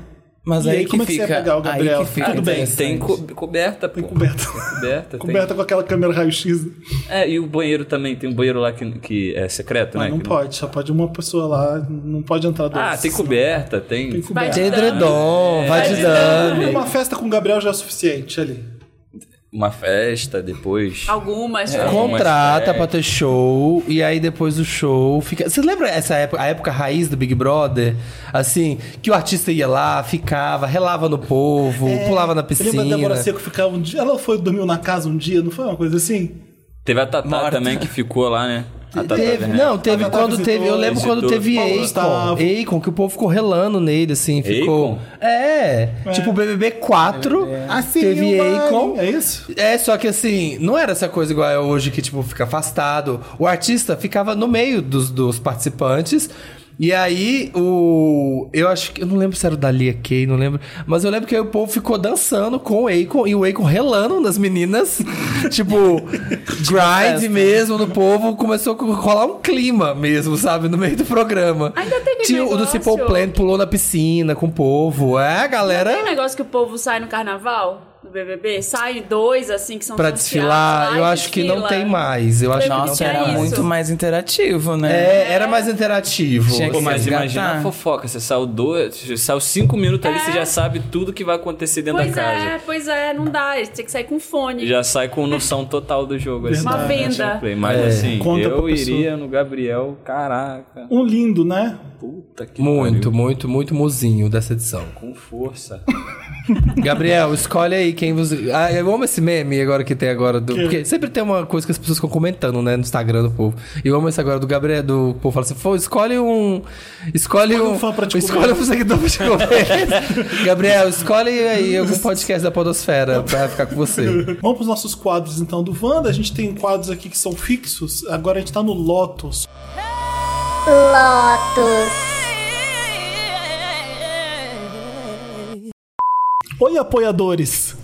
Mas
E
aí,
aí,
que
como é que
fica,
você ia pegar o Gabriel?
Aí que fica
Tudo bem.
interessante.
Ah, Tem co- coberta, pô.
Coberta.
Coberta. tem-
Coberta com aquela câmera raio-x.
É, e o banheiro também. Tem um banheiro lá que, que é secreto, né?
Mas não
Que
pode, só pode uma pessoa lá, não pode entrar dois.
Ah, tem coberta, tem.
Vai
De
de
É.
edredom, vai de dame.
Uma festa com o Gabriel já é o suficiente ali.
Uma festa depois.
Algumas. tipo,
É.
Com-
Contrata
Mas é.
pra ter show, e aí depois do show fica. Você lembra essa época, a época raiz do Big Brother? Assim, que o artista ia lá, ficava, relava no povo, pulava na
Você É. Lembra da
piscina.
Débora Seco ficar um dia? Ela foi dormiu na casa um dia, não foi uma coisa assim?
Teve a Tatá
Morta.
também que ficou lá, né? A Tatá
Teve,
Werneck.
não, teve
Tata
quando
visitou,
teve. Eu lembro quando
visitou.
teve
Paulo
Akon.
Gustavo.
Akon, que o povo ficou relando nele, assim, ficou.
Akon?
É, Tipo, o BBB 4 teve Akon.
É isso?
É, só que assim, não era essa coisa igual é hoje que, tipo, fica afastado. O artista ficava no meio dos, dos participantes. E aí, o. Eu acho que. Eu não lembro se era o Dalia Kay, não lembro. Mas eu lembro que aí o povo ficou dançando com o Akon e o Akon relando nas meninas. tipo, grind mesmo no povo. Começou a rolar um clima mesmo, sabe? No meio do programa.
Ainda tem aquele
Tinha o do Simple
negócio.
Plan pulou na piscina com o povo. É, a galera.
Tem negócio que o povo sai no carnaval, no BBB? Sai dois, assim, que são
Pra
sorteados,
desfilar,
lá
eu
e
acho que não
desfila.
tem mais. Eu acho que
Lembra
não
que
Nossa,
tinha
tem
era
mais.
isso?
muito mais interativo, né?
É, era mais interativo.
Tinha
Pô,
que-
mas
Resgatar.
imagina a fofoca. Você saiu dois, você saiu cinco minutos ali,
É.
você já sabe tudo que vai acontecer dentro
Pois
da casa.
é, pois é, não dá. Eles têm que sair com fone.
Já sai com noção total do jogo. Assim,
Uma
né?
venda.
Gameplay. Mas
É.
assim,
Conta pra
eu
pessoa.
iria no Gabriel, caraca.
Um lindo, né?
Puta que
Muito,
pariu.
muito, muito mozinho dessa edição.
Com força.
Gabriel, escolhe aí quem você. Ah, eu amo esse meme agora que tem agora do.
Que?
Porque sempre tem uma coisa que as pessoas ficam comentando, né, no Instagram do povo. E eu amo esse agora do Gabriel, do povo fala assim: "Pô, escolhe um. Escolhe
Escolhe um
um.
fã pra te
escolhe
comer.
um seguidor pra te comer. Gabriel, escolhe aí algum podcast da Podosfera pra ficar com você.
Vamos pros nossos quadros então do Wanda. A gente tem quadros aqui que são fixos. Agora a gente tá no Lotus. Oi, apoiadores!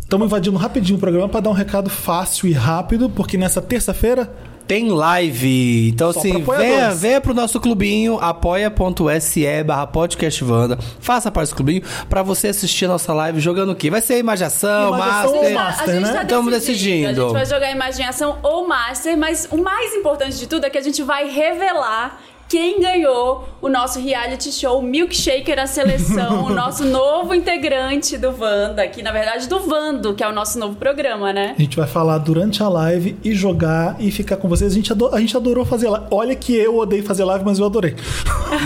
Estamos invadindo rapidinho o programa para dar um recado fácil e rápido, porque nessa terça-feira
Tem live. Então,
Só
assim,
pra
venha,
apoiadores.
venha pro nosso clubinho, apoia.se barra podcastvanda. Faça parte do clubinho pra você assistir a nossa live jogando o quê? Vai ser imagação,
Imagação ou
master.
ma- Master, né?
Tamo
tá A
decidindo.
gente vai jogar imaginação ou master, mas o mais importante de tudo é que a gente vai revelar quem ganhou o nosso reality show Milkshaker a seleção, o nosso novo integrante do Wanda, que na verdade do Vando, que é o nosso novo programa, né?
A gente vai falar durante a live e jogar e ficar com vocês. A gente, ado- a gente adorou fazer live. Olha que eu odeio fazer live, mas eu adorei.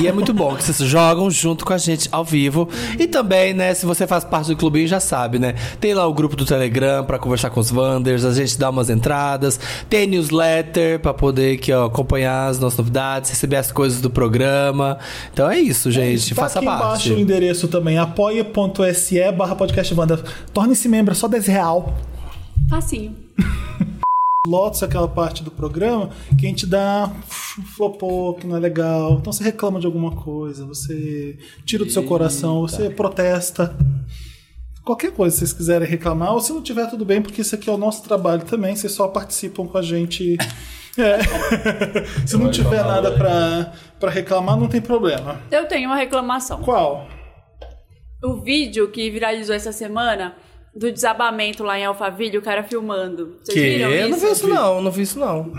E é muito bom que vocês jogam junto com a gente ao vivo. E também, né, se você faz parte do clubinho, já sabe, né? Tem lá o grupo do Telegram pra conversar com os Wanders, a gente dá umas entradas, tem newsletter pra poder aqui, ó, acompanhar as nossas novidades, receber as coisas do programa. Então é isso, gente.
Tá
faça
aqui embaixo o
parte.
endereço também, apoia.se barra podcastvanda. Torne-se membro, é só 10 real.
Facinho.
Lotus é aquela parte do programa que a gente dá flopou, que não é legal. Então você reclama de alguma coisa, você tira do seu coração, você protesta. Qualquer coisa que vocês quiserem reclamar, ou se não tiver, tudo bem, porque isso aqui é o nosso trabalho também, vocês só participam com a gente. É. se não tiver nada pra, pra reclamar, não tem problema.
Eu tenho uma reclamação.
Qual?
o vídeo que viralizou essa semana do desabamento lá em Alphaville, o cara filmando. Vocês viram
Eu não
isso?
vi isso, não, não vi isso, não.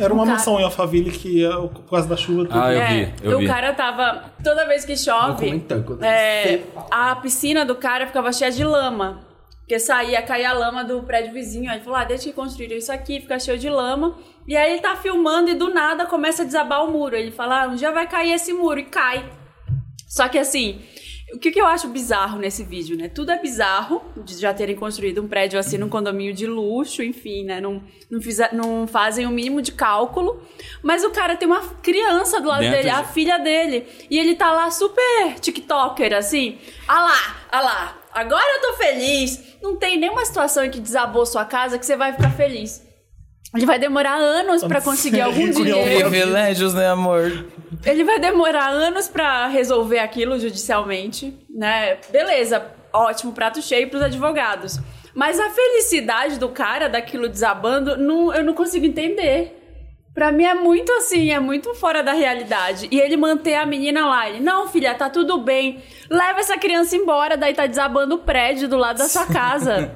Era uma
Cara.
mansão em Alphaville que, eh, por causa da chuva, tudo.
Ah, eu
é,
vi, eu
o
vi.
cara tava. Toda vez que chove, é, a piscina do cara ficava cheia de lama. Porque saía, caía a lama do prédio vizinho. Aí ele falou: ah, desde que construíram isso aqui, fica cheio de lama. E aí ele tá filmando e do nada começa a desabar o muro. Ele fala: ah, um dia vai cair esse muro. E cai. Só que assim, o que, que eu acho bizarro nesse vídeo, né? Tudo é bizarro de já terem construído um prédio assim num condomínio de luxo, enfim, né? Não, não, fiza- não fazem o mínimo de cálculo. Mas o cara tem uma criança do lado
Dentro
dele,
de-
a filha dele. E ele tá lá super TikToker, assim. Ah lá, ah lá, agora eu tô feliz. Não tem nenhuma situação em que desabou sua casa que você vai ficar feliz. Ele vai demorar anos pra conseguir algum
Rico em
um
algum
dinheiro.
Privilégios, né, amor?
Ele vai demorar anos pra resolver aquilo judicialmente, né? Beleza, ótimo, prato cheio pros advogados. Mas a felicidade do cara daquilo desabando, não- eu não consigo entender. Pra mim é muito assim, é muito fora da realidade. E ele manter a menina lá. Ele, não, filha, tá tudo bem. Leva essa criança embora, daí tá desabando o prédio do lado da sua casa.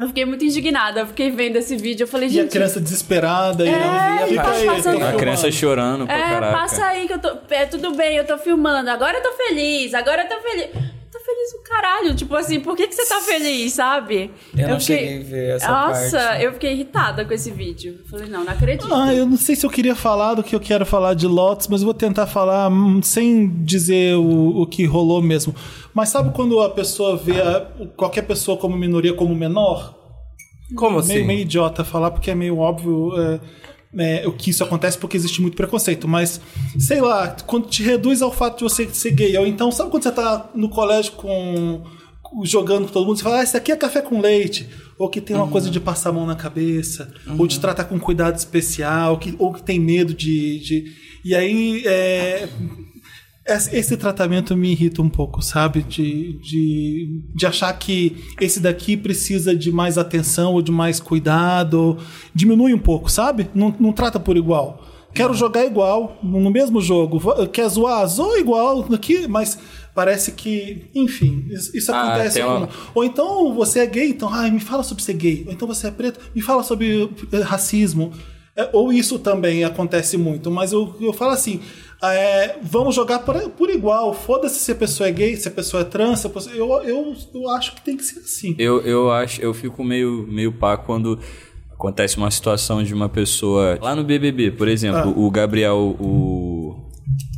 Eu fiquei muito indignada, eu fiquei vendo esse vídeo, eu falei,
E a
gente,
criança desesperada. e ela
e
fica
tá
aí,
passando-
tá
A criança
filmando.
chorando pra
é,
caraca.
passa aí que eu tô. É, tudo bem, eu tô filmando. Agora eu tô feliz, agora eu tô feliz. Tô feliz o caralho. Tipo assim, por que, que você tá feliz, sabe?
Eu não cheguei a ver essa
Nossa,
parte.
eu fiquei irritada com esse vídeo. Falei, não, não acredito.
Ah, eu não sei se eu queria falar do que eu quero falar de Lotus, mas eu vou tentar falar hum, sem dizer o, o que rolou mesmo. Mas sabe quando a pessoa vê a- qualquer pessoa como minoria, como menor?
Como assim?
Meio, meio idiota falar, porque é meio óbvio é, é, o que isso acontece, porque existe muito preconceito. Mas, sei lá, quando te reduz ao fato de você ser gay, ou então, sabe quando você tá no colégio com com- jogando com todo mundo, você fala, ah, esse aqui é café com leite, ou que tem uma coisa
Uhum.
de passar a mão na cabeça, ou de tratar com cuidado especial, que, ou que tem medo de... de... E aí, é, esse esse tratamento me irrita um pouco, sabe? De, de, de achar que esse daqui precisa de mais atenção ou de mais cuidado. Diminui um pouco, sabe? Não, não trata por igual. Quero jogar igual, no mesmo jogo. Va- Quer zoar? Zoa igual aqui, mas parece que. Enfim, isso isso
Ah,
acontece.
tem uma-
com- ou então você é gay, então, ai, me fala sobre ser gay. Ou então você é preto, me fala sobre eh, racismo. É, ou isso também acontece muito, mas eu, eu falo assim: é, vamos jogar por, por igual. Foda-se se a pessoa é gay, se a pessoa é trans. se a pessoa- eu, eu, eu acho que tem que ser assim.
Eu, eu acho, eu fico meio, meio pá quando acontece uma situação de uma pessoa. Lá no BBB, por exemplo, o Gabriel, o.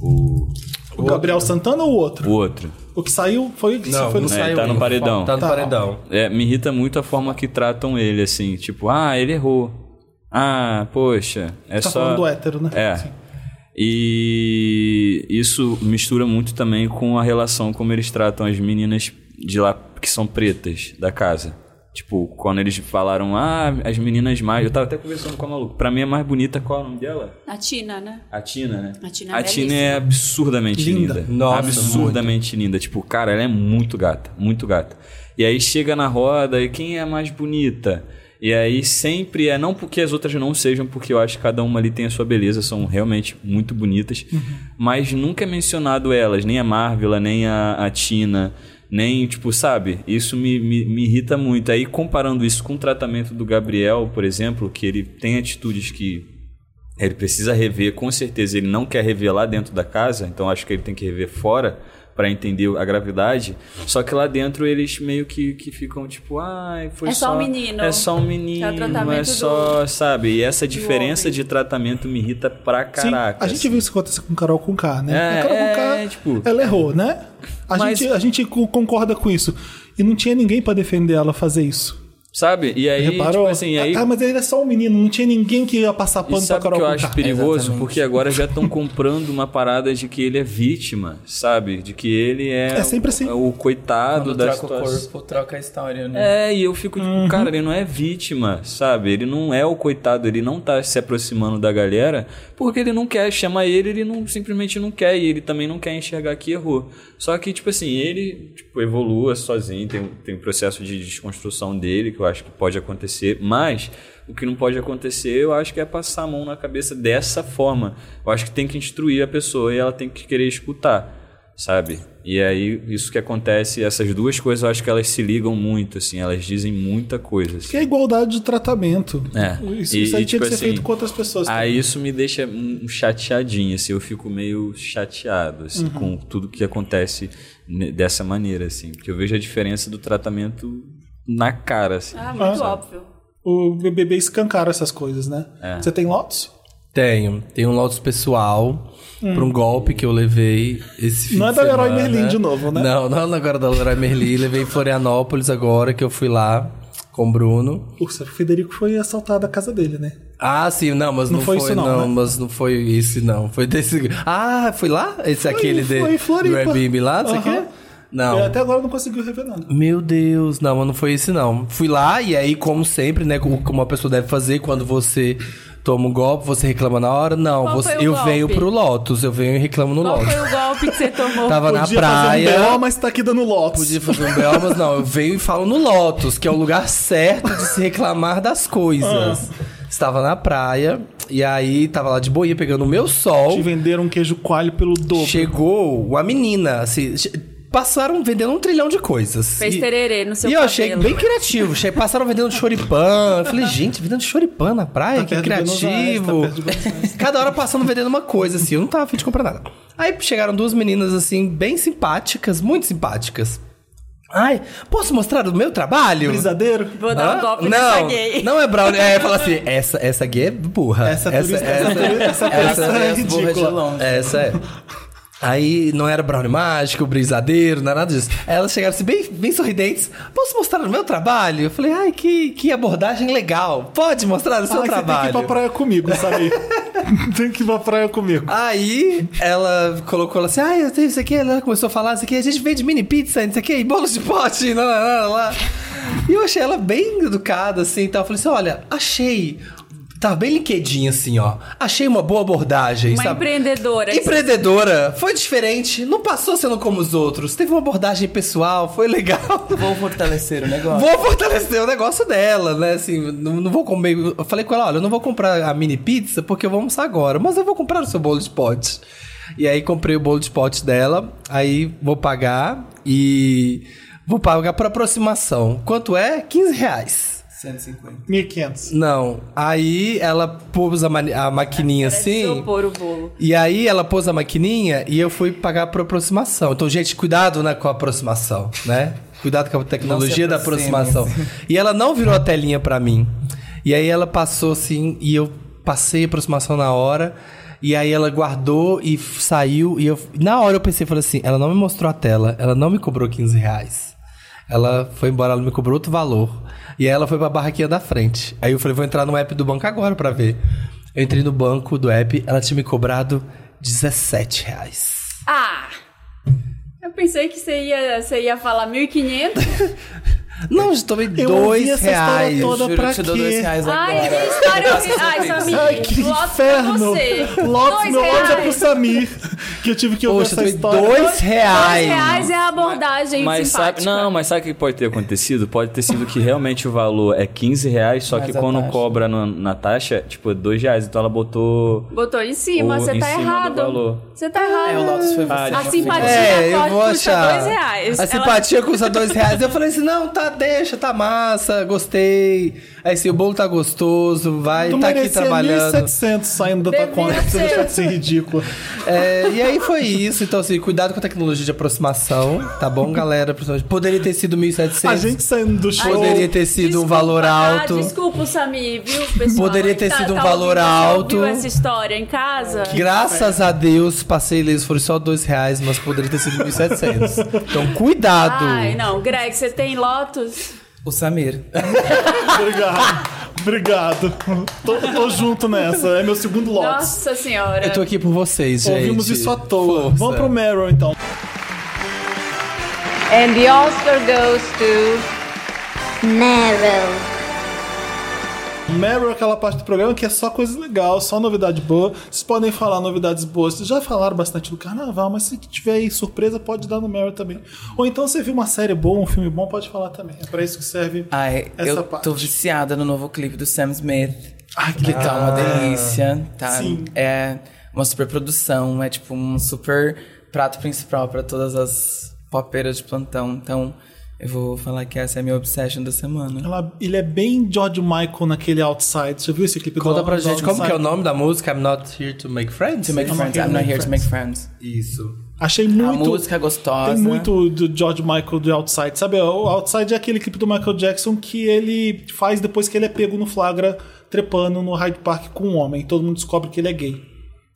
O,
O Gabriel Santana ou o
o
outro?
outro.
O que saiu foi o que foi no
saiu. tá no
ainda.
paredão.
Tá no
Tá.
paredão.
É, me irrita muito a forma que tratam ele, assim. Tipo, ah, ele errou. Ah, poxa. É
Tá
só.
falando do hétero, né?
É.
Sim.
E isso mistura muito também com a relação como eles tratam as meninas de lá que são pretas da casa. Tipo, quando eles falaram, ah, as meninas mais. Eu tava até conversando com a maluca. Pra mim é mais bonita qual é o nome dela?
A Tina, né?
A Tina, né?
A Tina é
a Tina
belíssima.
é absurdamente
Linda.
linda.
Nossa,
absurdamente linda. Tipo, cara, ela é muito gata, muito gata. E aí chega na roda e quem é a mais bonita? E aí sempre é, não porque as outras não sejam, porque eu acho que cada uma ali tem a sua beleza, são realmente muito bonitas, mas nunca é mencionado elas, nem a Marvel, nem a, a Tina, nem, tipo, sabe? Isso me, me, me irrita muito. Aí comparando isso com o tratamento do Gabriel, por exemplo, que ele tem atitudes que ele precisa rever, com certeza ele não quer revelar dentro da casa, então acho que ele tem que rever fora para entender a gravidade. Só que lá dentro eles meio que, que ficam tipo, ai, foi
É só um menino.
É só um menino,
É o tratamento
é,
do-
só, sabe? E essa diferença
homem.
de tratamento me irrita pra
Sim,
caraca.
a gente
assim.
viu isso acontecer com Carol Conká, né?
É,
a Carol
é,
Conká,
é, tipo-
ela errou, né? A,
Mas-
gente, a gente co- concorda com isso. E não tinha ninguém pra defender ela fazer isso.
Sabe? E aí,
Reparou?
tipo assim, aí
Ah, mas ele era só um menino, não tinha ninguém que ia passar
E
pano pra
sabe o
Carol É,
que eu
Conká.
acho perigoso?
Exatamente.
Porque agora já estão comprando uma parada de que ele é vítima, sabe? De que ele é,
É sempre assim.
o, o coitado
Quando
da
troca o
situação.
corpo, troca a história, né?
É, e eu fico tipo, cara, ele não é vítima, sabe? Ele não é o coitado, ele não tá se aproximando da galera porque ele não quer, chama ele, ele não, simplesmente não quer e ele também não quer enxergar que errou. Só que, tipo assim, ele tipo, evolua sozinho, tem, tem um processo de desconstrução dele que eu acho que pode acontecer, mas o que não pode acontecer eu acho que é passar a mão na cabeça dessa forma. Eu acho que tem que instruir a pessoa e ela tem que querer escutar sabe? E aí, isso que acontece, essas duas coisas, eu acho que elas se ligam muito, assim, elas dizem muita coisa. assim.
Que é igualdade de tratamento.
É.
Isso,
E-
isso aí
e,
tinha
tipo
que ser
assim,
feito com outras pessoas.
Aí isso me deixa um um chateadinho, assim, eu fico meio chateado,
Uhum.
assim, com tudo que acontece ne- dessa maneira, assim, porque eu vejo a diferença do tratamento na cara, assim.
Ah, muito
Ah.
óbvio.
O BBB escancara essas coisas, né?
É.
Você tem Lotus?
Tenho. Tenho um Lotus pessoal pra um golpe que eu levei esse fim
Não é
de
da Leroy
semana.
Merlin de novo, né?
Não, não é agora da Leroy Merlin. Levei em Florianópolis agora, que eu fui lá com o Bruno.
Ursa, o Federico foi assaltado a casa dele, né?
Ah, sim, não, mas não, foi, isso não,
né?
mas não foi esse não. Foi desse... Ah, foi lá? Esse aquele de,
foi em
do
Floripa.
Airbnb lá, não sei o
Aham. É,
quê? Não.
Ele até agora não conseguiu rever nada.
Meu Deus, não, mas não foi isso não. Fui lá e aí, como sempre, né, como uma pessoa deve fazer quando você toma um golpe, você reclama na hora. Não,
Qual
você-
foi o
eu
golpe?
venho pro Lotus, eu venho e reclamo no
Qual
Lotus.
foi o golpe que você tomou?
Tava na
Podia
praia.
fazer um BO, mas tá aqui dando Lotus.
Podia fazer um BO, mas não, eu venho e falo no Lotus, que é o lugar certo de se reclamar das coisas. Estava na praia, e aí tava lá de boia pegando o meu sol.
Te venderam um queijo coalho pelo dobro.
Chegou uma menina, assim. che- Passaram vendendo um trilhão de coisas.
Fez
E-
tererê no seu
E eu
cabelo.
achei bem criativo. Che- Passaram vendendo choripan. Eu falei, gente, vendendo choripan na
Tá
praia? que
perto de Buenos Aires, tá
criativo.
perto de Buenos Aires.
Cada hora passando vendendo uma coisa, assim. Eu não tava afim de comprar nada. Aí chegaram duas meninas, assim, bem simpáticas, muito simpáticas. Ai, posso mostrar o meu trabalho?
É Brisadeiro?
Vou dar um
Hã?
golpe
não,
nessa gay.
Não é brownie. É, fala assim, essa, essa gay é burra.
Essa turista- essa turista- essa
essa,
turista é
é burra de
ridícula.
longe. Essa é. Aí não era brownie mágico, brisadeiro, não era nada disso. Aí Elas chegaram assim, bem, bem sorridentes. Posso mostrar o meu trabalho? Eu falei, ai, que, que abordagem legal. Pode mostrar o seu
Ah, você tem
trabalho.
que ir pra praia comigo, sabe? tem que ir pra praia comigo.
Ah.
Aí ela colocou ela assim, ah, eu tenho isso aqui, ela começou a falar isso aqui, a gente vende mini pizza, isso aqui, e bolos de pote, lá, lá, lá, lá. E eu achei ela bem educada, assim, e tal. Eu falei assim, olha, achei... Tava bem linkadinha, assim, ó. Achei uma boa abordagem,
Uma
sabe?
empreendedora.
Empreendedora. Foi diferente, não passou sendo como os outros. Teve uma abordagem pessoal, foi legal.
Vou fortalecer o negócio.
Vou fortalecer o negócio dela, né? Assim, não, não vou comer. Eu falei com ela: olha, eu não vou comprar a mini pizza porque eu vou almoçar agora, mas eu vou comprar o seu bolo de pote. E aí comprei o bolo de pote dela, aí vou pagar e vou pagar por aproximação. Quanto é? 15 reais.
150.
1.500.
Não. Aí ela pôs a, mani- a maquininha
Parece
assim.
isopor o bolo.
E aí ela pôs a maquininha e eu fui pagar por aproximação. Então, gente, cuidado né, com a aproximação, né? Cuidado com a tecnologia da
aproxime.
aproximação. E ela não virou a telinha pra mim. E aí ela passou assim e eu passei a aproximação na hora. E aí ela guardou e f- saiu. E eu, na hora eu pensei, falei assim, ela não me mostrou a tela, ela não me cobrou 15 reais. Ela foi embora, ela me cobrou outro valor. E aí ela foi pra barraquinha da frente. Aí eu falei, vou entrar no app do banco agora pra ver. Eu entrei no banco do app, ela tinha me cobrado 17 reais.
Ah! Eu pensei que você ia, você ia falar 1.500.
Não, eu tomei
Eu ouvi
dois
essa história
reais. Ah,
toda
Juro
pra
que te dou
quê?
dois reais agora.
Ai, que história horrível. Ai, Samir.
Ai, que
Lotus pra
inferno!
você.
Lotus,
Dois
meu Lotus é pro
reais.
Samir. que eu tive que ouvir
Poxa,
essa
eu dei
história.
dois reais.
Dois reais é né? a abordagem
Mas
simpática.
sabe, não, mas sabe o que pode ter acontecido? Pode ter sido que realmente o valor é 15 reais, só
Mas
que
a
quando
taxa.
cobra no- na taxa, tipo, é 2 reais. Então ela botou.
Botou em cima,
Ou
você
em
tá
cima do
errado.
valor.
Você tá errado.
É, o Lotus foi você.
Ah,
A
Sim.
simpatia
É, eu
pode
vou
custar
achar.
dois reais.
A
Ela-
simpatia custa dois reais. Eu falei assim: não, tá, deixa, tá massa, gostei. Aí assim, o bolo tá gostoso, vai,
Tu
tá aqui
merecia
trabalhando.
1.700 saindo da tua
Devia
conta pra você
ser.
deixar de ser ridículo.
É, e aí foi isso. Então, assim, cuidado com a tecnologia de aproximação, tá bom, galera? Principalmente- Poderia ter sido 1.700.
A gente saindo do show.
Poderia ter sido um
tá Desculpa,
valor
tá?
alto.
Desculpa o Samir, viu, pessoal?
Poderia ter
Tá-
sido um
tá
valor
ouvindo, você
alto.
ouviu essa história em casa?
Graças a Deus, passei ileso, foram só dois reais, mas poderia ter sido 1.700. Então, cuidado.
Ai, não. Greg, você tem Lotus?
O Samir.
Obrigado. Obrigado. Tô, tô junto nessa. É meu segundo lote.
Nossa senhora.
Eu tô aqui por vocês, gente.
Ouvimos isso à toa.
Força.
Vamos pro Meryl, então.
And the Oscar goes to
Meryl.
Meryl é aquela parte do programa que é só coisa legal, só novidade boa. Vocês podem falar novidades boas. Vocês já falaram bastante do carnaval, mas se tiver aí surpresa, pode dar no Meryl também. Ou então você viu uma série boa, um filme bom, pode falar também. É pra isso que serve
Ai,
essa
eu
parte.
tô viciada no novo clipe do Sam Smith.
Ai, que legal.
Tá uma delícia, tá?
Ah, Sim.
É uma super produção, é tipo um super prato principal pra todas as popeiras de plantão. Então, eu vou falar que essa é a minha obsession da semana.
Ela- ele é bem George Michael naquele Outside. Você viu esse clipe? do
Conta pra
do
gente como que é o
Outside?
nome da música I'm Not Here to Make Friends.
To make
I'm not
friends,
here to
I'm not
make
here to make friends.
Isso.
Achei
A
muito...
música é gostosa.
Tem muito do George Michael do Outside. Sabe, o Outside é aquele clipe do Michael Jackson que ele faz depois que ele é pego no flagra trepando no Hyde Park com um homem. Todo mundo descobre que ele é gay.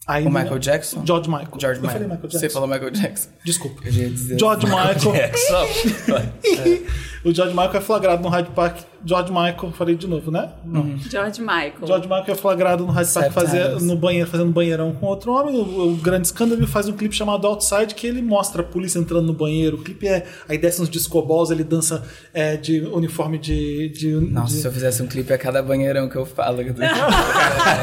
Aí
O
no-
Michael Jackson?
George Michael.
George
Eu
Michael.
falei Michael Jackson.
Você falou Michael Jackson.
Desculpa.
Eu já ia dizer.
George Michael.
Jackson.
o George Michael é flagrado no Hyde Park. George Michael, falei de novo, né? Não.
George Michael.
George Michael é flagrado no Hyde Park
Seven
fazer,
times.
no banheiro, fazendo banheirão com outro homem. O, o grande escândalo ele faz um clipe chamado Outside que ele mostra a polícia entrando no banheiro. O clipe é. Aí desce uns discoballs, ele dança é, de uniforme de. de
Nossa,
de-
se eu fizesse um clipe a cada banheirão que eu falo. que eu tô-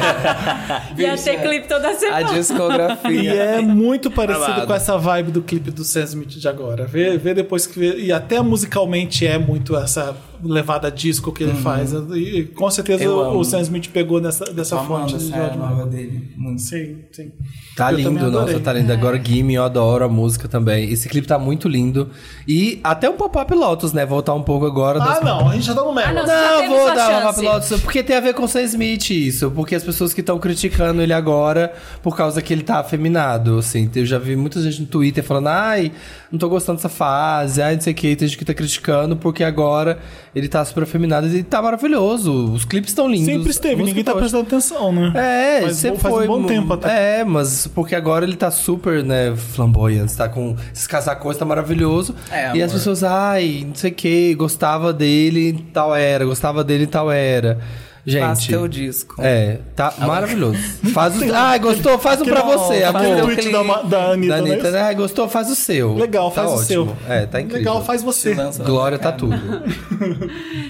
Ia ter clipe toda
a
semana.
E
discografia.
é muito parecido
Amado.
com essa vibe do clipe do Sam Smith de agora. Vê, vê depois que vê. E até musicalmente é muito essa levada disco que ele faz. E, e com certeza
Uhum. Eu amo.
o Sam Smith pegou nessa, dessa
Tô amando
fonte de
essa
George Michael.
nova dele. Muito.
Sim, sim.
Tá
Eu também
lindo,
adorei.
nossa, tá lindo. Agora Gimme, eu adoro a música também. Esse clipe tá muito lindo. E até o Pop-Up Lotus, né? Voltar um pouco agora. das-
Ah, não, a gente já tá no Meryl.
Ah, não, Você já
Não,
teve
vou
sua
dar o
chance.
Pop-Up Lotus, porque tem a ver com o Sam Smith isso. Porque as pessoas que estão criticando ele agora por causa que ele tá afeminado, assim. Eu já vi muita gente no Twitter falando, ai, não tô gostando dessa fase, ai, não sei o que. Tem gente que tá criticando porque agora ele tá super afeminado e tá maravilhoso. Os clipes estão lindos.
Sempre esteve,
a música
ninguém tá
ótima.
prestando atenção, né?
É,
Faz
você
bom-
foi.
faz um bom
mu-
tempo até.
É, mas porque agora ele tá super, né, flamboyante, tá com esses casacões, tá maravilhoso.
É,
e
amor.
as pessoas, ai, não sei o que, gostava dele em tal era, gostava dele em tal era.
Faça
Gente.
teu disco.
É, tá maravilhoso. Faz o. Ai, gostou? Faz um pra
Aquele-
você,
tá aquele
amor.
tweet da, Ma- da Anitta,
Da Anitta,
né?
né? Ai, gostou? Faz o seu.
Legal,
Tá
faz o
ótimo.
seu.
É, tá incrível.
Legal, faz você.
Lança na
Glória tá
cara.
tudo.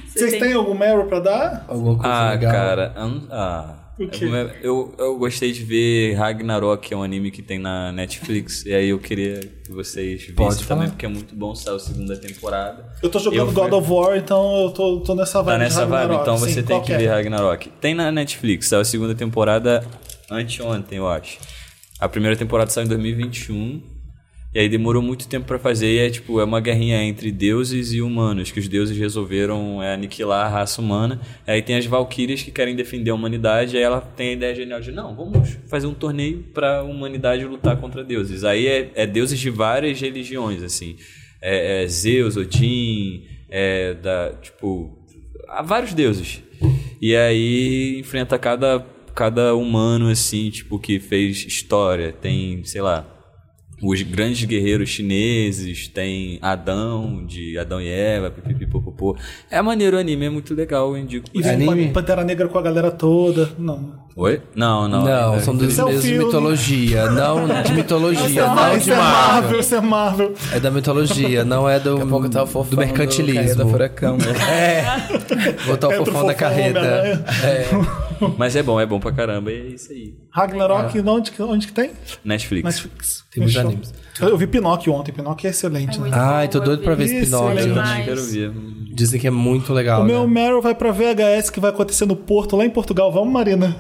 Vocês têm algum Meryl pra dar?
Alguma coisa
Ah,
legal.
cara. eu não- Ah.
O quê?
Eu, eu gostei de ver Ragnarok, que é um anime que tem na Netflix. e aí eu queria que vocês vissem
Pode falar.
também, porque é muito bom, saiu a segunda temporada.
Eu tô jogando
Eu
God
fui-
of War, então eu tô, tô nessa vibe.
Tá
de
nessa vibe,
Ragnarok,
então
sim, é?
você tem que
qualquer.
ver Ragnarok. Tem na Netflix, saiu a segunda temporada anteontem, eu acho. A primeira temporada saiu em 2021. E aí demorou muito tempo pra fazer, e é tipo, é uma guerrinha entre deuses e humanos, que os deuses resolveram é, aniquilar a raça humana. Aí tem as valquírias que querem defender a humanidade, aí ela tem a ideia genial de, não, vamos fazer um torneio pra humanidade lutar contra deuses. Aí é, é deuses de várias religiões, assim. É, é Zeus, Odin, é, da, tipo, há vários deuses. E aí enfrenta cada, cada humano, assim, tipo, que fez história. Tem, sei lá, os grandes guerreiros chineses, tem Adão, de Adão e Eva, pipipipopopô. É maneiro o anime, é muito legal, eu indico.
E vem
Anime?
Pan- Pantera Negra com a galera toda. Não.
Oi? Não, né? não.
Não,
ainda.
são dos
Esse é o
deuses de
filme.
mitologia. Não de mitologia, não
isso
de
é
Marvel.
Marvel, isso é Marvel.
É da mitologia, não é do,
Daqui a pouco tá o fofão
do
Do Caída
mercantilismo.
furacão.
é. Vou estar o
Entra o
fofão
fofão,
da carreta.
Homem-Aranha.
É.
Mas é bom, é bom pra caramba. E é isso aí. É.
Ragnarok, não, onde, que- onde que tem?
Netflix.
Netflix.
Temos
Fechou.
animes.
Eu vi Pinóquio ontem, Pinóquio é excelente, né?
Ai, tô doido pra ver esse
Isso,
Eu
Pinóquio.
também
Mas-
quero ver.
Dizem que é muito legal.
O meu
né?
Meryl vai pra VHS que vai acontecer no Porto, lá em Portugal. Vamos, Marina.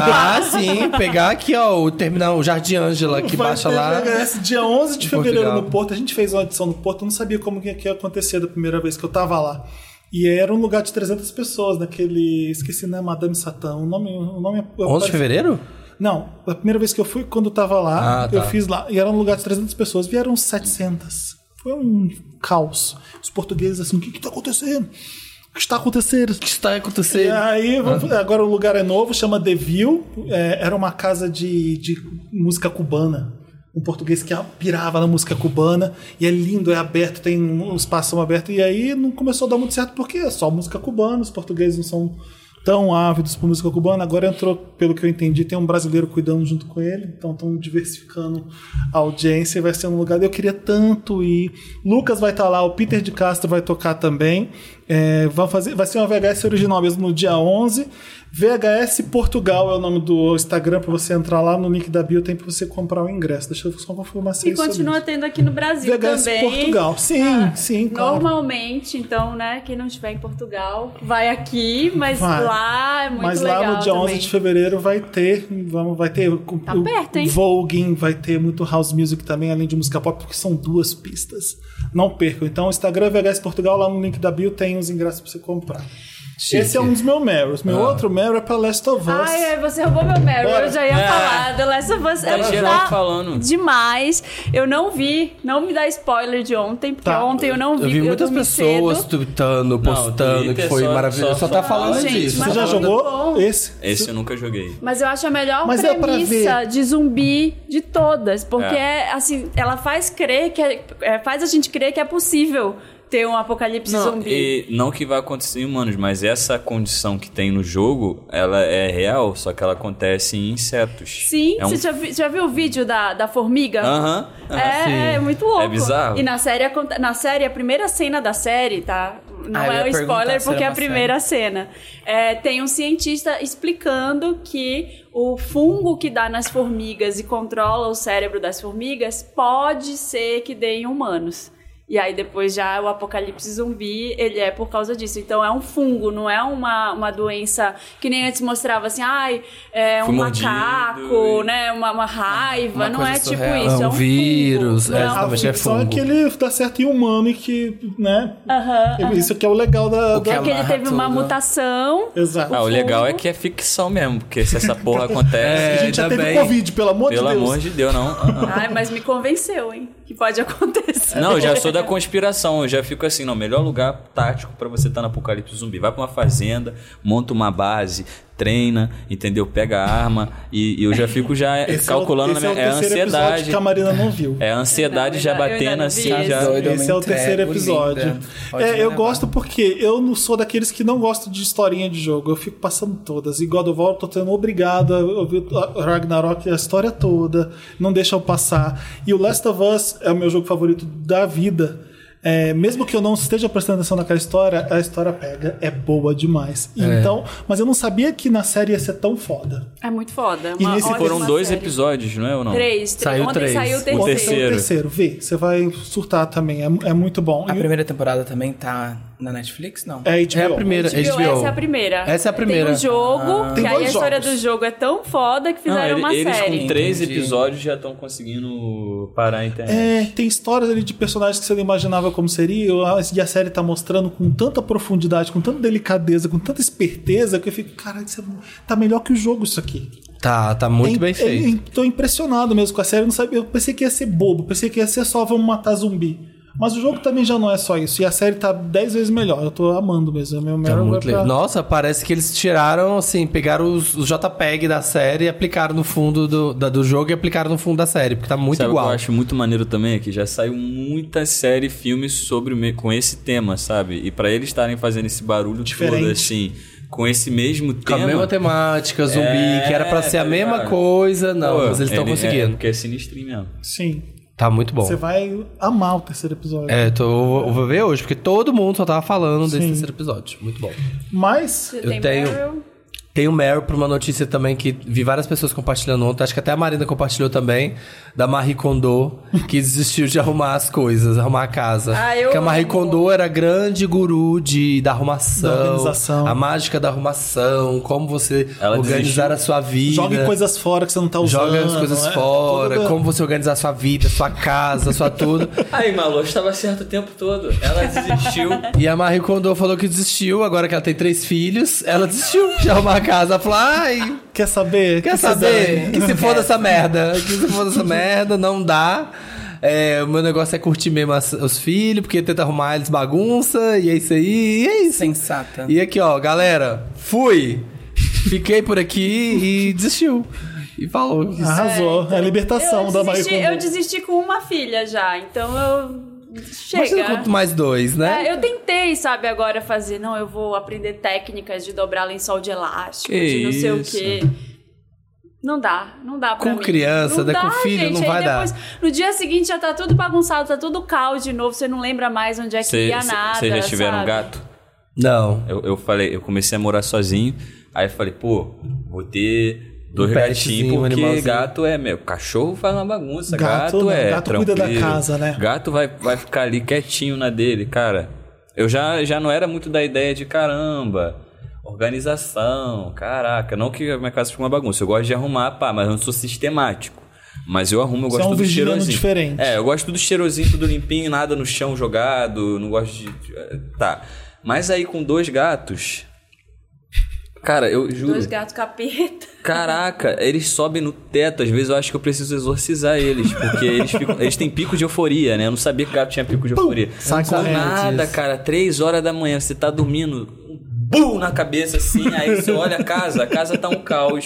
Ah, sim. Pegar aqui, ó, o terminal, o Jardim Ângela, que
vai
baixa
ter
lá.
VHS dia 11 de fevereiro
Portugal.
no Porto. A gente fez uma edição no Porto, eu não sabia como que que ia acontecer da primeira vez que eu tava lá. E era um lugar de 300 pessoas, naquele. Esqueci, né? Madame Satã. O nome, o nome é.
11 de fevereiro?
Não, a primeira vez que eu fui, quando eu tava lá,
Ah, tá.
eu fiz lá. E era um lugar de 300 pessoas, vieram 700. Foi um caos. Os portugueses assim, o que que tá acontecendo? O que está acontecendo?
O que está
E
acontecendo?
aí, vamos- agora o lugar é novo, chama The View. É, era uma casa de, de música cubana. Um português que pirava na música cubana. E é lindo, é aberto, tem um espaço aberto. E aí não começou a dar muito certo porque é só música cubana, os portugueses não são tão ávidos por música cubana. Agora entrou, pelo que eu entendi, tem um brasileiro cuidando junto com ele. Então estão diversificando a audiência e vai ser um lugar. Eu queria tanto ir. Lucas vai estar lá, o Peter de Castro vai tocar também. É, vai, fazer, vai ser uma VHS original mesmo no dia 11. VHS Portugal é o nome do Instagram para você entrar lá. No link da bio tem para você comprar o ingresso. Deixa eu só confirmar se é
E
isso
continua
mesmo.
tendo aqui no Brasil
VHS
também. Ah,
Portugal. Sim, sim, claro.
Normalmente, então, né, quem não estiver em Portugal vai aqui, mas
Vai.
lá é muito
Mas
legal
lá no dia 11
também.
de fevereiro vai ter, vamos, vai ter
Tá perto, hein?
Voguing, vai ter muito house music também, além de música pop, porque são duas pistas. Não percam. Então, Instagram VHS Portugal, lá no link da bio tem os ingressos pra você comprar. Esse é um dos meus meros. Meu outro mero é pra Last of Us.
Ai, ai, você roubou meu Meryl,
Bora.
eu já ia
É.
falar. The Last of Us
Tá
ela
geral
tá
falando.
demais. Eu não vi, não me dá spoiler de ontem, porque
Tá.
ontem eu não vi,
Eu vi muitas
dormi
pessoas
cedo.
tweetando, postando,
Twitter
que foi
só-
maravilhoso. Só,
só-
tá
só-
falando
Não, gente,
disso.
Você
mas-
já
Tá
jogou
bom.
esse?
Esse eu nunca joguei.
Mas eu acho a melhor
Mas é pra
premissa
ver.
de zumbi de todas. Porque
É.
é. assim, ela faz crer que é- é, faz a gente crer que é possível ter um apocalipse zumbi.
E não que vai acontecer em humanos, mas essa condição que tem no jogo, ela é real, só que ela acontece em insetos.
Sim,
é um...
você já, vi- já viu o vídeo da, da formiga?
Aham. aham.
É, é muito louco.
É bizarro.
E na série, aconte- na série, a primeira cena da série, tá? Não
Ah, eu
é
ia
um
perguntar
spoiler,
se
porque é
era
a
uma
primeira cena. É, tem um cientista explicando que o fungo que dá nas formigas e controla o cérebro das formigas pode ser que dê em humanos. E aí depois já o apocalipse zumbi, ele é por causa disso. Então é um fungo, não é uma, uma doença que nem antes mostrava assim, ai, é
Fui
um
mordido
macaco,
e-
né, uma, uma raiva,
Uma
não
coisa
é tipo
surreal.
isso,
É
é
um
um
vírus,
fungo.
é,
Não,
Ah,
A
mas é
ficção é
fungo.
que ele dá certo em humano e que, né?
Aham, aham.
Isso que é o legal da.
O que
da-
Porque ele
amarra
teve uma
tudo.
mutação.
Exato.
Ah, o legal é
fogo.
que é ficção mesmo, porque se essa porra acontece,
A É, gente já
ainda
teve
bem.
Covid, pelo amor
pelo
de Deus.
amor de Deus, não. Ah, ah.
Ai, mas me convenceu, hein? Que pode acontecer.
Não, eu já sou da conspiração, eu já fico assim, não, melhor lugar tático pra você estar no apocalipse zumbi. Vai pra uma fazenda, monta uma base, treina, entendeu? Pega a arma e, e eu já fico já
Esse é o-
calculando
esse
na minha
é
é
o terceiro episódio
ansiedade.
que a Marina não viu.
É a ansiedade
Não,
já
eu ainda- eu ainda
batendo
não
assim,
vi
já.
esse.
Doido, eu
Esse
me
é o terceiro
entrego,
episódio.
linda. Pode me
É, eu
levar.
gosto porque eu não sou daqueles que não gostam de historinha de jogo. Eu fico passando todas. E God of War eu tô sendo obrigado a ouvir a- Ragnarok a história toda. Não deixa eu passar. E o Last of Us é o meu jogo favorito da vida. É, mesmo que eu não esteja prestando atenção naquela história, a história pega, é boa demais. Então, mas eu não sabia que na série ia ser tão foda.
É muito foda.
E
uma
nesse
ótima
Foram dois
série.
episódios, não é ou não?
Três. três.
Saiu
Ontem
três.
saiu o
O
terceiro.
Ontem foi
terceiro.
o terceiro, vê, você vai surtar também, é, é muito bom.
A
E-
primeira temporada também tá na Netflix, não?
É HBO.
Uhum. É a primeira,
Viu?
HBO.
Essa é a primeira.
Essa é a primeira.
Tem um jogo, que
Tem
aí a
dois
história
jogos.
do jogo é tão foda que
Não,
fizeram
ele-
uma
eles
série.
com três
Entendi.
episódios já estão conseguindo parar a internet.
É, tem histórias ali de personagens que você não imaginava como seria, e a série tá mostrando com tanta profundidade, com tanta delicadeza, com tanta esperteza, que eu fico, caralho, isso é- tá melhor que o jogo isso aqui.
Tá, tá muito
É-
bem
é-
feito.
é- tô impressionado mesmo com a série, eu não sabia, eu pensei que ia ser bobo, pensei que ia ser só vamos matar zumbi. Mas o jogo também já não é só isso, e a série tá 10 vezes melhor, eu tô amando mesmo. é Meu
Tá
Meryl
muito
vai pra-
legal. Nossa, parece que eles tiraram, assim, pegaram os, os JPEG da série e aplicaram no fundo do, da- do jogo e aplicaram no fundo da série, porque tá muito
sabe O
igual.
que eu acho muito maneiro também é que já saiu muita série, filme sobre o me- com esse tema, sabe? E pra eles estarem fazendo esse barulho
Diferente.
todo assim, com esse mesmo
Com a
tema.
mesma temática, zumbi,
É,
que era pra ser a
tá
mesma
ligado?
coisa. Não,
pô,
mas eles estão
ele- É,
conseguindo.
porque é sinistrinho mesmo.
Sim,
Tá muito bom.
você vai amar o terceiro episódio.
É, tô, eu vou- vou ver hoje, porque todo mundo só tava falando desse
Sim.
terceiro episódio. Muito bom.
Mas
Você
Eu
tem
tenho-
Meryl?
Tem o Meryl pra uma notícia também que vi várias pessoas compartilhando ontem. Acho que até a Marina compartilhou também. Da Marie Kondo, que desistiu de arrumar as coisas, arrumar a casa.
Ah, eu
Porque a Marie
amo.
Kondo era grande guru de, da arrumação.
Da organização.
A mágica da arrumação. Como você
Ela
organizar
desistiu.
a sua vida.
Jogue coisas fora que você não tá usando.
né? Joga as coisas
é?
fora,
Toda-
como você organizar sua vida, sua casa, sua tudo.
Aí, Malu, estava certo o tempo todo. Ela desistiu.
E a Marie Kondo falou que desistiu, agora que ela tem três filhos, ela desistiu de arrumar a casa. Ela falou, ai,
Quer saber?
quer
Que se
saber?
dane.
Que se foda essa merda, que se foda essa merda, não dá. É, o meu negócio é curtir mesmo as- os filhos, porque tenta arrumar eles bagunça, e é isso aí, e é isso.
Sensata.
E aqui, ó, galera, fui! Fiquei por aqui e desistiu. E falou.
Ah.
Arrasou. É a libertação
eu,
da Marie
desisti,
Kondo.
eu desisti com uma filha já, então eu.
Imagina
Chega.
quanto mais dois, né?
É, eu tentei, sabe, agora fazer. Não, eu vou aprender técnicas de dobrar lençol de elástico,
Que
de não sei
isso.
o quê. Não dá, não dá pra
Com
mim.
criança,
não
né,
dá,
com filho,
gente.
não
Aí
vai dar.
depois, No dia seguinte já tá tudo bagunçado, tá tudo cal de novo, você não lembra mais onde é que
Cê-
ia
cê-
nada.
Vocês já tiveram
sabe?
um gato?
Não.
Eu, eu falei, eu comecei a morar sozinho. Aí eu falei, pô, vou ter dois
Um petzinho,
gatinhos,
um
porque
animalzinho.
gato é meu. Cachorro faz uma bagunça,
Gato
gato,
não,
é.
gato cuida da
tranquilo.
casa, né?
Gato vai, vai ficar ali quietinho na dele, cara. Eu já, já não era muito da ideia de caramba. Organização, caraca. Não que a minha casa fique uma bagunça. Eu gosto de arrumar, pá, mas eu não sou sistemático. Mas eu arrumo, eu
Você
gosto
é um
do
vigilante
cheirosinho.
diferente.
É, eu gosto tudo cheirosinho, tudo limpinho, nada no chão jogado, não gosto de. Tá. Mas aí com dois gatos. Cara, eu juro.
Dois gatos capeta.
Caraca, eles sobem no teto. Às vezes eu acho que eu preciso exorcizar eles. Porque eles, ficam- eles têm pico de euforia, né? Eu não sabia que gato tinha pico de euforia.
sai
Com
correndo
nada,
disso.
cara. Três horas da manhã, você tá dormindo. um Bum na cabeça, assim. Aí você olha a casa, a casa tá um caos.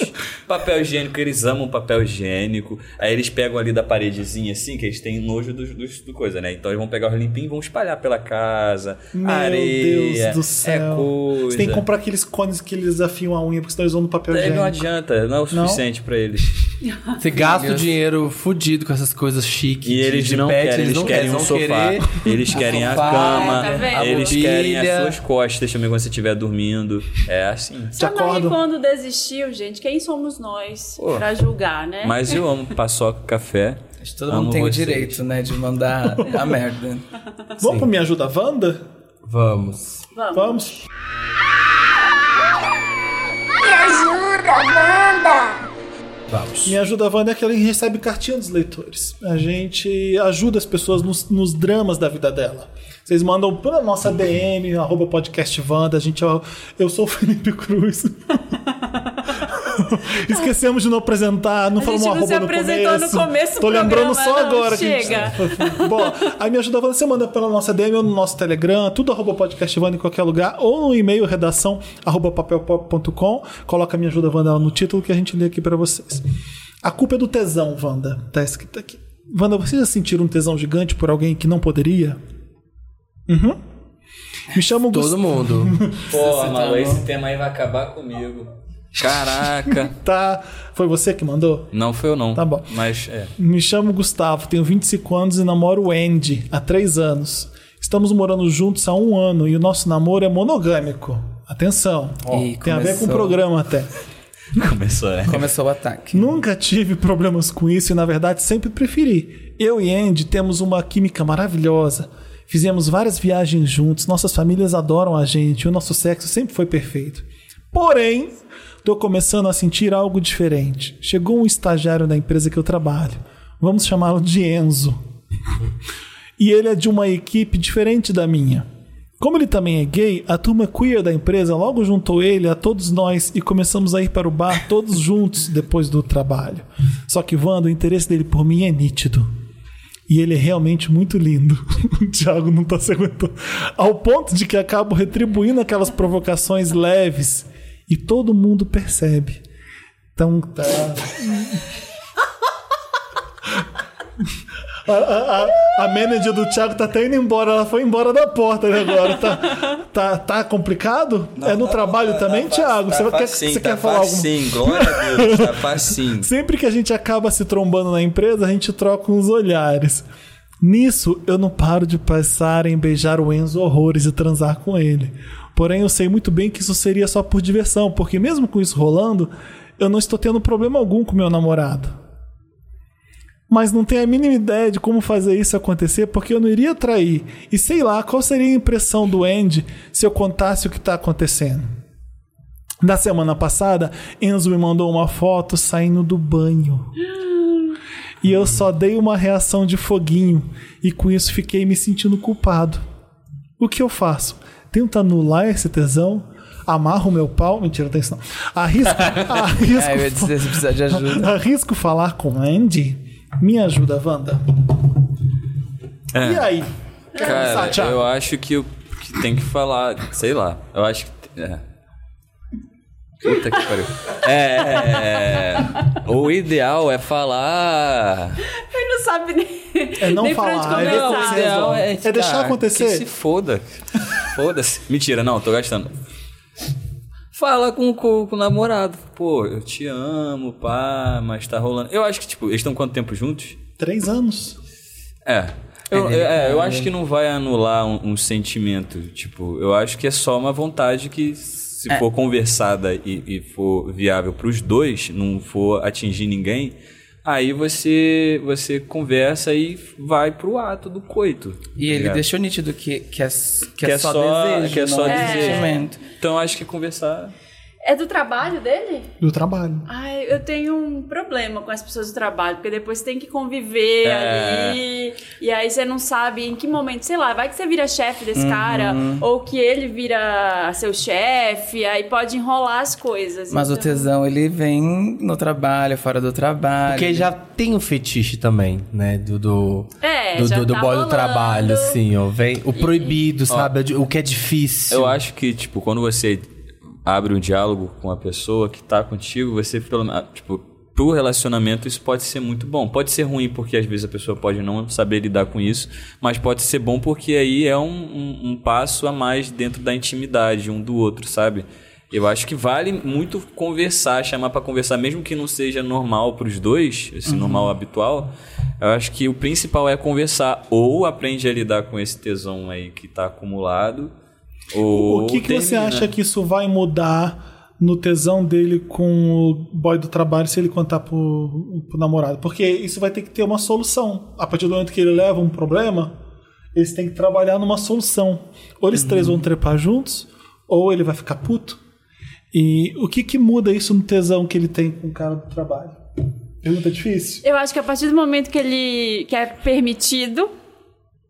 Papel higiênico, eles amam papel higiênico. Aí eles pegam ali da paredezinha, assim, que eles têm nojo dos, dos- do coisa, né? Então eles vão pegar os limpinhos e vão espalhar pela casa.
Meu
areia,
Deus do céu.
É coisa.
Você tem que comprar aqueles cones que eles afiam a unha, porque senão eles vão no papel
Aí
higiênico.
não adianta, não é o suficiente pra eles.
Você gasta o dinheiro fudido com essas coisas chiques.
E eles não querem, eles,
não
querem um
vão
sofá.
querer.
Eles querem um a
sofá,
cama,
tá vendo?
eles
A
querem as
mobília.
suas costas também quando você estiver dormindo. É assim.
Só não
acordo.
e quando desistiu, gente, quem somos nós
Pô.
pra julgar, né?
Mas eu amo paçoca, café.
Acho que todo
Amo
mundo tem
vocês.
o direito, né, de mandar a merda.
Vamos pro Me Ajuda Wanda?
Vamos.
Vamos.
Vamos.
Me ajuda, Wanda!
Me Ajuda Wanda é aquela que recebe cartinha dos leitores. A gente ajuda as pessoas nos, nos dramas da vida dela. Vocês mandam pra nossa DM, arroba podcast Wanda. A gente, é o- eu sou o Felipe Cruz. Esquecemos de não apresentar, não
A
falamos
gente
arroba
não se apresentou
no
no
começo.
começo do
Tô
programa,
lembrando só
não,
agora que a gente-
chega.
Bom, aí me ajuda você manda pela nossa DM ou no nosso Telegram, tudo arroba podcast Wanda em qualquer lugar, ou no e-mail redação arroba papelpop.com. Coloca me ajuda Wanda no título que a gente lê aqui pra vocês. A culpa é do tesão, Wanda. Tá escrito aqui. Wanda, vocês já sentiram um tesão gigante por alguém que não poderia? Uhum. Me chama o
Todo
Gustavo.
mundo.
tá
Pô, Malu, esse tema aí vai acabar comigo. Caraca.
Tá. Foi você que mandou?
não foi eu não.
Tá bom.
Mas é.
Me chamo Gustavo, tenho 25 anos e namoro o Andy há 3 anos. Estamos morando juntos há um ano e o nosso namoro é monogâmico. Atenção,
Ih,
tem a ver com o
começou.
programa até.
Começou, né?
Começou o ataque.
Nunca tive problemas com isso e, na verdade, sempre preferi. Eu e Andy temos uma química maravilhosa. Fizemos várias viagens juntos, nossas famílias adoram a gente, e o nosso sexo sempre foi perfeito. Porém, tô começando a sentir algo diferente. Chegou um estagiário da empresa que eu trabalho. Vamos chamá-lo de Enzo. E ele é de uma equipe diferente da minha. Como ele também é gay, a turma queer da empresa logo juntou ele a todos nós e começamos a ir para o bar todos juntos depois do trabalho. Só que, Wanda, o interesse dele por mim é nítido. E ele é realmente muito lindo. o Thiago não tá se aguentando. Ao ponto de que acabo retribuindo aquelas provocações leves. E todo mundo percebe. Então tá. A, a, a- a manager do Thiago tá até indo embora, ela foi embora da porta né, agora. Tá, tá, tá complicado? é no trabalho também, Thiago?
Tá
você quer,
facinho,
você
tá
quer falar alguma
facinho, glória a Deus, tá facinho.
Sempre que a gente acaba se trombando na empresa, a gente troca uns olhares. Nisso, eu não paro de pensar em beijar o Enzo horrores e transar com ele. Porém, eu sei muito bem que isso seria só por diversão, porque mesmo com isso rolando, eu não estou tendo problema algum com meu namorado. Mas não tenho a mínima ideia de como fazer isso acontecer, porque eu não iria trair. E sei lá, qual seria a impressão do Andy se eu contasse o que está acontecendo. Na semana passada, Enzo me mandou uma foto saindo do banho. E eu só dei uma reação de foguinho. E com isso fiquei me sentindo culpado. O que eu faço? Tento anular esse tesão? Amarro meu pau? Mentira, não tem isso não. Arrisco, arrisco,
É, eu ia dizer, você precisa de ajuda.
arrisco falar com Andy? Me ajuda, Wanda.
É.
E aí?
Cara,
Sabe, Thiago?
eu acho que, o- que tem que falar, sei lá. Eu acho que. É. Puta que pariu. É. O ideal é falar.
Ele não sabe nem,
É não
nem pra onde
falar, é
começar.
depois você resolve. É deixar
cara,
acontecer.
que se foda. Foda-se. Mentira, não, tô gastando. Fala com, com, com o namorado. Pô, eu te amo, pá, mas tá rolando. Eu acho que, tipo, eles estão quanto tempo juntos?
Três anos.
É.
né,
Eu, é, eu acho que não vai anular um, um sentimento. Tipo, eu acho que é só uma vontade que, se
É.
for conversada e, e for viável pros dois, não for atingir ninguém, aí você você conversa e vai pro ato do coito. tá
E ele
ligado?
deixou nítido que, que, é, s- que,
Que
é
é
só,
só-
desejo,
que é
não
só
é
desejo.
sentimento.
Então eu acho que conversar.
É do trabalho dele?
Do trabalho.
Ai, eu tenho um problema com as pessoas do trabalho, porque depois tem que conviver
É.
ali. E aí você não sabe em que momento, sei lá, vai que você vira chefe
Uhum.
desse cara, ou que ele vira seu chefe, aí pode enrolar as coisas.
Mas o
então-
tesão, ele vem no trabalho, fora do trabalho.
Porque já tem o fetiche também, né? Do, do,
É,
do,
já
do, do
tá
boy do
rolando.
trabalho, assim, ó. Vem o proibido, sabe? O que é difícil.
Eu acho que, tipo, quando você abre um diálogo com a pessoa que tá contigo, você, pelo ah, tipo, pro relacionamento isso pode ser muito bom. Pode ser ruim porque às vezes a pessoa pode não saber lidar com isso, mas pode ser bom porque aí é um, um- um passo a mais dentro da intimidade um do outro, sabe? Eu acho que vale muito conversar, chamar pra conversar, mesmo que não seja normal pros dois, esse normal habitual. Eu acho que o principal é conversar ou aprende a lidar com esse tesão aí que tá acumulado. Ou né?
o que, que você
termina.
acha que isso vai mudar no tesão dele com o boy do trabalho se ele contar pro, pro namorado? Porque isso vai ter que ter uma solução. A partir do momento que ele leva um problema, eles têm que trabalhar numa solução. Ou eles três vão trepar juntos, ou ele vai ficar puto. E o que, que muda isso no tesão que ele tem com o cara do trabalho? Pergunta difícil?
Eu acho que a partir do momento que ele que é permitido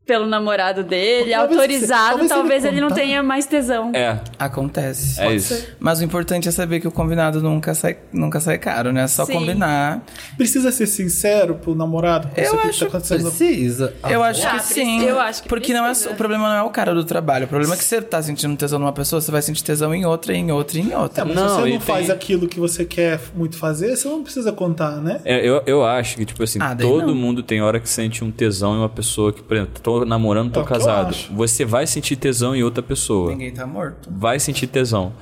pelo namorado dele,
Talvez se-
autorizado,
talvez
talvez,
se ele
ele, não
contar.
tenha mais tesão.
É,
Acontece.
é isso.
Mas o importante é saber que o combinado nunca sai, nunca sai caro, né? É só
Sim.
combinar.
Precisa ser sincero pro namorado com isso aqui
Eu
que tá
acho que
acontecendo.
Precisa.
Eu acho
Ah,
que
precisa-
sim.
eu acho que
Porque não é,
precisa.
o problema não é o cara do trabalho. O problema é que você tá sentindo tesão numa pessoa, você vai sentir tesão em outra, em outra, em outra.
É, mas
Não,
se você
e
não faz
tem-
aquilo que você quer muito fazer, você não precisa contar, né?
É, eu, eu acho que, tipo assim,
Ah, daí
todo
não.
mundo tem hora que sente um tesão em uma pessoa que, por exemplo, tô namorando, tô
É o que eu
casado.
acho.
Você vai sentir tesão em outra pessoa.
Ninguém tá morto.
vai sentir tesão.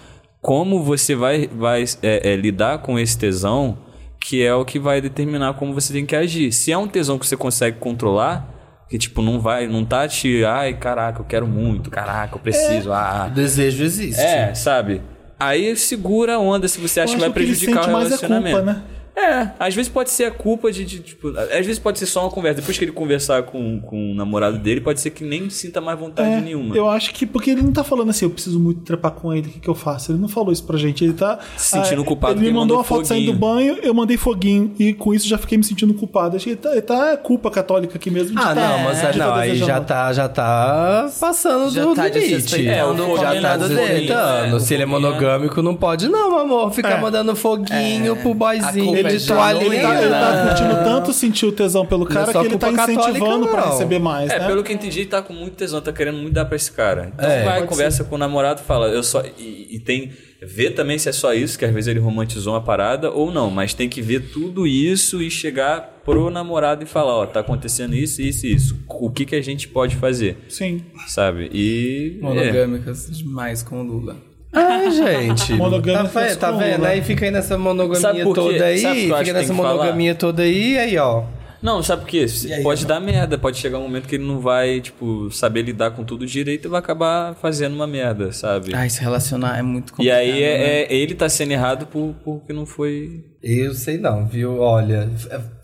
Como você vai, vai é, é, lidar com esse tesão, que é o que vai determinar como você tem que agir. Se é um tesão que você consegue controlar, que tipo, não vai, não tá te, ai, caraca, eu quero muito, caraca, eu preciso,
É,
O
ah.
desejo existe.
É, sabe? Aí segura a onda se você acha
Eu
que vai
acho que ele
prejudicar
sente
o
mais a
relacionamento.
culpa, né?
É, às vezes pode ser a culpa de, de, tipo, às vezes pode ser só uma conversa. Depois que ele conversar com, com o namorado dele, pode ser que nem sinta mais vontade
É,
nenhuma.
Eu acho que porque ele não tá falando assim, eu preciso muito trepar com ele, o que, que eu faço? Ele não falou isso pra gente, ele tá.
Se sentindo culpado
Ele
que
me
ele
mandou
mandou
uma foto saindo do banho, eu mandei foguinho, e com isso já fiquei me sentindo culpado. Acho que ele tá, ele tá é culpa católica aqui mesmo. de tá-
Ah, não, mas é,
de
não, aí
desejando.
já tá, já tá passando
Já
do
tá
limite.
desrespeitando
o
já tá
combinado dele.
desrespeitando.
É,
Se ele é
o combinado.
monogâmico, não pode, não, amor. Ficar
É.
mandando foguinho pro boyzinho.
culpa
Ele
é
de né?
tá, ele,
genuína.
tá, ele tá
toalhinha.
curtindo tanto sentir o tesão pelo
é
cara
só
que ele tá
culpa católica,
incentivando pra
não.
receber mais,
É,
né?
pelo que entendi, ele tá com muito tesão, tá querendo muito dar pra esse cara. Então
É.
vai,
Pode
conversa com o namorado, fala, eu só. E, e tem. Vê também se é só isso, que às vezes ele romantizou uma parada ou não, mas tem que ver tudo isso e chegar pro namorado e falar, ó, tá acontecendo isso, isso e isso. O que que a gente pode fazer?
Sim.
Sabe? E. é.
Monogâmicas demais com o Lula.
Ai, gente.
Monogâmica
Tá, ve- tá
com
vendo?
Lula.
Aí fica aí nessa monogamia
Sabe por quê?
toda aí.
Sabe o que eu acho
Fica
que
nessa
tem que falar?
monogamia toda aí, aí, ó.
Não, sabe por quê? Se-
E aí,
pode
Renan?
dar merda, pode chegar um momento que ele não vai, tipo, saber lidar com tudo direito e vai acabar fazendo uma merda, sabe?
Ai, se relacionar é muito
e
complicado.
aí é,
né?
é- ele tá sendo errado por, porque não foi.
Eu sei não, viu? Olha,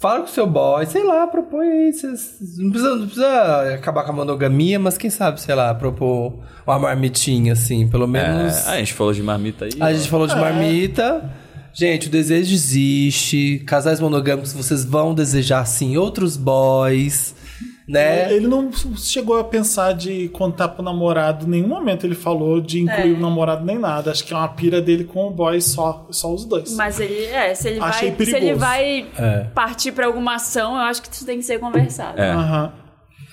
fala com o seu boy, sei lá, propõe aí. cês- Não precisa, não precisa acabar com a monogamia, mas quem sabe, sei lá, propor uma marmitinha, assim, pelo menos.
É, a gente falou de marmita aí.
A
ó.
gente falou de marmita. Gente, o desejo existe. Casais monogâmicos, vocês vão desejar, sim, outros boys,
É.
né?
Ele não chegou a pensar de contar pro namorado, em nenhum momento ele falou de incluir o namorado nem nada. Acho que é uma pira dele com o boy só, só os dois.
Mas ele, é, se ele
Achei
vai, se ele
perigoso.
vai
É.
partir pra alguma ação, eu acho que isso tem que ser conversado.
É.
Aham.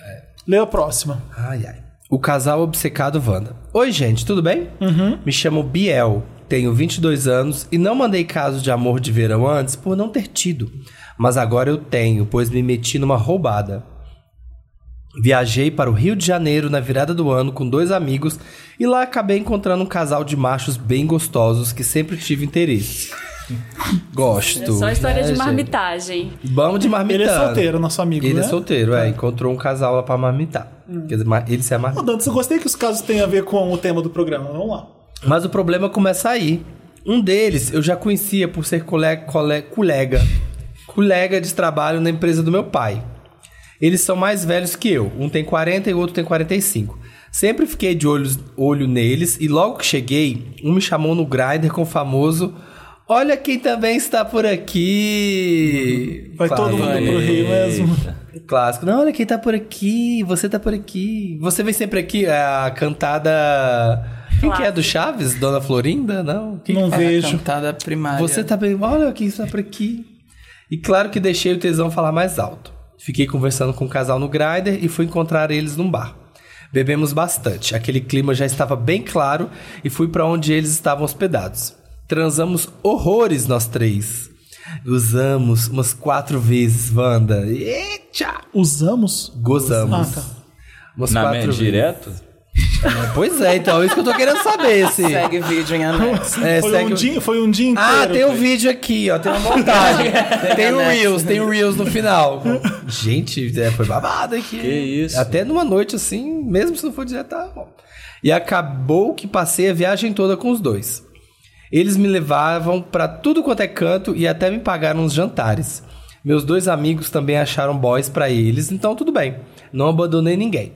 É.
Lê a próxima.
Ai, ai. O casal obcecado Wanda. Oi, gente, tudo bem? Uhum. Me chamo Biel, tenho 22 anos e não mandei caso de amor de verão antes por não ter tido. Mas agora eu tenho, pois me meti numa roubada. Viajei para o Rio de Janeiro na virada do ano com dois amigos e lá acabei encontrando um casal de machos bem gostosos que sempre tive interesse.
É
Gosto.
só história
né,
de
gente?
marmitagem.
Vamos de marmitano.
Ele é solteiro, nosso amigo,
Ele
né? Hum.
é solteiro, é. Encontrou um casal lá pra marmitar. Quer dizer, ma- ele se é
Ô,
marmitar.
Dantas, eu gostei que os casos têm a ver com o tema do programa. Vamos lá.
Mas o problema começa aí. Um deles eu já conhecia por ser colega, colega, colega, colega de trabalho na empresa do meu pai. Eles são mais velhos que eu. Um tem 40 e o outro tem 45. Sempre fiquei de olhos, olho neles e logo que cheguei, um me chamou no grinder com o famoso Olha quem também está por aqui.
Vai todo mundo
Falei.
pro Rio mesmo.
Clássico. Não, olha quem tá por aqui, você tá por aqui. Você vem sempre aqui, é a cantada. Quem que é do Chaves? Dona Florinda? Não. Quem que
Não
fala?
A
vejo.
cantada primária.
Você tá bem. Olha quem está por aqui. E claro que deixei o tesão falar mais alto. Fiquei conversando com o casal no Grinder e fui encontrar eles num bar. Bebemos bastante. Aquele clima já estava bem claro e fui pra onde eles estavam hospedados. Transamos horrores nós três. Usamos umas quatro vezes, Wanda. Eita!
Usamos?
Gozamos.
Ah, tá.
Umas
Na
quatro
média
vezes.
direto?
Pois é, então, é isso que eu tô querendo saber. Se...
Segue vídeo em anexo.
É,
foi,
segue-
um dia, foi um dia inteiro.
Ah, tem o vídeo aqui, ó. Tem uma montagem. tem o Reels, tem o Reels no final. Gente, é, foi babado aqui.
Que isso.
Até numa noite assim, mesmo se não for direto, tá bom. E acabou que passei a viagem toda com os dois. Eles me levavam pra tudo quanto é canto e até me pagaram uns jantares. Meus dois amigos também acharam boys pra eles, então tudo bem. Não abandonei ninguém.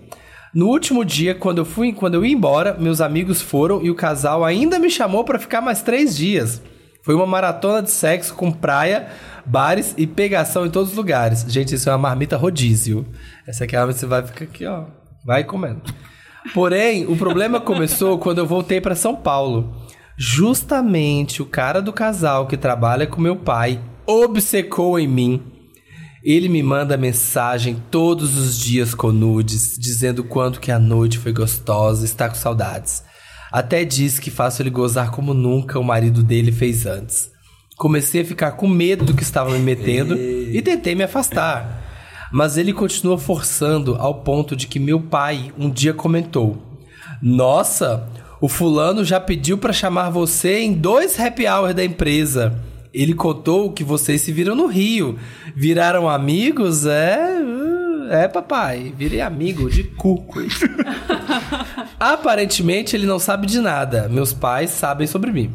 No último dia, quando eu fui, quando eu ia embora, meus amigos foram e o casal ainda me chamou pra ficar mais três dias. Foi uma maratona de sexo com praia, bares e pegação em todos os lugares. Gente, isso é uma marmita rodízio. Essa aqui é a marmita que você vai ficar aqui, ó. Vai comendo. Porém, o problema começou quando eu voltei pra São Paulo. Justamente o cara do casal que trabalha com meu pai obcecou em mim. Ele me manda mensagem todos os dias com nudes, dizendo quanto que a noite foi gostosa, está com saudades. Até diz que faço ele gozar como nunca o marido dele fez antes. Comecei a ficar com medo do que estava me metendo e tentei me afastar. Mas ele continua forçando ao ponto de que meu pai um dia comentou: nossa, o fulano já pediu pra chamar você em dois happy hours da empresa. Ele contou que vocês se viram no Rio. Viraram amigos? É. uh, É, papai. Virei amigo de cuco. Aparentemente, ele não sabe de nada. Meus pais sabem sobre mim.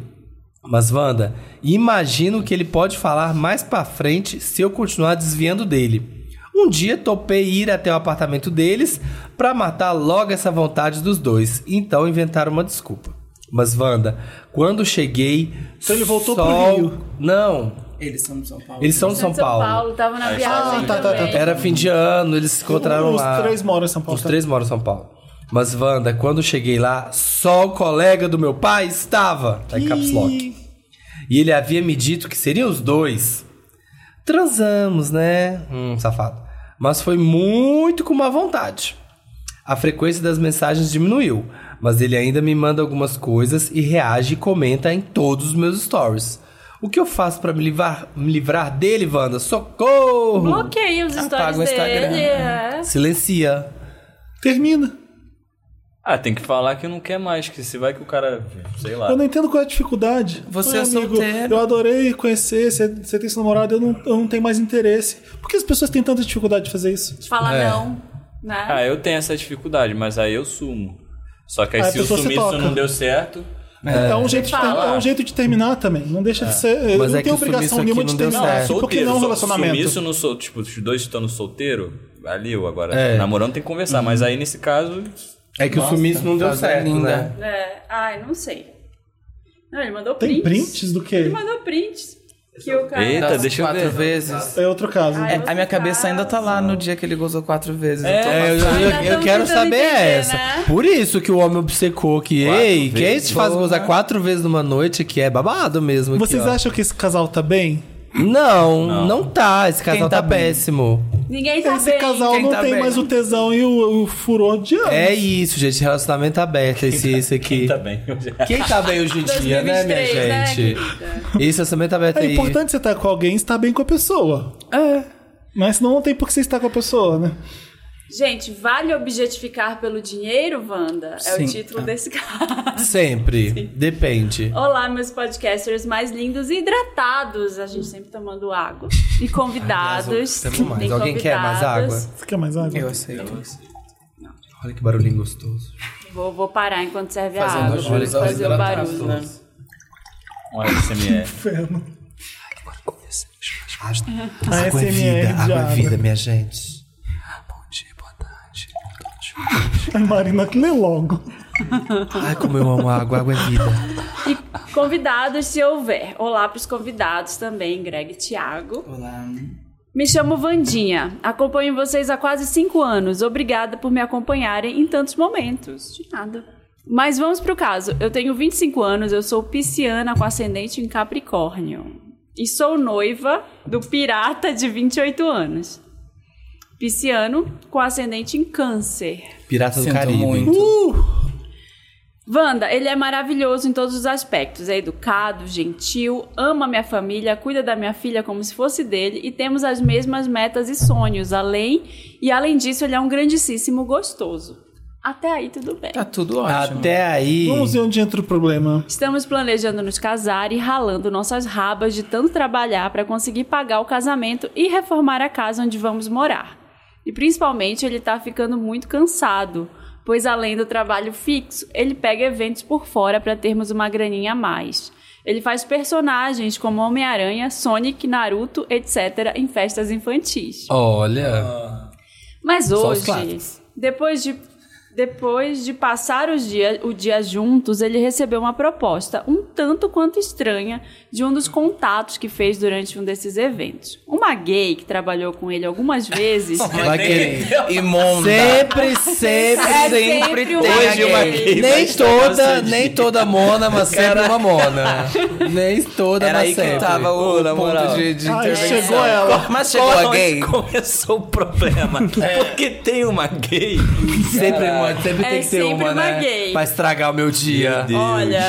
Mas, Wanda, imagino que ele pode falar mais pra frente se eu continuar desviando dele. Um dia topei ir até o apartamento deles pra matar logo essa vontade dos dois. Então inventaram uma desculpa. Mas, Wanda, quando cheguei.
Então ele voltou pro Rio.
Não,
Eles são de São Paulo.
eles são de São, Paulo.
tava na viagem.
tá, tá, tá,
também.
Era fim de ano, eles se encontraram
Os
lá.
três moram em São Paulo. tá?
Os três moram em São Paulo. Mas, Wanda, quando cheguei lá, só o colega do meu pai estava. Tá em caps lock. E ele havia me dito que seriam os dois. Transamos, né? Hum, safado. Mas foi muito com má vontade. A frequência das mensagens diminuiu, mas ele ainda me manda algumas coisas e reage e comenta em todos os meus stories. O que eu faço pra me livrar, me livrar dele, Wanda? Socorro!
Bloqueia os
Apaga o
stories
Uhum.
Instagram.
dele. é.
Silencia.
Termina.
Ah, tem que falar que não quer mais, que se vai que o cara, sei
Ah.
lá.
Eu não entendo qual é a dificuldade. Oi,
Você é
amigo,
solteiro.
Eu adorei conhecer, você você tem seu namorado, eu não, eu não tenho mais interesse. Por que as pessoas têm tanta dificuldade de fazer isso?
Falar
É.
não, né?
Ah, eu tenho essa dificuldade, mas aí eu sumo. Só que aí,
Aí a
se eu
pessoa se
sumir, se
toca.
não deu certo,
É, um, jeito de ter-
Fala.
é um jeito de terminar também. Não deixa de ser. eh, não
Mas é
tem
que sumir isso
obrigação
aqui
nenhuma
não
de
deu
é
terminar.
certo.
Porque Por que não um
só-
relacionamento?
Sumir isso não sou, tipo, os dois estando solteiro, valeu agora.
É.
Namorando tem que conversar, mas aí nesse caso,
É que o sumiço não deu
frase
certo,
linda.
né?
É, ai, não sei. Não, ele mandou
Tem
prints.
prints do quê?
Ele mandou prints. Que o cara.
Eita,
Das
deixa eu
quatro
ver.
vezes.
É outro caso.
Ai,
É,
você
a minha cabeça
tá-
ainda tá lá no dia que ele gozou quatro vezes. eu tô
É,
passada.
eu, eu- eu
Ainda tão
quero
tentando
saber
entender,
essa.
né?
Por isso que o homem obcecou que,
Quatro
ei, que
vezes.
esse faz
Porra.
gozar quatro vezes numa noite, que é babado mesmo. aqui,
Vocês
ó.
acham que esse casal tá bem?
Não, não, tá. Esse casal
Quem
tá,
tá bem?
péssimo.
Ninguém tá
Esse
bem.
casal
quem
não
tá
tem
bem?
mais o tesão e o, o furor de anos.
É isso, gente. Relacionamento aberto, esse, esse aqui.
tá bem.
Quem tá bem hoje em dia, né, minha
2023, né,
gente? Esse relacionamento aberto
É
aí.
importante você estar com alguém e estar bem com a pessoa. Mas senão não tem por que você estar com a pessoa, né?
Gente, vale objetificar pelo dinheiro, Wanda? É
Sim.
o título desse caso.
Sempre. Depende.
Olá, meus podcasters mais lindos e hidratados. A gente sempre tomando água. E convidados.
Aliás, temos mais.
Tem
Alguém quer mais
convidados.
água?
Fica mais água.
Eu aceito.
Olha que barulhinho gostoso.
Vou, vou parar enquanto serve a
Fazendo
água.
os
pra
olhos aos
fazer o
hidratados,
barulho.
né?
Um ASMR.
Inferno.
Água é
ASMR
vida,
de
água é
água.
vida, minha gente.
Ai, Marina, lê logo.
Ai, como eu amo água, água é vida.
E convidados, se houver. Olá pros convidados também, Greg e Thiago.
Olá.
Me chamo Vandinha. Acompanho vocês há quase cinco anos. Obrigada por me acompanharem em tantos momentos. De nada. Mas vamos pro caso. Eu tenho 25 anos, eu sou pisciana com ascendente em Capricórnio. E sou noiva do pirata de 28 anos. Pisciano com ascendente em Câncer.
Pirata do
Sinto
Caribe.
muito.
Wanda, ele é maravilhoso em todos os aspectos. É educado, gentil, ama minha família, cuida da minha filha como se fosse dele e temos as mesmas metas e sonhos. Além e além disso, ele é um grandíssimo gostoso. Até aí tudo bem.
Tá tudo ótimo.
Até aí.
Vamos ver onde entra o problema.
Estamos planejando nos casar e ralando nossas rabas de tanto trabalhar para conseguir pagar o casamento e reformar a casa onde vamos morar. E principalmente ele tá ficando muito cansado, pois além do trabalho fixo, ele pega eventos por fora para termos uma graninha a mais. Ele faz personagens como Homem-Aranha, Sonic, Naruto, etc. em festas infantis.
Olha.
Mas
Só os
hoje,
clássicos.
depois de, depois de passar os dia, o dia juntos, ele recebeu uma proposta um tanto quanto estranha de um dos contatos que fez durante um desses eventos. Uma gay que trabalhou com ele algumas vezes.
Vai querer.
Imunda.
Sempre, sempre,
É
sempre um
sempre
tem.
uma Hoje
alguém.
uma
gay vai
nem
estar
toda,
dançando.
nem toda mona, mas sempre uma mona. Nem toda,
Era
mas
aí que
sempre.
tava o,
Ô, na moral.
ponto de, de
Ai,
intervenção.
chegou ela. é
Mas chegou a gay.
Começou o problema. Porque tem uma gay.
Sempre, uma, sempre
É
tem que ter
sempre
uma,
uma
né?
gay.
Pra estragar o meu dia.
Olha,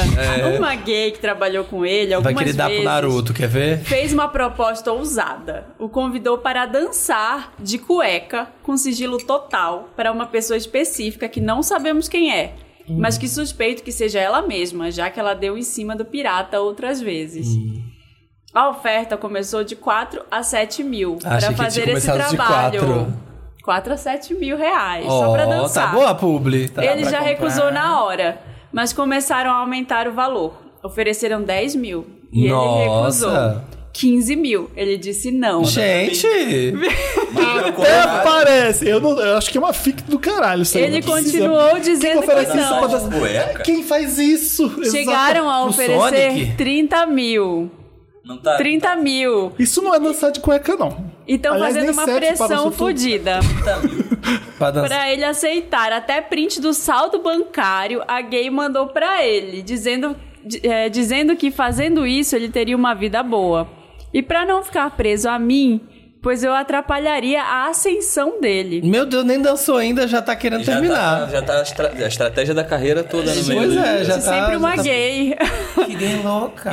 uma gay que trabalhou com ele
É. Vai
algumas
querer
vezes.
dar pro Naruto, quer ver?
Fez uma proposta ousada. O convidou para dançar de cueca com sigilo total para uma pessoa específica que não sabemos quem é,
Hum.
mas que suspeito que seja ela mesma, já que ela deu em cima do pirata outras vezes.
Hum.
A oferta começou de 4 a 7 mil
Achei
para
que tinha
fazer esse
começado de
trabalho.
quatro.
4 a 7 mil reais,
Ó,
só para dançar.
tá boa a publi. Tá
Ele
pra
já
comprar.
recusou na hora, mas começaram a aumentar o valor. Ofereceram 10 mil e ele recusou.
Nossa.
15 mil. Ele disse não.
Gente,
Até parece. Eu, não- eu acho que é uma fic do caralho. Isso aí.
Ele
Não precisa-
continuou dizendo que,
oferece isso pra
não.
dançar?
Cueca?
Quem faz isso?
Chegaram a
Pro
oferecer
Sonic?
30 mil.
Não tá.
30 mil.
Exato. Isso não é dançar de cueca, não.
E estão
Aliás,
fazendo
nem
uma
sete para o
pressão
futuro.
fodida.
pra dançar.
Pra ele aceitar até print do saldo bancário, a gay mandou pra ele, dizendo, di- eh, dizendo que fazendo isso ele teria uma vida boa. E pra não ficar preso a mim, pois eu atrapalharia a ascensão dele.
Meu Deus, nem dançou ainda, já tá querendo
Já
terminar.
tá, já tá a, estra- a estratégia da carreira toda né, no meio.
Pois
do-
é, já tá.
Assim, Sempre uma
já tá-
gay.
Que gay louca.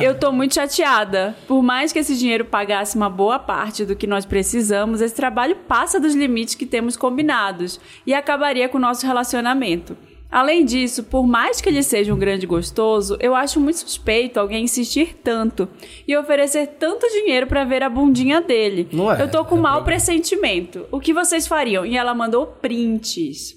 Eu tô muito chateada. Por mais que esse dinheiro pagasse uma boa parte do que nós precisamos, esse trabalho passa dos limites que temos combinados e acabaria com o nosso relacionamento. Além disso, por mais que ele seja um grande gostoso, eu acho muito suspeito alguém insistir tanto e oferecer tanto dinheiro pra ver a bundinha dele.
Não é,
eu tô com
é
mau
problema.
pressentimento. O que vocês fariam? E ela mandou prints.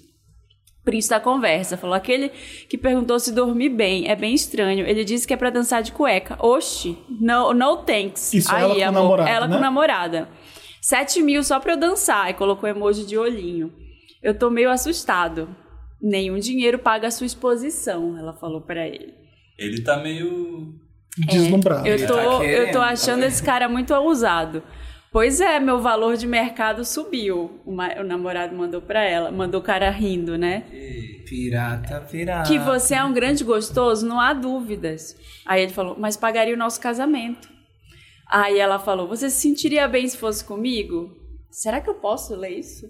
Prince da conversa. Falou aquele que perguntou se dormi bem. É bem estranho. Ele disse que é pra dançar de cueca. Oxi, no, no thanks.
Isso, ela com
amor,
namorada,
Ela
né?
com namorada. 7 mil só pra eu dançar. E colocou emoji de olhinho. Eu tô meio assustado. Nenhum dinheiro paga a sua exposição, ela falou pra ele.
Ele tá meio.
Deslumbrado.
É, Eu tô,
tá
eu
querendo,
tô achando esse cara muito ousado. Pois é, meu valor de mercado subiu. O, ma- o namorado mandou pra ela, mandou o cara rindo, né?
Pirata, pirata.
Que você é um grande gostoso, não há dúvidas. Aí ele falou, mas pagaria o nosso casamento. Aí ela falou, você se sentiria bem se fosse comigo? Será que eu posso ler isso?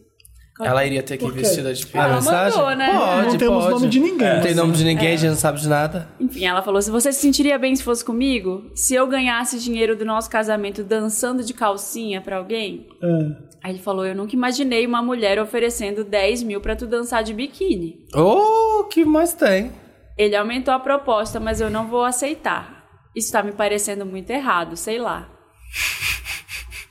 Ela iria ter que ir
quê? Ah,
vestida de
A
pirata.
Ah, mensagem?
mandou, né?
Pode,
Não temos
pode.
nome de ninguém. né?
Não tem nome de
É.
ninguém, a gente não sabe de nada.
Enfim, ela falou, se você se sentiria bem se fosse comigo? Se eu ganhasse dinheiro do nosso casamento dançando de calcinha pra alguém?
É.
Aí ele falou, eu nunca imaginei uma mulher oferecendo 10 mil pra tu dançar de biquíni.
Ô, que mais tem?
Ele aumentou a proposta, mas eu não vou aceitar. Isso tá me parecendo muito errado, sei lá.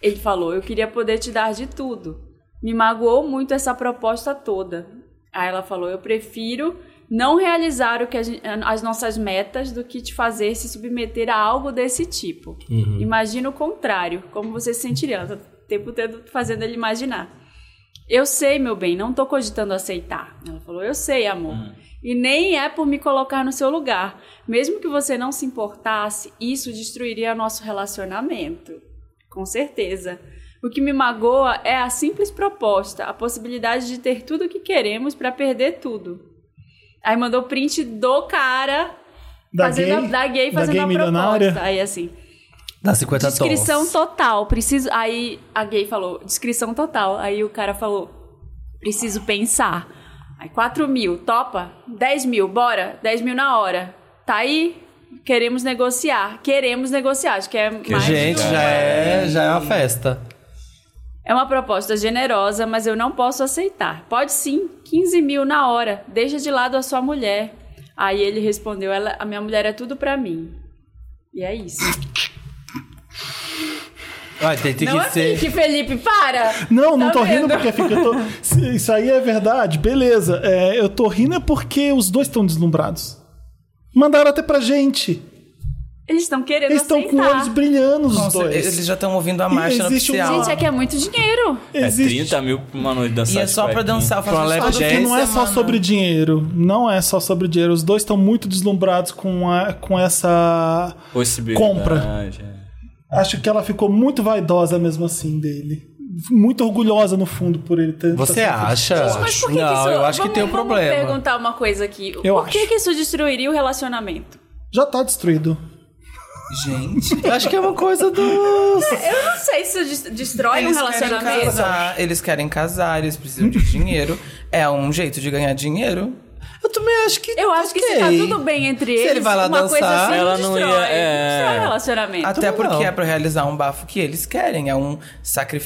Ele falou: Eu queria poder te dar de tudo. Me magoou muito essa proposta toda. Aí ela falou: Eu prefiro não realizar o que a gen- as nossas metas do que te fazer se submeter a algo desse tipo. Imagina o contrário, como você se sentiria. Ela tá o tempo todo fazendo ele imaginar. Eu sei, meu bem, não tô cogitando aceitar. Ela falou: Eu sei, amor.
Hum.
E nem é por me colocar no seu lugar. Mesmo que você não se importasse, isso destruiria nosso relacionamento. Com certeza. O que me magoa é a simples proposta, a possibilidade de ter tudo o que queremos pra perder tudo. Aí mandou print do cara
Da
fazendo
gay?
a, da gay
Da
fazendo
gay
a
milionária?
proposta. Aí assim,
Dá 50
Descrição tá
tons.
total. Preciso. Aí a gay falou, descrição total. Aí o cara falou, preciso pensar. Aí 4 mil, topa? 10 mil, bora? 10 mil na hora. Tá aí? Queremos negociar. Queremos negociar. Acho que é mais.
Gente, já é, já é uma festa.
É uma proposta generosa, mas eu não posso aceitar. Pode sim, 15 mil na hora. Deixa de lado a sua mulher. Aí ele respondeu, ela, a minha mulher é tudo pra mim. E é isso.
Ai, tem, tem
não é assim,
que ser.
fique, Felipe, para!
Não, não
Tá
tô rindo
vendo?
porque fica. eu tô- se Isso aí é verdade, beleza. É, eu tô rindo é porque os dois estão deslumbrados. Mandaram até pra gente.
Eles estão querendo
Eles estão
aceitar.
com olhos brilhando, os
Nossa,
dois.
eles já estão ouvindo a marcha
existe um-
nupcial.
Gente, é que é muito dinheiro.
É
Existe.
30 mil pra uma noite dançar.
E é
de
só pra
cuequinha.
dançar,
Com a
fazer
leve
só
Acho que não é só sobre dinheiro. Não é só sobre dinheiro. Os dois estão muito deslumbrados com, a- com essa.
Possibilidade.
Compra.
é.
Acho que ela ficou muito vaidosa mesmo assim dele. Muito orgulhosa no fundo por ele ter.
Você é
ter-
acha?
Mas por que que
não,
isso...
eu
vamos,
acho que tem um
vamos
problema.
perguntar uma coisa aqui.
Eu
por que
acho.
que isso destruiria o relacionamento?
Já tá destruído.
Gente,
Eu acho que é uma coisa do.
Eu não sei se isso des- destrói um
eles querem
relacionamento.
casar, eles querem casar, eles precisam de dinheiro. É um jeito de ganhar dinheiro.
Eu também acho que.
Eu acho que se tá
ok.
tudo bem entre
Se
eles,
ele vai lá
uma coisa
dançar,
assim
ela não
destrói.
ia- é.
destrói o relacionamento.
Até
também
porque
não.
é pra realizar um bafo que eles querem. É um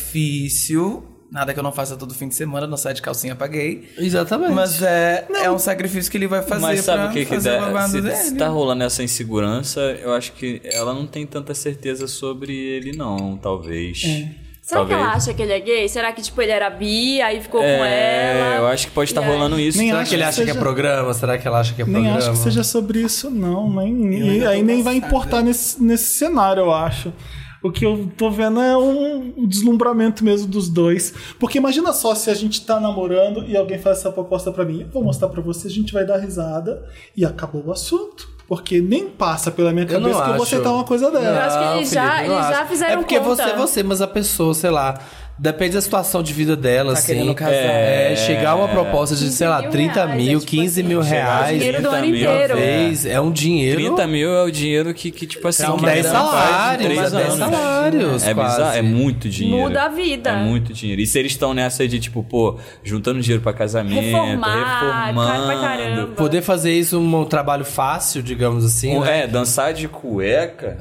sacrifício. Nada que eu não faça todo fim de semana, não saio de calcinha pra gay.
Exatamente.
Mas é, é um sacrifício que ele vai fazer
Mas sabe
pra
o que que
fazer o
dá?
babado
Se,
dele.
se tá rolando essa insegurança, eu acho que ela não tem tanta certeza sobre ele, não, talvez.
É.
Será que
Talvez.
ela acha que ele é gay? Será que, tipo, ele era bi, aí ficou com
É,
ela?
eu acho que pode estar
E aí?
rolando isso.
Nem
Será
acho
que ele
que
acha que é
seja-
programa? Será que ela acha que é
Nem
Tá
programa?
acho que seja sobre isso, não. Nem, e
ainda tô
aí nem vai
passada.
importar nesse, nesse cenário, eu acho. O que eu tô vendo é um deslumbramento mesmo dos dois. Porque imagina só se a gente tá namorando e alguém faz essa proposta pra mim. Eu vou mostrar pra você, a gente vai dar risada e acabou o assunto. Porque nem passa pela minha
Eu não
cabeça que eu vou
acho.
aceitar uma coisa dela.
Eu acho que eles já-
eu não
eles já
acho.
fizeram
É porque
conta.
você é você, mas a pessoa, sei lá, depende da situação de vida dela,
Tá
assim.
querendo casar.
É, chegar uma proposta de,
15
sei lá,
mil
30
reais,
mil,
é tipo
15 mil
assim,
reais.
dinheiro do ano
30 mil,
inteiro.
Talvez, é um dinheiro.
30 mil é o dinheiro que, que tipo assim,
São
que
10
a galera faz
É
em
salários,
três
mas 10
anos.
salários,
É
quase.
bizarro, é muito dinheiro.
Muda a vida.
É muito dinheiro. E se eles estão nessa de, tipo, pô, juntando dinheiro pra casamento,
Reformar,
reformando.
cara pra caramba.
Poder fazer isso um trabalho fácil, digamos assim.
Pô,
né?
É, dançar de cueca.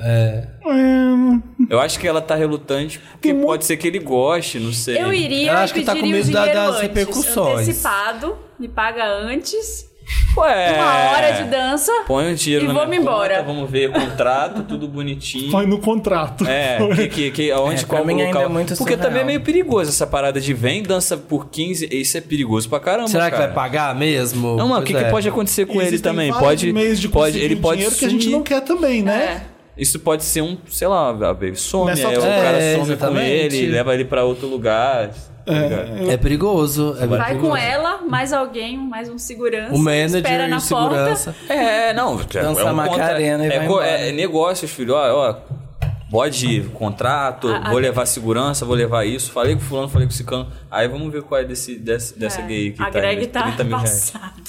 É. Eu acho que ela tá relutante porque
Tem muito-
pode ser que ele goste, não sei.
Eu iria
Eu acho que
e
tá com
pediria o
medo da-
dinheiro
das
antes,
repercussões.
Antecipado, me paga antes.
Ué.
uma hora de dança
Põe um dinheiro
e
na
vamos
minha
embora.
conta, vamos ver contrato, tudo bonitinho.
Põe no contrato.
É, que, que, que, onde
É, pra
qual
mim ainda
local.
é muito
Porque
surreal.
também é meio perigoso essa parada de vem, dança por 15, isso é perigoso pra caramba.
Será que
cara.
vai pagar mesmo?
Não, mano, o que,
Pois
que
é.
pode acontecer com ele
Existem
também?
vários
Pode,
meios de
pode,
conseguir
ele
um
pode
dinheiro que a gente
sumir.
não quer também,
É.
né?
É.
Isso pode ser um, sei lá, a baby some,
Não é só
aí o
tudo.
cara
É,
some com
exatamente.
ele, leva ele pra outro lugar. tá ligado?
É perigoso. É
Vai
perigoso.
com ela, mais alguém, mais um segurança.
O
espera
manager
na
e segurança.
É, não,
Dança
é um
Macarena
contra-
e
é,
vai
co-
embora.
é negócios, filho, ó, ó, pode ir, contrato, vou levar segurança, vou levar isso, falei com fulano, falei com cicano, aí vamos ver qual é desse, desse- dessa gay aí que
a
tá,
Greg
indo,
tá
30 mil reais.
passada.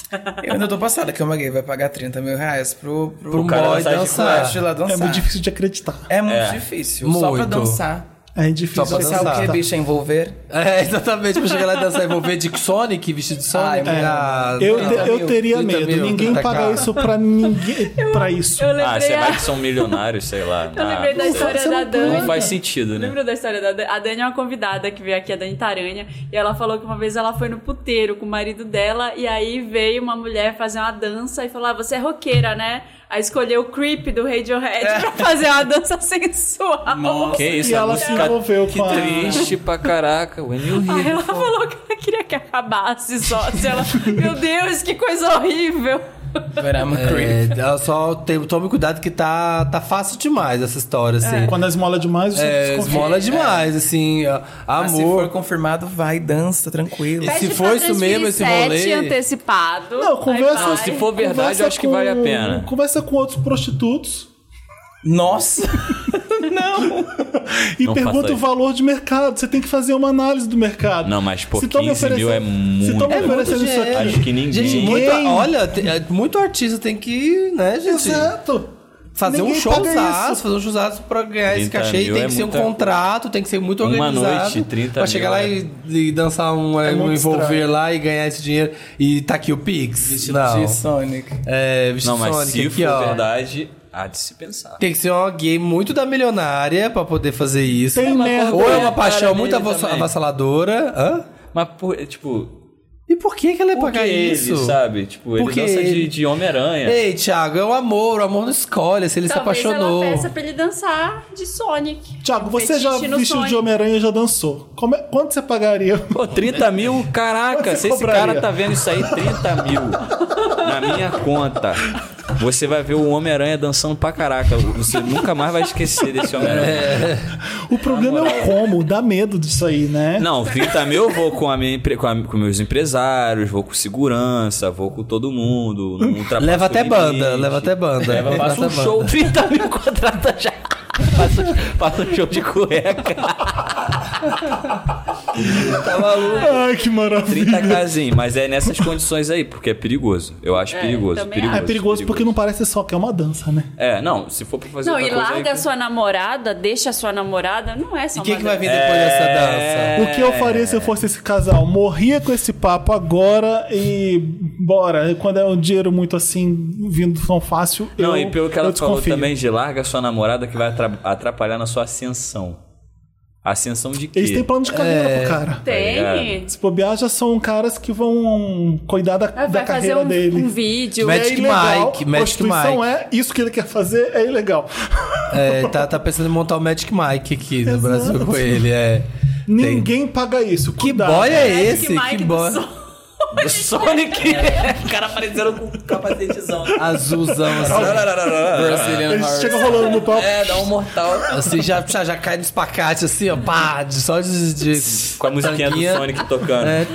Eu ainda tô passada que uma gay vai pagar 30 mil reais pro, pro,
Pro
cara
boy
sai de
dançar.
macho ir lá
É
dançar.
muito difícil de acreditar.
É muito
É.
difícil. Só pra
Muito.
dançar.
É difícil.
Só pra
Você sabe o
dançar.
que, bicho, é envolver?
É, exatamente. Pra chegar lá e dançar e vou ver de Sonic, vestido de Sonic.
Ai,
Ah,
Eu, te-
30
eu
mil,
teria
30
medo.
mil,
Ninguém
30K.
paga isso pra ninguém. pra isso.
Eu lembrei,
Ah, você
a-
vai que são milionários, sei lá.
eu
Ah,
lembrei da
não sei.
história da Dani.
Não faz sentido, né?
Lembra da história da Dani? A Dani é uma convidada que veio aqui, a Dani Taranha, e ela falou que uma vez ela foi no puteiro com o marido dela, e aí veio uma mulher fazer uma dança e falou: ah, você é roqueira, né? Aí escolheu o creep do Radiohead pra fazer uma dança sensual.
Que isso,
E
a
ela se
música
envolveu
que
com a-
triste pra caraca. When you
Aí
hear
ela falou que ela queria que acabasse só. Se ela, Meu Deus, que coisa horrível!
But I'm a creep.
É, ela só tem, tome cuidado que tá, tá fácil demais essa história, assim.
Quando a esmola é demais, você
É,
desconfia.
esmola demais, assim, ó,
Mas se for
amor.
confirmado, vai, dança, tranquilo.
Esse- Se
Pede
for
pra
isso mesmo, esse
transferir sete
rolê-
antecipado.
Não,
Aí
conversa.
vai.
se for verdade,
conversa
eu acho que vale a
com-
pena.
Conversa com outros prostitutos
Nossa!
e
Não faça
pergunta o
isso.
valor de mercado. Você tem que fazer uma análise do mercado.
Não, mas por
Se tão me
15 mil é
oferecendo- Se tão me
muito.
oferecendo isso aqui.
Acho que ninguém.
Gente, muito,
Ninguém.
olha, te- é, muito artista tem que, né, gente?
Exato.
Fazer um
Ninguém paga
showzaço,
isso.
fazer um showzaço pra ganhar esse
30
cachê. E
mil
tem
é
que ser um
muita-
contrato, tem que ser muito
Uma
organizado.
noite, 30
Pra chegar
mil,
lá
é.
e, e dançar um,
É
um
muito
envolver
estranho.
lá e ganhar esse dinheiro. E tá aqui o Pix.
Vestido
Não.
de Sonic.
É, vestido
Não, mas
Sonic
se
aqui,
for
ó.
verdade, há de se pensar.
Tem que ser uma gay muito da milionária pra poder fazer isso.
Tem merda.
Ou é uma
Cara
paixão
dele
muito avassa-
também.
avassaladora. Hã?
Mas, por, tipo,
E por que, que ela ia
por que
pagar
ele,
isso?
sabe? Tipo, ele
Por que
dança de,
ele?
de Homem-Aranha.
Ei, Thiago, é o amor, o amor não escolhe, se ele
Talvez
se apaixonou.
ela peça pra ele dançar de Sonic.
Tiago, você
Fetiche
já
no
vestiu de
Sonic.
Homem-Aranha e já dançou. Como é- quanto você pagaria?
Pô, 30 mil? Caraca,
Você
se esse
cobraria.
cara tá vendo isso aí, 30 mil na minha conta. Você vai ver o Homem-Aranha dançando pra caraca. Você nunca mais vai esquecer desse
É.
Homem-Aranha.
O problema é o como, dá medo disso aí, né?
Não, 30 mil eu vou com, a minha, empre- com, a- com meus empresários, vou com segurança, vou com todo mundo. não ultrapasso
Leva até
o
banda,
limite.
leva até banda.
Leva,
Leva
passa um
até banda.
show, 30 mil contrata já. Passa, passa um show de cueca. tá maluco?
Ai, que maravilha.
30 casinho, mas é nessas condições aí, porque é perigoso. Eu acho perigoso,
também
perigoso.
acho.
É perigoso porque não parece só que é uma dança, né?
É, não, se for pra fazer
Não,
outra
e
coisa...
larga
aí-
a sua namorada, deixa a sua namorada. Não é só
E quem
uma
que vai
dança.
vir depois dessa dança?
É.
O que eu faria se eu fosse esse casal? Morria com esse papo agora e bora. Quando é um dinheiro muito assim, vindo tão fácil,
Não,
eu
e pelo que
eu
ela falou
desconfio.
também de larga a sua namorada que vai atra- atrapalhar na sua ascensão. Ascensão de quê?
Eles têm plano de carreira pro cara.
Tem.
Se bobear, já são caras que vão cuidar da,
Vai
da
fazer
carreira
um,
dele. é
um vídeo.
Vai- Magic
ilegal,
Mike, Magic
prostituição é, isso que ele quer fazer é ilegal.
É, tá, tá pensando em montar o Magic Mike aqui no
Exato.
Brasil com ele, é.
Ninguém paga isso.
Que
cuidado.
boy é
Magic
esse?
Mike
Que
do
boy.
Sol.
Do Sonic!
É,
O cara aparecendo com um capacetezão.
Azulzão,
Tá.
assim.
Brazilian
Ele
Horror.
chega rolando no palco.
É, dá um mortal.
assim já, já, já cai no espacate, assim, ó, pá, de- só de... de
Com a musiquinha do
tanguinha.
Sonic tocando.
É,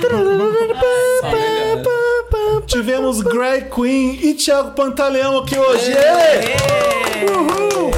Tivemos Greg Queen e Thiago Pantaleão aqui hoje. Uhul!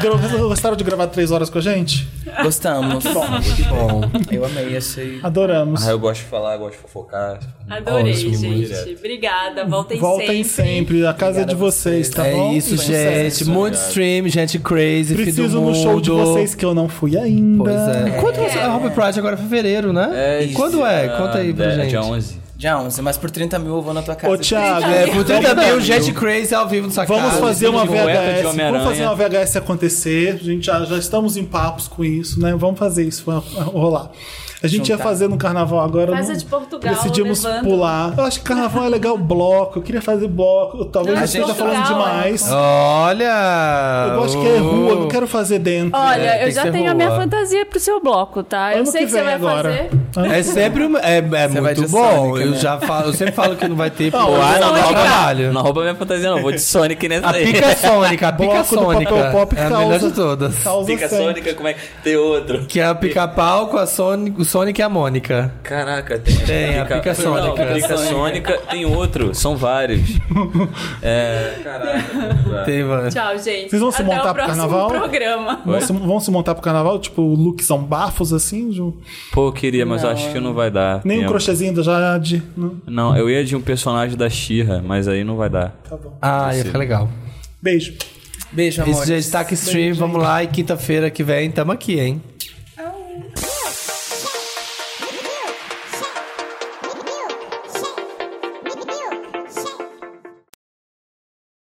Gra- Gostaram de gravar três horas com a gente?
Gostamos. Que bom, que bom. Eu amei, achei.
Adoramos.
Ah, eu gosto de falar, gosto de fofocar.
Adorei,
Ótimo,
gente.
direto.
Obrigada. Voltem,
Voltem sempre. A casa é de vocês, tá
é
bom?
isso, gente. Muito stream, gente crazy, fim do
Preciso
mundo.
no show de vocês que eu não fui ainda.
Pois é. Quando você... A Robert Pride agora é fevereiro, né?
isso.
Quando é? Conta aí pra
É,
gente.
Dia 11.
Já 11, mas por 30 mil eu vou na tua casa.
Ô, Thiago,
É, por 30 mil, gente crazy é ao vivo no sacado.
Vamos fazer uma
de cueca de
VHS. Vamos
Homem-Aranha.
fazer uma VHS acontecer. A gente já, já estamos em papos com isso, né? Vamos fazer isso vai rolar. A gente
Então
ia
tá.
Juntar.
fazer no carnaval agora.
Faz
não-
a de Portugal,
Decidimos
levando.
pular. Eu acho que carnaval é legal, bloco. Eu queria fazer bloco. Talvez
Não, é
eu
de
esteja
Portugal,
falando demais.
Olha!
Eu gosto que é rua, eu não quero fazer dentro.
Olha,
É, tem
eu
que
já
ser
tenho a minha
rua.
fantasia pro seu bloco, tá? Eu
Ano
sei que, você vai
agora.
fazer.
Ano
É sempre um- é, é
vai de
muito bom.
Sonic,
eu
né?
já falo, eu sempre falo que não vai ter.
Não,
porque
ah,
eu
não,
dou
não,
trabalho.
Não rouba minha fantasia, não. Vou de Sonic nessa
A
aí.
pica sônica, a pica
bloco do
sônica.
papel pop
é a
causa-
melhor de todas.
causa
Pica
sangue.
Sônica, como é que. Tem outro.
Que é a pica-pau com a Sonic, o Sonic e a Mônica.
Caraca, tem.
Tem, a pica
Não,
sônica.
pica Sônica tem outro. São vários. É. Caraca.
Tem, mano.
Tchau, gente.
Vocês vão se
Até
montar
o
pro
próximo
carnaval?
programa.
Vão se, vão se montar pro carnaval? Tipo, look são bafos assim? de um-
Pô, eu queria, mas eu acho que não vai dar.
Nem um
tempo.
crochêzinho da Jade. né? não?
Não, eu ia de um personagem da Xirra, mas aí não vai dar.
Tá bom.
Ah, ia ficar legal.
Beijo.
Beijo, amor.
Isso já está aqui stream, vamos lá. E quinta-feira que vem, tamo aqui, hein?